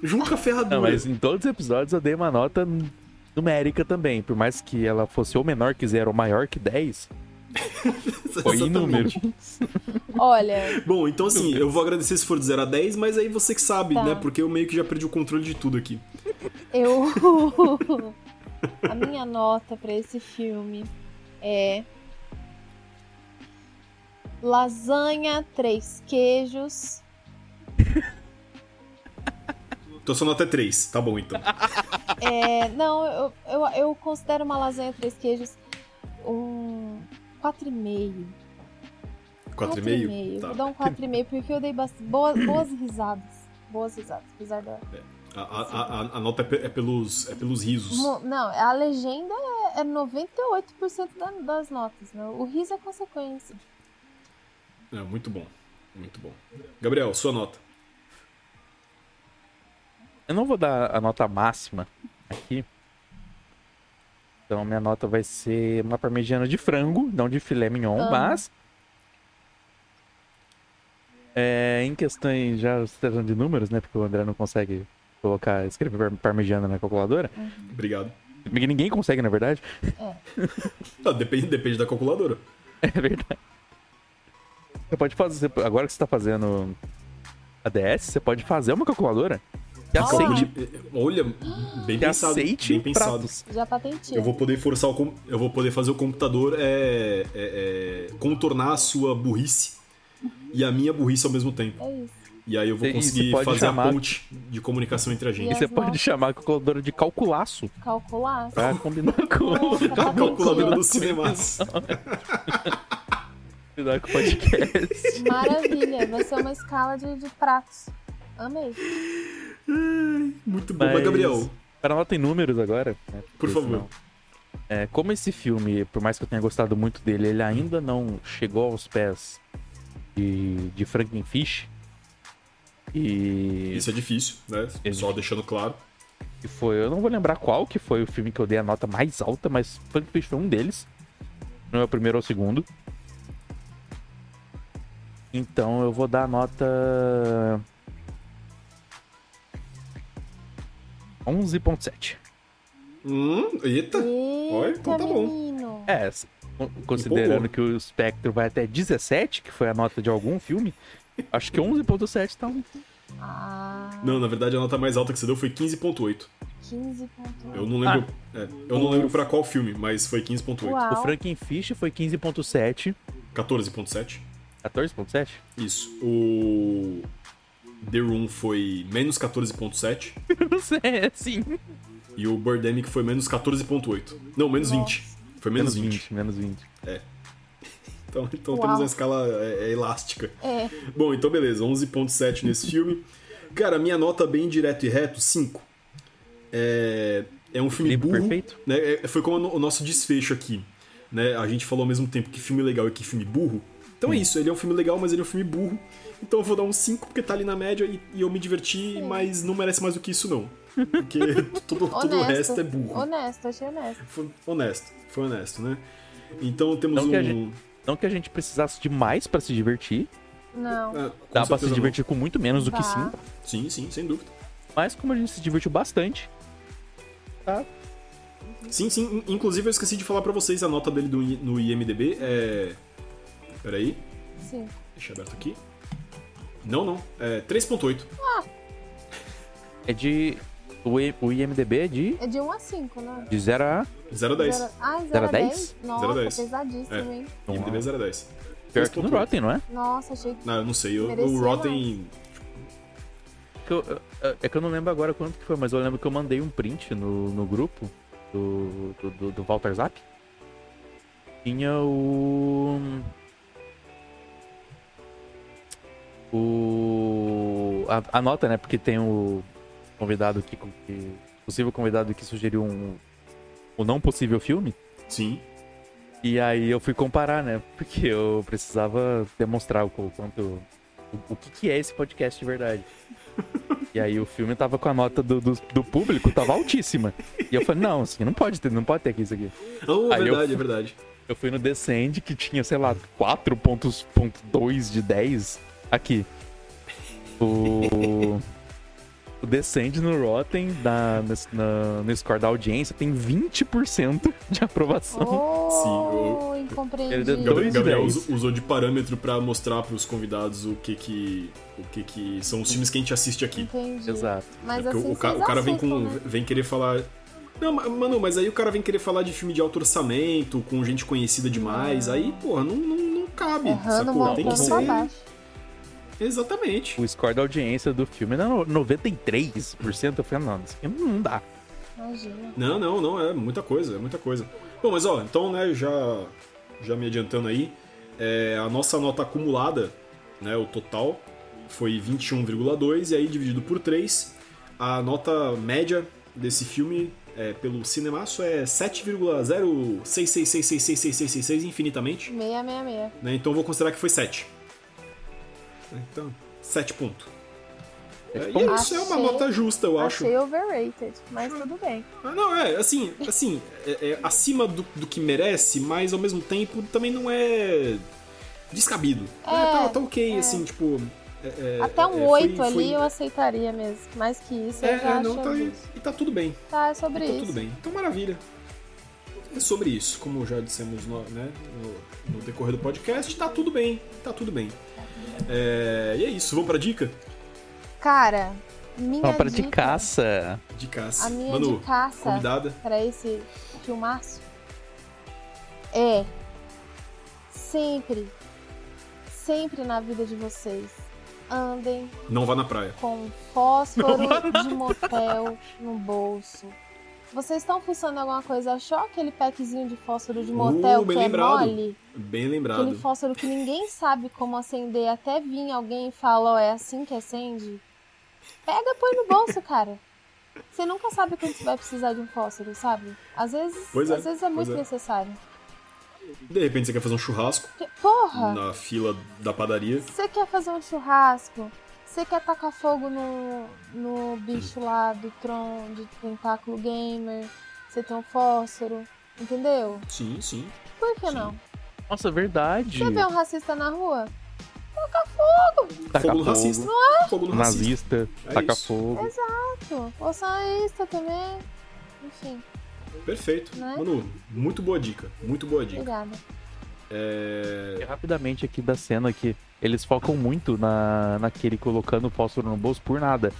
Speaker 1: junto com a ferradura. [LAUGHS]
Speaker 3: Não, mas em todos os episódios eu dei uma nota numérica também. Por mais que ela fosse ou menor que zero ou maior que 10, foi em
Speaker 1: Exatamente.
Speaker 3: número.
Speaker 2: Olha,
Speaker 1: Bom, então assim, eu vou agradecer se for de 0 a 10, mas aí você que sabe,
Speaker 2: Tá.
Speaker 1: né? Porque eu meio que já perdi o controle de tudo aqui.
Speaker 2: eu. [LAUGHS] a minha nota pra esse filme é. Lasanha, três queijos.
Speaker 1: Então sua nota é 3, tá bom
Speaker 2: [LAUGHS]
Speaker 1: então.
Speaker 2: É, não, eu, eu, eu considero uma lasanha, três queijos um. 4,5.
Speaker 1: 4,5?
Speaker 2: Vou
Speaker 1: Tá.
Speaker 2: dar um 4,5 porque eu dei bas- boa- boas risadas. Boas risadas, apesar da.
Speaker 1: A, a- a- a nota é, pe- é pelos, é pelos risos.
Speaker 2: Mo- Não, a legenda é- é 98% da- das notas, né? O riso é consequência.
Speaker 1: É, muito bom, muito bom. Gabriel, sua nota.
Speaker 3: Eu não vou dar a nota máxima aqui. Então minha nota vai ser uma parmegiana de frango, não de filé mignon,
Speaker 2: Amo.
Speaker 3: mas. É, em questões já se tratando de números, né? Porque o André não consegue colocar, escrever par- parmegiana na calculadora.
Speaker 1: Obrigado.
Speaker 3: Porque ninguém consegue, na verdade.
Speaker 1: Ah, depende, depende da calculadora.
Speaker 3: É verdade. Você pode fazer. Agora que você tá fazendo ADS, você pode fazer uma calculadora que
Speaker 2: Olha.
Speaker 3: aceite,
Speaker 1: é, Olha, bem
Speaker 3: que
Speaker 1: pensado.
Speaker 3: aceite
Speaker 1: Bem pensado.
Speaker 3: pratos.
Speaker 2: Já patenteei.
Speaker 1: Eu vou poder forçar o com- eu vou poder fazer o computador é, é, é, contornar a sua burrice e a minha burrice ao mesmo tempo.
Speaker 2: É isso.
Speaker 1: E aí eu vou
Speaker 3: E
Speaker 1: conseguir
Speaker 3: você pode
Speaker 1: fazer
Speaker 3: chamar-
Speaker 1: a ponte de comunicação entre a gente.
Speaker 3: E
Speaker 2: Yes,
Speaker 3: você pode
Speaker 2: nossa.
Speaker 3: chamar com o calculador de calculaço
Speaker 2: Calcular.
Speaker 3: pra combinar com
Speaker 1: [LAUGHS]
Speaker 2: Nossa, tá
Speaker 1: Calculadora
Speaker 2: tranquilo.
Speaker 1: dos
Speaker 2: [LAUGHS]
Speaker 1: cinemas.
Speaker 3: combinar com o
Speaker 1: [LAUGHS]
Speaker 3: podcast.
Speaker 2: Maravilha, vai ser uma escala de, de pratos. Amei.
Speaker 1: Muito bom. Mas,
Speaker 3: Mas-
Speaker 1: Gabriel,
Speaker 3: Para nota em números agora. né,
Speaker 1: por
Speaker 3: porque
Speaker 1: favor.
Speaker 3: senão- É, como esse filme, por mais que eu tenha gostado muito dele, ele ainda não chegou aos pés de, de Frankenfish. E
Speaker 1: Isso é difícil, né?
Speaker 3: Isso.
Speaker 1: Só deixando claro.
Speaker 3: que foi. Eu não vou lembrar qual que foi o filme que eu dei a nota mais alta, mas Frankenfish foi um deles. Não é o primeiro ou o segundo. Então eu vou dar a nota. 11.7.
Speaker 1: Hum, [LAUGHS] eita. Olha,
Speaker 2: Eita,
Speaker 1: então tá bom.
Speaker 2: menino.
Speaker 3: É, s- con- considerando
Speaker 1: Empolgou.
Speaker 3: que o espectro vai até 17, que foi a nota de algum filme, acho que 11.7 tá um.
Speaker 2: Ah,
Speaker 1: Não, na verdade a nota mais alta que você deu foi 15.8.
Speaker 2: 15
Speaker 1: Eu não lembro,
Speaker 3: Ah.
Speaker 1: é, eu não lembro para qual filme, mas foi 15.8.
Speaker 3: O
Speaker 2: Uau.
Speaker 3: Frankenfish foi 15.7,
Speaker 1: 14.7.
Speaker 3: 14.7?
Speaker 1: Isso. O The Room foi menos 14.7
Speaker 3: Eu [LAUGHS] não sei, é assim.
Speaker 1: e o Birdemic foi menos 14.8. Não, menos
Speaker 2: Nossa.
Speaker 1: 20. Foi menos 20.
Speaker 3: menos 20.
Speaker 1: Então, então
Speaker 2: Uau.
Speaker 1: temos uma escala é, é, elástica.
Speaker 2: É,
Speaker 1: Bom, então beleza, 11.7 nesse filme. Cara, minha nota bem direto e reto, 5. É, é um filme
Speaker 3: Livro
Speaker 1: burro.
Speaker 3: perfeito?
Speaker 1: né? É, Foi como o nosso desfecho aqui. Né? A gente falou ao mesmo tempo que filme legal e que filme burro.
Speaker 3: Hum.
Speaker 1: Então é isso, ele é um filme legal, mas ele é um filme burro. Então eu vou dar um 5, porque tá ali na média e, e eu me diverti, mas não merece mais do que isso, não. Porque todo, todo o
Speaker 2: honesto.
Speaker 1: resto é burro.
Speaker 2: Honesto, achei honesto.
Speaker 1: Foi honesto, foi honesto, né? Então temos
Speaker 3: Não que a
Speaker 1: um.
Speaker 3: Não que a gente precisasse de mais pra se divertir.
Speaker 2: Não.
Speaker 1: Ah, com
Speaker 3: Dá pra se
Speaker 1: certeza
Speaker 3: divertir com muito menos do
Speaker 2: Dá.
Speaker 3: que 5.
Speaker 1: não. Sim, sim, sem dúvida.
Speaker 3: Mas como a gente se divertiu bastante, Tá.
Speaker 1: Sim, sim. in- Inclusive eu esqueci de falar pra vocês a nota dele do I- no IMDB é. Peraí,
Speaker 2: Sim.
Speaker 1: deixa aberto aqui. Não, não. É 3.8.
Speaker 3: é de. O, I- o IMDB é de.
Speaker 2: É de 1 a 5, né?
Speaker 3: De 0 a.
Speaker 1: 0 a 10.
Speaker 2: Zero- Ah, 0
Speaker 3: Zero
Speaker 2: a
Speaker 3: a
Speaker 2: 10? Nossa,
Speaker 1: Zero a 10.
Speaker 2: pesadíssimo,
Speaker 1: É.
Speaker 2: hein?
Speaker 1: IMDB 0 a 10.
Speaker 3: Pior que um. no
Speaker 1: 3.8.
Speaker 3: Rotten, não é?
Speaker 2: Nossa, achei
Speaker 1: [LAUGHS]
Speaker 2: que.
Speaker 1: Não, Ah, eu não sei. Eu,
Speaker 2: Merecia
Speaker 1: o Rotten.
Speaker 3: Que eu- é- é que eu não lembro agora quanto que foi, mas eu lembro que eu mandei um print no, no grupo do, do, do- do Walter Zap. Tinha o. O. A, a nota, né? Porque tem o convidado que. que possível convidado que sugeriu um. O não possível filme.
Speaker 1: Sim.
Speaker 3: E aí eu fui comparar, né? [LAUGHS] Porque eu precisava demonstrar o qu- quanto. O, o que, que é esse podcast de verdade. E aí o filme tava com a nota do, do, do público, tava altíssima. E eu falei, não, assim, não pode ter, não pode ter aqui isso aqui.
Speaker 1: Oh, é
Speaker 3: Aí eu-
Speaker 1: verdade, é
Speaker 3: [LAUGHS]
Speaker 1: verdade.
Speaker 3: Eu fui no Descend, que tinha, sei lá, 4.2 de 10 aqui. O. [LAUGHS] O Descend no Rotten, na, no, na- no score da audiência, tem 20% de aprovação.
Speaker 2: Oh,
Speaker 3: Ele deu
Speaker 2: incompreendido.
Speaker 1: Gabriel,
Speaker 3: Dois
Speaker 1: Gabriel
Speaker 3: e dez.
Speaker 1: us- usou de parâmetro pra mostrar pros convidados o que que o que que são os filmes que a gente assiste aqui.
Speaker 2: Entendi.
Speaker 3: Exato.
Speaker 2: Mas
Speaker 1: É porque
Speaker 2: assim,
Speaker 1: o, ca-
Speaker 2: vocês
Speaker 1: o cara vem
Speaker 2: assustam,
Speaker 1: com
Speaker 2: né?
Speaker 1: vem querer falar não, ma- mano, mas aí o cara vem querer falar de filme de alto orçamento, com gente conhecida demais, aí, porra, não, não, não cabe,
Speaker 2: Errando,
Speaker 1: sacou? Tem que
Speaker 2: voltando pra
Speaker 1: ser...
Speaker 2: baixo.
Speaker 1: Exatamente.
Speaker 3: O score da audiência do filme era no- 93%. Eu falei, não, isso aqui não dá.
Speaker 2: Imagina.
Speaker 1: Não, não, não, é muita coisa, é muita coisa. Bom, mas ó, então, né, já, já me adiantando aí, é, a nossa nota acumulada, né, o total, foi 21,2 e aí dividido por 3, a nota média desse filme é, pelo Cinemaço é 7,066666666 infinitamente,
Speaker 2: 666.
Speaker 1: né, então eu vou considerar que foi 7. Então, 7 pontos.
Speaker 3: É,
Speaker 1: É,
Speaker 3: tipo,
Speaker 1: e isso é uma
Speaker 2: Achei-
Speaker 1: nota justa, eu acho.
Speaker 2: Achei overrated, mas tudo bem.
Speaker 1: Ah, Não, é, assim, assim, é- é acima do, do que merece, mas ao mesmo tempo também não é descabido. É, tá, tá ok, assim, tipo. é- é-
Speaker 2: Até
Speaker 1: é,
Speaker 2: um
Speaker 1: foi-
Speaker 2: 8 ali
Speaker 1: foi-
Speaker 2: eu aceitaria mesmo. Mais que isso,
Speaker 1: É,
Speaker 2: eu já
Speaker 1: é, não,
Speaker 2: acho
Speaker 1: tá, e,
Speaker 2: justo.
Speaker 1: e tá tudo bem.
Speaker 2: Tá, é
Speaker 1: Tá
Speaker 2: sobre isso.
Speaker 1: tudo bem. Então, maravilha. É sobre isso, como já dissemos no, né, no, no decorrer do podcast, tá tudo bem, tá tudo bem. É, e é isso, vamos pra dica?
Speaker 2: Cara, minha
Speaker 3: Uma para de
Speaker 2: dica,
Speaker 3: caça.
Speaker 1: De caça.
Speaker 2: a minha é
Speaker 1: Manu,
Speaker 2: de caça
Speaker 1: convidada.
Speaker 2: pra esse filmaço é sempre, sempre na vida de vocês. Andem
Speaker 1: Não vá na praia.
Speaker 2: com
Speaker 1: [LAUGHS]
Speaker 2: fósforo
Speaker 3: Não vai
Speaker 2: de motel no bolso. Vocês estão fuçando alguma coisa? Achou aquele packzinho de fósforo de motel
Speaker 1: Uh,
Speaker 2: que
Speaker 1: bem
Speaker 2: é
Speaker 1: lembrado.
Speaker 2: mole?
Speaker 1: Bem
Speaker 2: Aquele
Speaker 1: lembrado.
Speaker 2: fósforo que ninguém sabe como acender, até vir alguém e fala, ó, é assim que acende. Pega, põe no bolso,
Speaker 1: [LAUGHS]
Speaker 2: cara. Você nunca sabe quando você vai precisar de um fósforo, sabe? Às vezes,
Speaker 1: Pois é,
Speaker 2: às vezes é
Speaker 1: pois
Speaker 2: muito
Speaker 1: é.
Speaker 2: necessário.
Speaker 1: De repente você quer fazer um churrasco
Speaker 2: Porque,
Speaker 3: Ah.
Speaker 2: porra,
Speaker 1: na fila da padaria.
Speaker 2: você quer fazer um churrasco, você quer tacar fogo no, no bicho lá do Tron, de Tentáculo Gamer, você tem um fósforo, entendeu?
Speaker 1: Sim, sim.
Speaker 2: Por que não?
Speaker 3: Nossa, verdade.
Speaker 2: Você vê um racista na rua?
Speaker 1: fogo
Speaker 3: Taca
Speaker 1: no
Speaker 3: fogo, Ah.
Speaker 1: racista. Fogo no racista.
Speaker 3: nazista,
Speaker 1: É
Speaker 3: taca
Speaker 1: isso.
Speaker 3: fogo.
Speaker 2: Pô, Ou saísta também. Enfim.
Speaker 1: Perfeito.
Speaker 2: Né?
Speaker 1: Manu, muito boa dica. Muito boa dica.
Speaker 2: Obrigada.
Speaker 1: É.
Speaker 3: E Rapidamente aqui da cena que eles focam muito na, naquele colocando o fósforo no bolso por nada.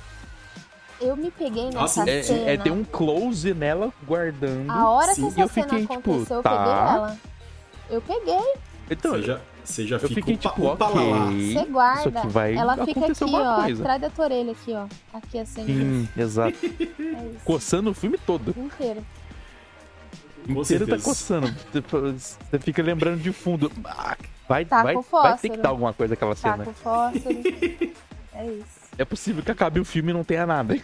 Speaker 2: Eu me peguei nessa
Speaker 1: Nossa,
Speaker 3: É,
Speaker 2: cena.
Speaker 3: é, tem um close nela guardando.
Speaker 2: A hora
Speaker 1: Sim.
Speaker 2: que
Speaker 3: E eu
Speaker 2: essa cena
Speaker 3: fiquei, tipo,
Speaker 2: aconteceu, eu
Speaker 3: tá.
Speaker 2: peguei ela. Eu peguei,
Speaker 3: Então,
Speaker 1: Você já, você já
Speaker 3: eu
Speaker 1: fica
Speaker 3: fiquei
Speaker 1: um pa-
Speaker 3: tipo,
Speaker 1: um palalá.
Speaker 3: ok.
Speaker 2: você guarda.
Speaker 3: Isso aqui vai
Speaker 2: ela fica
Speaker 3: acontecer
Speaker 2: aqui,
Speaker 3: alguma
Speaker 2: ó,
Speaker 3: coisa. Hum,
Speaker 2: atrás da tua orelha aqui, ó. Aqui assim.
Speaker 3: Sim,
Speaker 2: [LAUGHS]
Speaker 3: exato.
Speaker 2: É isso.
Speaker 3: Coçando o filme todo.
Speaker 2: Inteiro.
Speaker 1: Com
Speaker 3: inteiro tá
Speaker 1: certeza.
Speaker 3: coçando. Tipo, Você fica lembrando de fundo. Ah, Vai,
Speaker 2: Taca
Speaker 3: vai,
Speaker 2: o
Speaker 3: vai ter que
Speaker 2: fósforo. Tá
Speaker 3: dar alguma coisa aquela cena.
Speaker 2: Saco fósforo. é
Speaker 3: [LAUGHS]
Speaker 2: isso.
Speaker 3: É possível que acabe o filme e não tenha nada.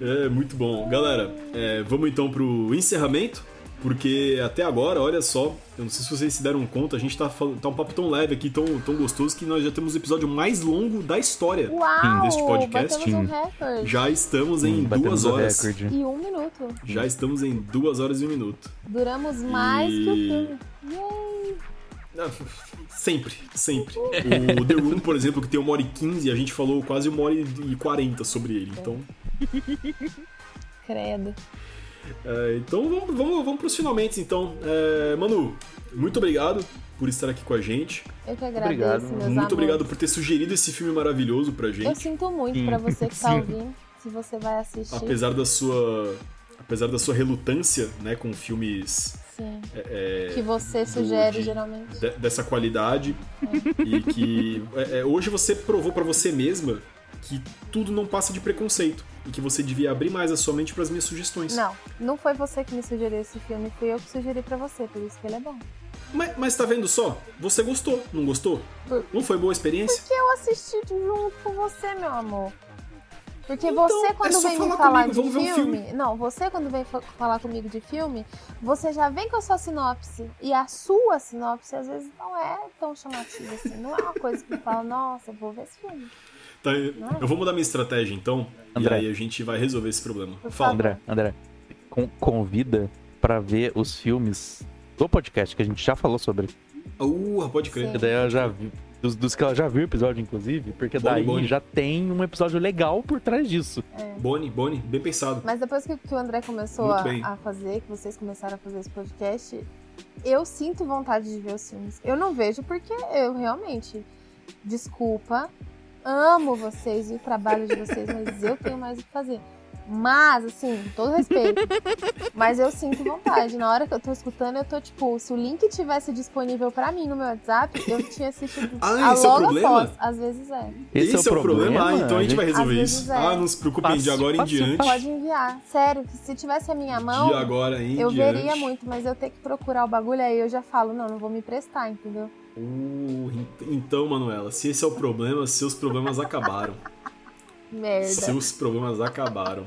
Speaker 1: É, muito bom. Galera, é, vamos então pro encerramento, porque até agora, olha só, eu não sei se vocês se deram conta, a gente tá, fal- tá um papo tão leve aqui, tão, tão gostoso, que nós já temos o episódio mais longo da história.
Speaker 3: Hum,
Speaker 2: Uau!
Speaker 1: Deste podcast,
Speaker 2: batemos um recorde.
Speaker 1: Já estamos em
Speaker 3: Hum, Batemos
Speaker 1: duas
Speaker 3: o
Speaker 1: horas.
Speaker 3: recorde.
Speaker 2: E um minuto.
Speaker 1: Já estamos em duas horas e um minuto.
Speaker 2: Duramos mais que o
Speaker 1: E-
Speaker 2: filme. Yay!
Speaker 1: Ah, [LAUGHS] Sempre, sempre. [LAUGHS] O The Room, por exemplo, que tem uma hora e quinze, a gente falou quase uma hora e quarenta sobre ele. Então,
Speaker 2: Credo.
Speaker 1: é, então vamos, vamos, vamos pros finalmente, então. É, Manu, muito obrigado por estar aqui com a gente.
Speaker 2: Eu que agradeço,
Speaker 3: Obrigado.
Speaker 2: meus
Speaker 1: Muito
Speaker 2: amores.
Speaker 1: obrigado por ter sugerido esse filme maravilhoso pra
Speaker 2: Eu
Speaker 1: gente.
Speaker 2: sinto muito
Speaker 3: Sim.
Speaker 2: pra você que tá
Speaker 3: Sim.
Speaker 2: ouvindo, se você vai assistir.
Speaker 1: Apesar da sua. Apesar da sua relutância, né, com filmes
Speaker 2: Sim.
Speaker 1: é,
Speaker 2: que você
Speaker 1: do-
Speaker 2: sugere
Speaker 1: de-
Speaker 2: geralmente.
Speaker 1: de- dessa qualidade. e que. é, é, hoje você provou pra você mesma que tudo não passa de preconceito. E que você devia abrir mais a sua mente pras minhas sugestões.
Speaker 2: Não, não foi você que me sugeriu esse filme, fui eu que sugeri pra você, por isso que ele é bom.
Speaker 1: Mas, mas tá vendo só? Você gostou, não gostou?
Speaker 2: Por-
Speaker 1: Não foi boa a experiência?
Speaker 2: Eu assisti junto com você, meu amor. Porque
Speaker 1: Então,
Speaker 2: você, quando
Speaker 1: é só
Speaker 2: vem
Speaker 1: falar
Speaker 2: me falar
Speaker 1: comigo,
Speaker 2: de
Speaker 1: vamos ver um
Speaker 2: filme. Não, você, quando vem fa- falar comigo de filme, você já vem com a sua sinopse. E a sua sinopse, às vezes, não é tão chamativa assim. Não é uma coisa que fala, nossa, vou ver esse filme.
Speaker 1: Tá, eu vou mudar minha estratégia então. E
Speaker 3: André.
Speaker 1: aí a gente vai resolver esse problema.
Speaker 2: Por
Speaker 1: Fala.
Speaker 3: André, André, con- convida pra ver os filmes do podcast que a gente já falou sobre.
Speaker 1: Uh, pode crer.
Speaker 2: Sim.
Speaker 3: Que daí ela já vi- Dos, dos que ela já viu o episódio, inclusive, porque
Speaker 1: Boni,
Speaker 3: daí
Speaker 1: boni.
Speaker 3: já tem um episódio legal por trás disso.
Speaker 1: Boni, Boni, bem pensado.
Speaker 2: Mas depois que, que o André começou
Speaker 1: Muito
Speaker 2: a,
Speaker 1: bem.
Speaker 2: a fazer, que vocês começaram a fazer esse podcast, eu sinto vontade de ver os filmes. Eu não vejo porque eu realmente, desculpa, amo vocês e o trabalho de vocês,
Speaker 1: [LAUGHS]
Speaker 2: mas eu tenho mais o que fazer. Mas, assim, com todo respeito, mas eu sinto vontade. Na hora que eu tô escutando, eu tô tipo, se o link tivesse disponível pra mim no meu WhatsApp, eu tinha assistido
Speaker 1: Ah,
Speaker 2: a
Speaker 1: esse é o
Speaker 2: logo
Speaker 1: problema?
Speaker 2: após. Às vezes é.
Speaker 3: Esse, é o problema.
Speaker 1: Ah, então a gente vai resolver
Speaker 2: Às vezes
Speaker 1: isso.
Speaker 2: é.
Speaker 1: Ah, não se preocupem, de
Speaker 3: Fácil,
Speaker 1: agora em
Speaker 3: fácil,
Speaker 1: diante.
Speaker 2: Pode enviar. Sério, que se tivesse a minha mão.
Speaker 1: de agora em
Speaker 2: Eu
Speaker 1: diante.
Speaker 2: veria muito, mas eu ter que procurar o bagulho aí, eu já falo, não, não vou me prestar, entendeu?
Speaker 1: Uh, ent- então, Manuela, se esse é o problema, seus problemas
Speaker 2: [LAUGHS]
Speaker 1: acabaram.
Speaker 2: Merda.
Speaker 1: seus problemas acabaram.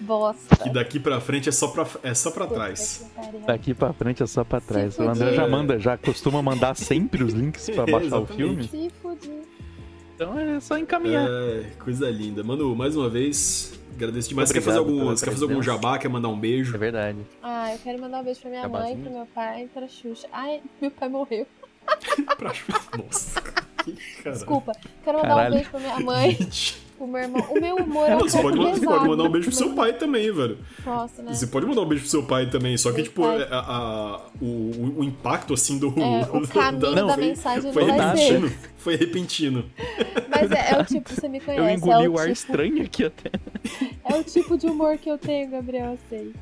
Speaker 2: Bosta.
Speaker 1: Que daqui pra frente é só pra, é só pra trás.
Speaker 2: Puta que pariu.
Speaker 3: Daqui pra frente é só pra trás.
Speaker 2: Se
Speaker 3: O André
Speaker 2: fuder.
Speaker 3: já manda, já costuma mandar sempre os links pra baixar o
Speaker 1: Exatamente.
Speaker 3: filme.
Speaker 2: Se fudir.
Speaker 3: Então é só encaminhar.
Speaker 1: É, coisa linda. Manu, mais uma vez, agradeço demais. Você quer fazer,
Speaker 3: Obrigado
Speaker 1: algum,
Speaker 3: pela
Speaker 1: você quer fazer algum
Speaker 3: presença.
Speaker 1: jabá? Quer mandar um beijo? [LAUGHS]
Speaker 3: É verdade.
Speaker 2: Ah, eu quero mandar um beijo pra minha mãe,
Speaker 3: Jabazinho?
Speaker 2: pro meu pai, pra Xuxa. Ai, [LAUGHS] meu pai morreu.
Speaker 1: pra... Nossa. que caralho.
Speaker 2: Desculpa. Quero mandar um
Speaker 3: Caralho.
Speaker 2: beijo pra minha mãe,
Speaker 1: Gente,
Speaker 2: pro meu irmão. O meu humor é um
Speaker 1: não, você
Speaker 2: pouco
Speaker 1: pode, mandar- você
Speaker 2: pesado.
Speaker 1: pode mandar um beijo pro seu pai também, velho.
Speaker 2: Posso, né?
Speaker 1: Você pode mandar um beijo pro seu pai também, só que,
Speaker 2: Meu
Speaker 1: tipo,
Speaker 2: pai.
Speaker 1: a- a- o, o- o impacto, assim, do...
Speaker 2: É,
Speaker 1: [LAUGHS]
Speaker 2: o caminho da
Speaker 1: foi-
Speaker 2: mensagem
Speaker 1: foi
Speaker 2: não
Speaker 3: vai ser.
Speaker 1: repentino. Foi repentino.
Speaker 2: Mas é, é o tipo, você me conhece.
Speaker 3: Eu engoli
Speaker 2: é,
Speaker 3: o ar
Speaker 2: tipo,
Speaker 3: estranho aqui até.
Speaker 2: é o tipo de humor que eu tenho, Gabriel Aceite.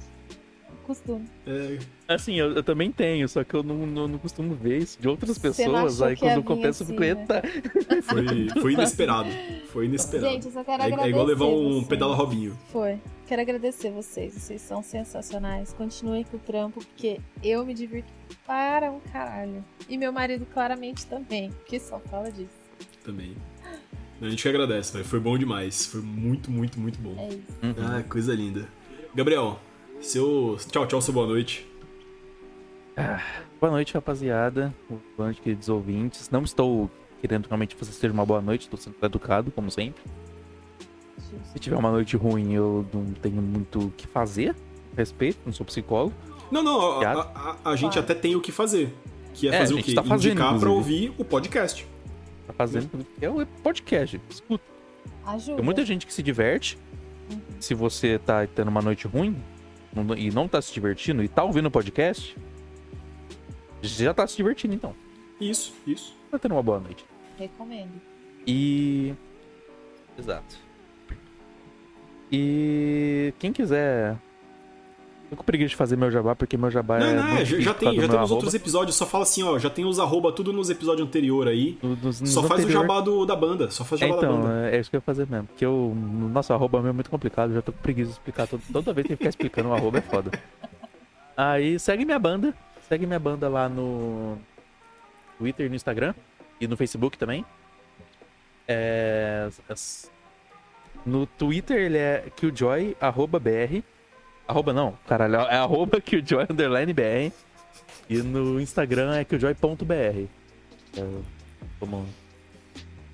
Speaker 2: costume.
Speaker 1: É,
Speaker 3: Assim, eu, eu também tenho, só que eu não, não, não costumo ver isso de outras
Speaker 2: Você não
Speaker 3: pessoas.
Speaker 2: achou
Speaker 3: Aí
Speaker 2: que
Speaker 3: quando
Speaker 2: ia
Speaker 3: eu
Speaker 2: vir
Speaker 3: confesso, eu
Speaker 2: assim,
Speaker 3: fico,
Speaker 2: né?
Speaker 3: eita.
Speaker 1: foi, foi inesperado. Foi inesperado.
Speaker 2: Gente, eu só quero
Speaker 1: é,
Speaker 2: agradecer.
Speaker 1: é igual levar um
Speaker 2: vocês.
Speaker 1: pedala Robinho.
Speaker 2: Foi. Quero agradecer vocês. Vocês são sensacionais. Continuem com o trampo, porque eu me divirto para um caralho. E meu marido claramente também, que só fala disso.
Speaker 1: também. A gente que agradece, velho. Foi bom demais. Foi muito, muito, muito bom.
Speaker 2: É isso.
Speaker 1: Ah, coisa linda. Gabriel, seu. Tchau, tchau, sua boa noite.
Speaker 3: [LAUGHS] Boa noite, rapaziada. Boa noite, queridos ouvintes. Não estou querendo realmente que vocês sejam uma boa noite, estou sendo educado, como sempre.
Speaker 2: Justo.
Speaker 3: Se tiver uma noite ruim, eu não tenho muito o que fazer. Respeito, não sou psicólogo.
Speaker 1: Não, não, a,
Speaker 3: Obrigado.
Speaker 1: a- a- a gente
Speaker 2: Claro.
Speaker 1: até tem o que fazer. Que é,
Speaker 3: É,
Speaker 1: fazer
Speaker 3: a
Speaker 1: o
Speaker 3: gente
Speaker 1: quê?
Speaker 3: tá fazendo,
Speaker 1: Indicar pra
Speaker 3: inclusive.
Speaker 1: ouvir o podcast.
Speaker 3: Tá fazendo tudo que é o podcast. Escuta.
Speaker 2: Ajuda.
Speaker 3: Tem muita gente que se diverte. Se você tá tendo uma noite ruim não- e não tá se divertindo e tá ouvindo o podcast, já tá se divertindo então.
Speaker 1: Isso, isso.
Speaker 3: Tá tendo uma boa noite.
Speaker 2: Recomendo.
Speaker 3: E. Exato. E quem quiser. Eu com preguiça de fazer meu jabá, porque meu jabá
Speaker 1: não,
Speaker 3: é.
Speaker 1: não,
Speaker 3: muito
Speaker 1: já,
Speaker 3: difícil
Speaker 1: já
Speaker 3: por
Speaker 1: tem,
Speaker 3: causa
Speaker 1: já
Speaker 3: do meu
Speaker 1: tem nos
Speaker 3: arroba.
Speaker 1: outros episódios. Só fala assim, ó, já tem os arroba tudo nos episódios anteriores aí.
Speaker 3: Do- dos-
Speaker 1: Só
Speaker 3: nos
Speaker 1: faz o
Speaker 3: anterior.
Speaker 1: jabá do, da banda. Só faz o
Speaker 3: É,
Speaker 1: jabá da
Speaker 3: então,
Speaker 1: banda.
Speaker 3: é é isso que eu ia fazer mesmo. Porque eu. Nossa, o arroba meu é muito complicado, eu já tô com preguiça de explicar. Toda, toda vez tem que ficar explicando o arroba é foda. Aí segue minha banda. Segue minha banda lá no Twitter, no Instagram e no Facebook também. É, as- No Twitter ele é Killjoy, arroba BR. Arroba não, caralho, é arroba Killjoy underline BR. E no Instagram é Killjoy.br. É, como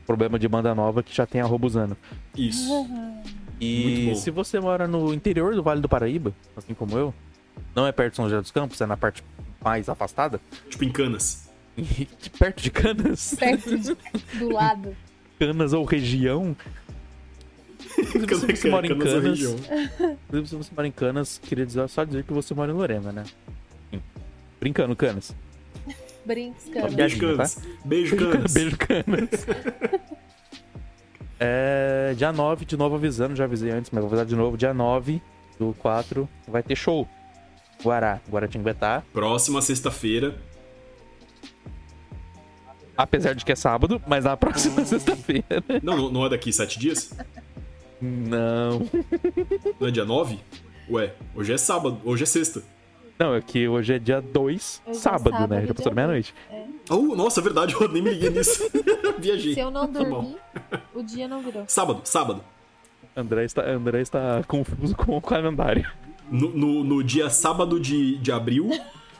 Speaker 3: problema de banda nova que já tem arroba usando.
Speaker 1: Isso.
Speaker 2: Uhum.
Speaker 1: Muito
Speaker 3: E
Speaker 1: bom.
Speaker 3: se você mora no interior do Vale do Paraíba, assim como eu, não é perto de São José dos Campos, é na parte mais afastada, [LAUGHS]
Speaker 1: Tipo, em canas.
Speaker 3: e de perto
Speaker 1: [LAUGHS]
Speaker 3: de Canas,
Speaker 2: Perto de- do lado.
Speaker 3: Canas ou
Speaker 1: [LAUGHS]
Speaker 3: região. Se
Speaker 1: Canas-
Speaker 3: você mora em
Speaker 1: canas da
Speaker 3: Canas,
Speaker 1: região.
Speaker 3: inclusive, se você mora em Canas, queria dizer- só dizer que você mora em Lorena, né? Sim. Brincando, Canas.
Speaker 1: Tá
Speaker 2: Brincando.
Speaker 3: Obrigado.
Speaker 1: Beijo,
Speaker 3: piadinha,
Speaker 1: canas. Beijo, canas.
Speaker 3: É. Beijo, Canas. É, dia 9, de novo avisando, já avisei antes, mas vou avisar de novo. Dia 9 do 4 vai ter show. Guará, Guaratinguetá.
Speaker 1: Próxima sexta-feira.
Speaker 3: Apesar de que é sábado, mas na
Speaker 2: Hum.
Speaker 3: próxima sexta-feira.
Speaker 1: Não, não, não é daqui sete dias?
Speaker 3: Não.
Speaker 1: Não é dia 9? Ué, hoje é sábado, hoje é sexta.
Speaker 3: Não, é que hoje é dia 2,
Speaker 2: Hoje é
Speaker 3: sábado, né?
Speaker 2: sábado,
Speaker 3: Já passou
Speaker 2: dia
Speaker 3: da meia-noite.
Speaker 1: Oh, nossa, é verdade, eu nem me liguei nisso. [LAUGHS] Viajei.
Speaker 2: Se eu não
Speaker 1: Tá bom.
Speaker 2: dormir, o dia não virou.
Speaker 1: Sábado, sábado.
Speaker 3: André está, André está confuso com o calendário.
Speaker 1: No, no- no dia sábado de, de abril,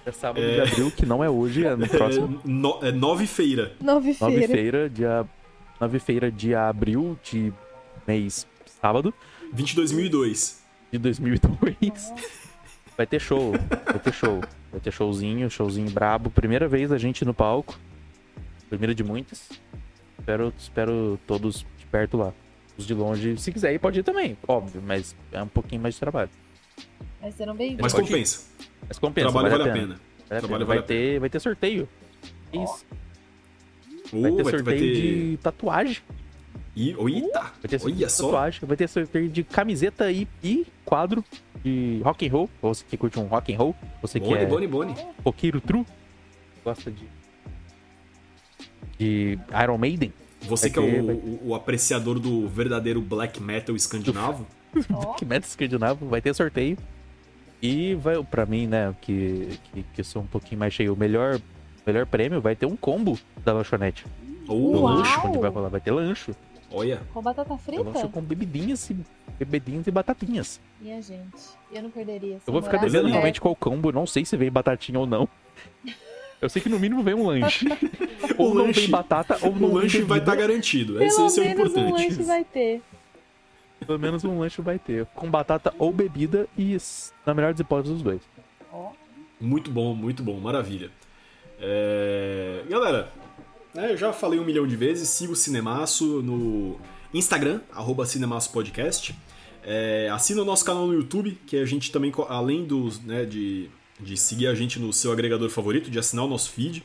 Speaker 3: É sábado de abril, que não é hoje, é no próximo.
Speaker 1: é, no, é nove feira.
Speaker 2: Nove-feira.
Speaker 3: Nove-feira, dia. Nove-feira, dia abril de mês sábado
Speaker 1: 22.002.
Speaker 3: de 2002. [LAUGHS] Vai ter show, vai ter show. Vai ter showzinho, showzinho brabo. Primeira vez a gente no palco. Primeira de muitas. Espero, espero todos de perto lá. Os de longe, se quiser ir, pode ir também, óbvio, mas é um pouquinho mais de trabalho.
Speaker 2: Mas serão bem-vindos.
Speaker 1: Mas
Speaker 3: Pode
Speaker 1: compensa.
Speaker 3: Mas compensa,
Speaker 1: Trabalho
Speaker 3: um vale a pena. Vale a
Speaker 1: Trabalho
Speaker 3: pena.
Speaker 1: vale a
Speaker 3: Vai, ter, vai ter sorteio. Isso.
Speaker 1: Ou
Speaker 3: Vai ter sorteio de tatuagem.
Speaker 1: Ih, oh, eita,
Speaker 3: Vai ter sorteio
Speaker 1: olha
Speaker 3: de
Speaker 1: só.
Speaker 3: tatuagem. Vai ter sorteio de camiseta e, e quadro de rock and roll. Pra Você que curte um rock and roll, você que
Speaker 1: Boni,
Speaker 3: é
Speaker 1: boni, boni.
Speaker 3: roqueiro true, gosta de de Iron Maiden,
Speaker 1: Você
Speaker 3: Vai
Speaker 1: que é
Speaker 3: ter-
Speaker 1: o,
Speaker 3: vai-
Speaker 1: o- o apreciador do verdadeiro black metal escandinavo,
Speaker 2: Ó,
Speaker 3: que meta escandinavo, vai ter sorteio. E vai para mim, né, que, que que eu sou um pouquinho mais cheio, o melhor melhor prêmio vai ter um combo da lanchonete.
Speaker 1: ou
Speaker 3: No
Speaker 2: Uau.
Speaker 1: lanche,
Speaker 3: lanche, onde vai rolar, vai ter lanche.
Speaker 1: olha.
Speaker 2: com batata frita?
Speaker 3: Eu lancho com bebidinhas e bebedinhas e batatinhas.
Speaker 2: Minha gente, eu não perderia. Se
Speaker 3: Eu vou ficar
Speaker 2: morasse
Speaker 3: devendo um
Speaker 2: perto-
Speaker 3: realmente qual combo, não sei se vem batatinha ou não. Eu sei que no mínimo vem um lanche. ou não
Speaker 1: lanche-
Speaker 3: vem batata, ou não
Speaker 1: O
Speaker 3: vem
Speaker 1: lanche vai tá
Speaker 3: bebida.
Speaker 1: estar garantido. Esse,
Speaker 2: Pelo
Speaker 1: esse é o
Speaker 2: menos um
Speaker 1: importante.
Speaker 2: lanche vai ter.
Speaker 3: Pelo menos um lanche vai ter. Com batata ou bebida e, s- na melhor das hipóteses, os dois.
Speaker 2: Ó,
Speaker 1: Muito bom, muito bom, maravilha. É, Galera, né, eu já falei um milhão de vezes, siga o Cinemaço no Instagram, arroba Cinemaço Podcast. É, assina o nosso canal no YouTube, que a gente também, co- além dos, né, de, de seguir a gente no seu agregador favorito, de assinar o nosso feed,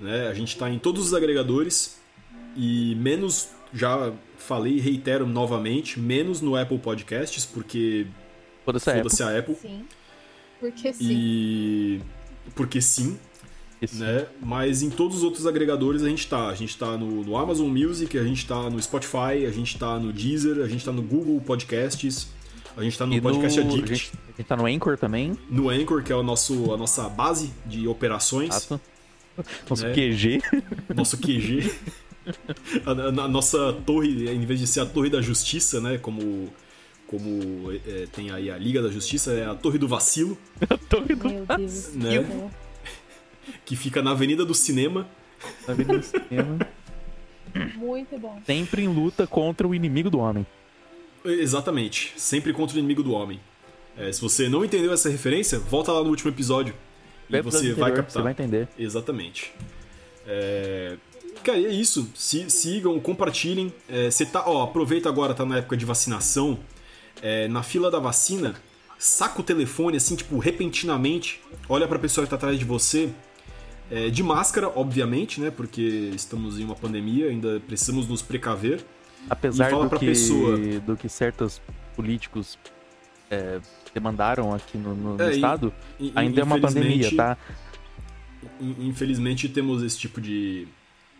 Speaker 1: né, a gente está em todos os agregadores e menos, já falei e reitero novamente, menos no Apple Podcasts, porque
Speaker 3: Toda essa época.
Speaker 1: foda-se a Apple.
Speaker 2: sim. Porque
Speaker 1: [LAUGHS]
Speaker 2: sim.
Speaker 1: E. Porque sim,
Speaker 3: Isso.
Speaker 1: né? Mas em todos os outros agregadores a gente tá. A gente tá no, no Amazon Music, a gente tá no Spotify, a gente tá no Deezer, a gente tá no Google Podcasts, a gente tá no
Speaker 3: E
Speaker 1: Podcast
Speaker 3: no-
Speaker 1: Addict,
Speaker 3: A gente, a gente tá no Anchor também.
Speaker 1: no Anchor, que é o nosso, a nossa base de operações,
Speaker 3: Exato. [LAUGHS] Nosso
Speaker 1: Né?
Speaker 3: [LAUGHS] QG.
Speaker 1: nosso
Speaker 3: [LAUGHS]
Speaker 1: QG. A, a- a nossa torre, em vez de ser a torre da justiça, né? Como, como é, tem aí a Liga da Justiça, é a torre do vacilo.
Speaker 3: Torre do
Speaker 2: Meu Deus.
Speaker 1: Né? que fica na Avenida do Cinema.
Speaker 3: Na vida do cinema.
Speaker 2: é Muito bom.
Speaker 3: Sempre em luta contra o inimigo do homem.
Speaker 1: Exatamente, sempre contra o inimigo do homem. É, se você não entendeu essa referência, volta lá no último episódio e
Speaker 3: Vai pro
Speaker 1: você
Speaker 3: episódio
Speaker 1: vai
Speaker 3: anterior,
Speaker 1: captar.
Speaker 3: Você vai entender.
Speaker 1: Exatamente. É... Cara, e é isso. Si- sigam, compartilhem. É, você tá, ó, aproveita agora, tá na época de vacinação. É, na fila da vacina, saca o telefone, assim, tipo, repentinamente. Olha pra pessoa que tá atrás de você. É, de máscara, obviamente, né? Porque estamos em uma pandemia, ainda precisamos nos precaver.
Speaker 3: Apesar
Speaker 1: E fala
Speaker 3: do
Speaker 1: pra
Speaker 3: que,
Speaker 1: pessoa.
Speaker 3: do que certos políticos é, demandaram aqui no, no- no
Speaker 1: É, e-
Speaker 3: estado,
Speaker 1: In-
Speaker 3: ainda é uma pandemia,
Speaker 1: infelizmente-
Speaker 3: tá?
Speaker 1: in- Infelizmente temos esse tipo de,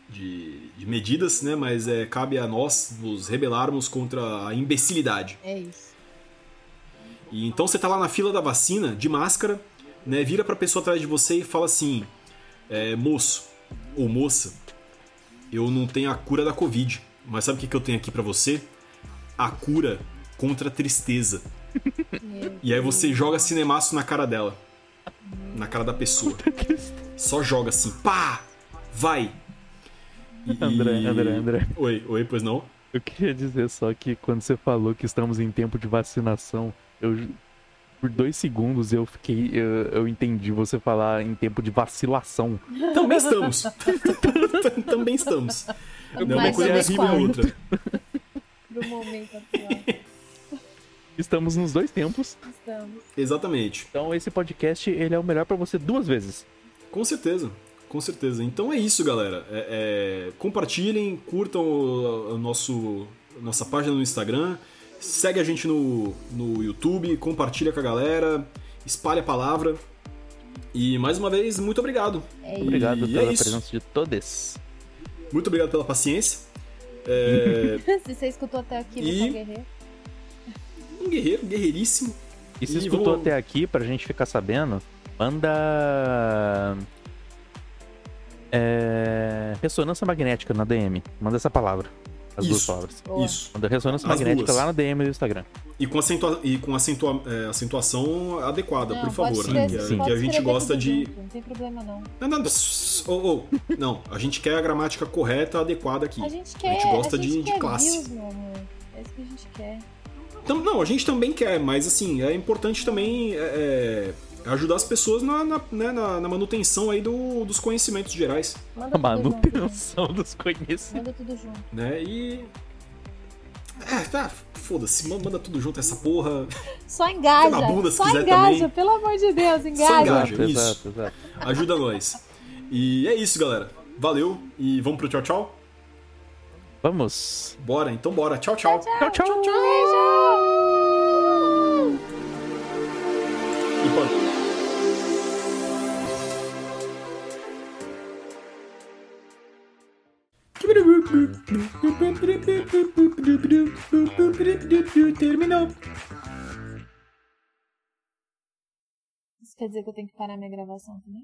Speaker 1: de, de medidas, né? Mas é, cabe a nós nos rebelarmos contra a imbecilidade.
Speaker 2: É isso.
Speaker 1: E então você tá lá na fila da vacina, de máscara, né? Vira pra pessoa atrás de você e fala assim: é, moço ou moça, eu não tenho a cura da Covid, mas sabe o que, que eu tenho aqui pra você? A cura contra a tristeza.
Speaker 2: Meu
Speaker 1: E aí você
Speaker 2: Deus.
Speaker 1: joga cinemaço na cara dela. Na cara da pessoa. Só joga assim, pá! Vai! E-
Speaker 3: André, André, André.
Speaker 1: Oi, oi, pois não?
Speaker 3: Eu queria dizer só que quando você falou que estamos em tempo de vacinação, eu ju- por dois segundos eu fiquei. Eu, eu entendi você falar em tempo de vacilação.
Speaker 1: Também estamos. [LAUGHS] Também estamos. Não, uma
Speaker 2: Mais
Speaker 1: coisa
Speaker 2: adequado.
Speaker 1: horrível é outra.
Speaker 2: Pro momento atual.
Speaker 3: Estamos nos dois tempos.
Speaker 2: Estamos. [LAUGHS]
Speaker 1: Exatamente.
Speaker 3: Então esse podcast ele é o melhor pra você duas vezes.
Speaker 1: Com certeza. Com certeza. Então é isso, galera. É- é, Compartilhem, curtam o, o nosso, nossa página no Instagram, segue a gente no, no YouTube, compartilha com a galera, espalha a palavra. E mais uma vez, muito obrigado.
Speaker 2: É isso.
Speaker 3: Obrigado
Speaker 1: E é
Speaker 3: pela
Speaker 1: isso.
Speaker 3: presença de todos.
Speaker 1: Muito obrigado pela paciência. É,
Speaker 2: Se você escutou até aqui,
Speaker 1: E-
Speaker 2: Lucas Guerreiro.
Speaker 1: um guerreiro, guerreiríssimo.
Speaker 3: E se
Speaker 1: E
Speaker 3: escutou
Speaker 1: vamos-
Speaker 3: até aqui, pra gente ficar sabendo, manda. É... Ressonância magnética na DM. Manda essa palavra. As duas
Speaker 1: Isso.
Speaker 3: palavras.
Speaker 2: Boa.
Speaker 1: Isso.
Speaker 3: Manda ressonância
Speaker 1: As
Speaker 3: magnética
Speaker 1: duas.
Speaker 3: lá na DM do Instagram.
Speaker 1: E com, acentua- e com acentua- é, acentuação adequada,
Speaker 2: Não,
Speaker 1: por favor,
Speaker 2: pode
Speaker 1: né?
Speaker 2: escrever-
Speaker 1: Que, a-
Speaker 3: sim.
Speaker 2: pode
Speaker 1: que a gente
Speaker 2: escrever
Speaker 1: gosta
Speaker 2: tudo né?
Speaker 1: de.
Speaker 2: junto, Não tem problema, não.
Speaker 1: Não, não, pss, ô, ô, não, a gente quer a gramática correta, adequada aqui.
Speaker 2: A gente quer.
Speaker 1: gosta
Speaker 2: a gente
Speaker 1: de- de
Speaker 2: quer
Speaker 1: classe.
Speaker 2: views, meu amor. É isso que a gente quer.
Speaker 1: Então, não, a gente também quer, mas assim, é importante também é, é, ajudar as pessoas na, na- né, na- na manutenção aí do- dos conhecimentos gerais,
Speaker 2: Manda
Speaker 3: A
Speaker 2: tudo
Speaker 3: manutenção dos
Speaker 2: junto.
Speaker 3: conhecimentos.
Speaker 2: Manda tudo junto.
Speaker 1: né? E. É, tá, foda-se, ma- manda tudo junto essa porra. [LAUGHS]
Speaker 2: Só engaja.
Speaker 1: Pela bunda, se
Speaker 2: só
Speaker 1: quiser
Speaker 2: engaja,
Speaker 1: também.
Speaker 2: pelo amor de Deus,
Speaker 1: Só
Speaker 2: engaja.
Speaker 1: engaja.
Speaker 3: Exato,
Speaker 1: isso.
Speaker 3: exato, exato.
Speaker 1: Ajuda nós. E é isso, galera. Valeu e vamos pro tchau, tchau?
Speaker 3: Vamos.
Speaker 1: Bora, então bora. tchau. tchau.
Speaker 3: Tchau, tchau.
Speaker 1: E parou. Terminou.
Speaker 2: Isso quer dizer que eu tenho que parar minha gravação também?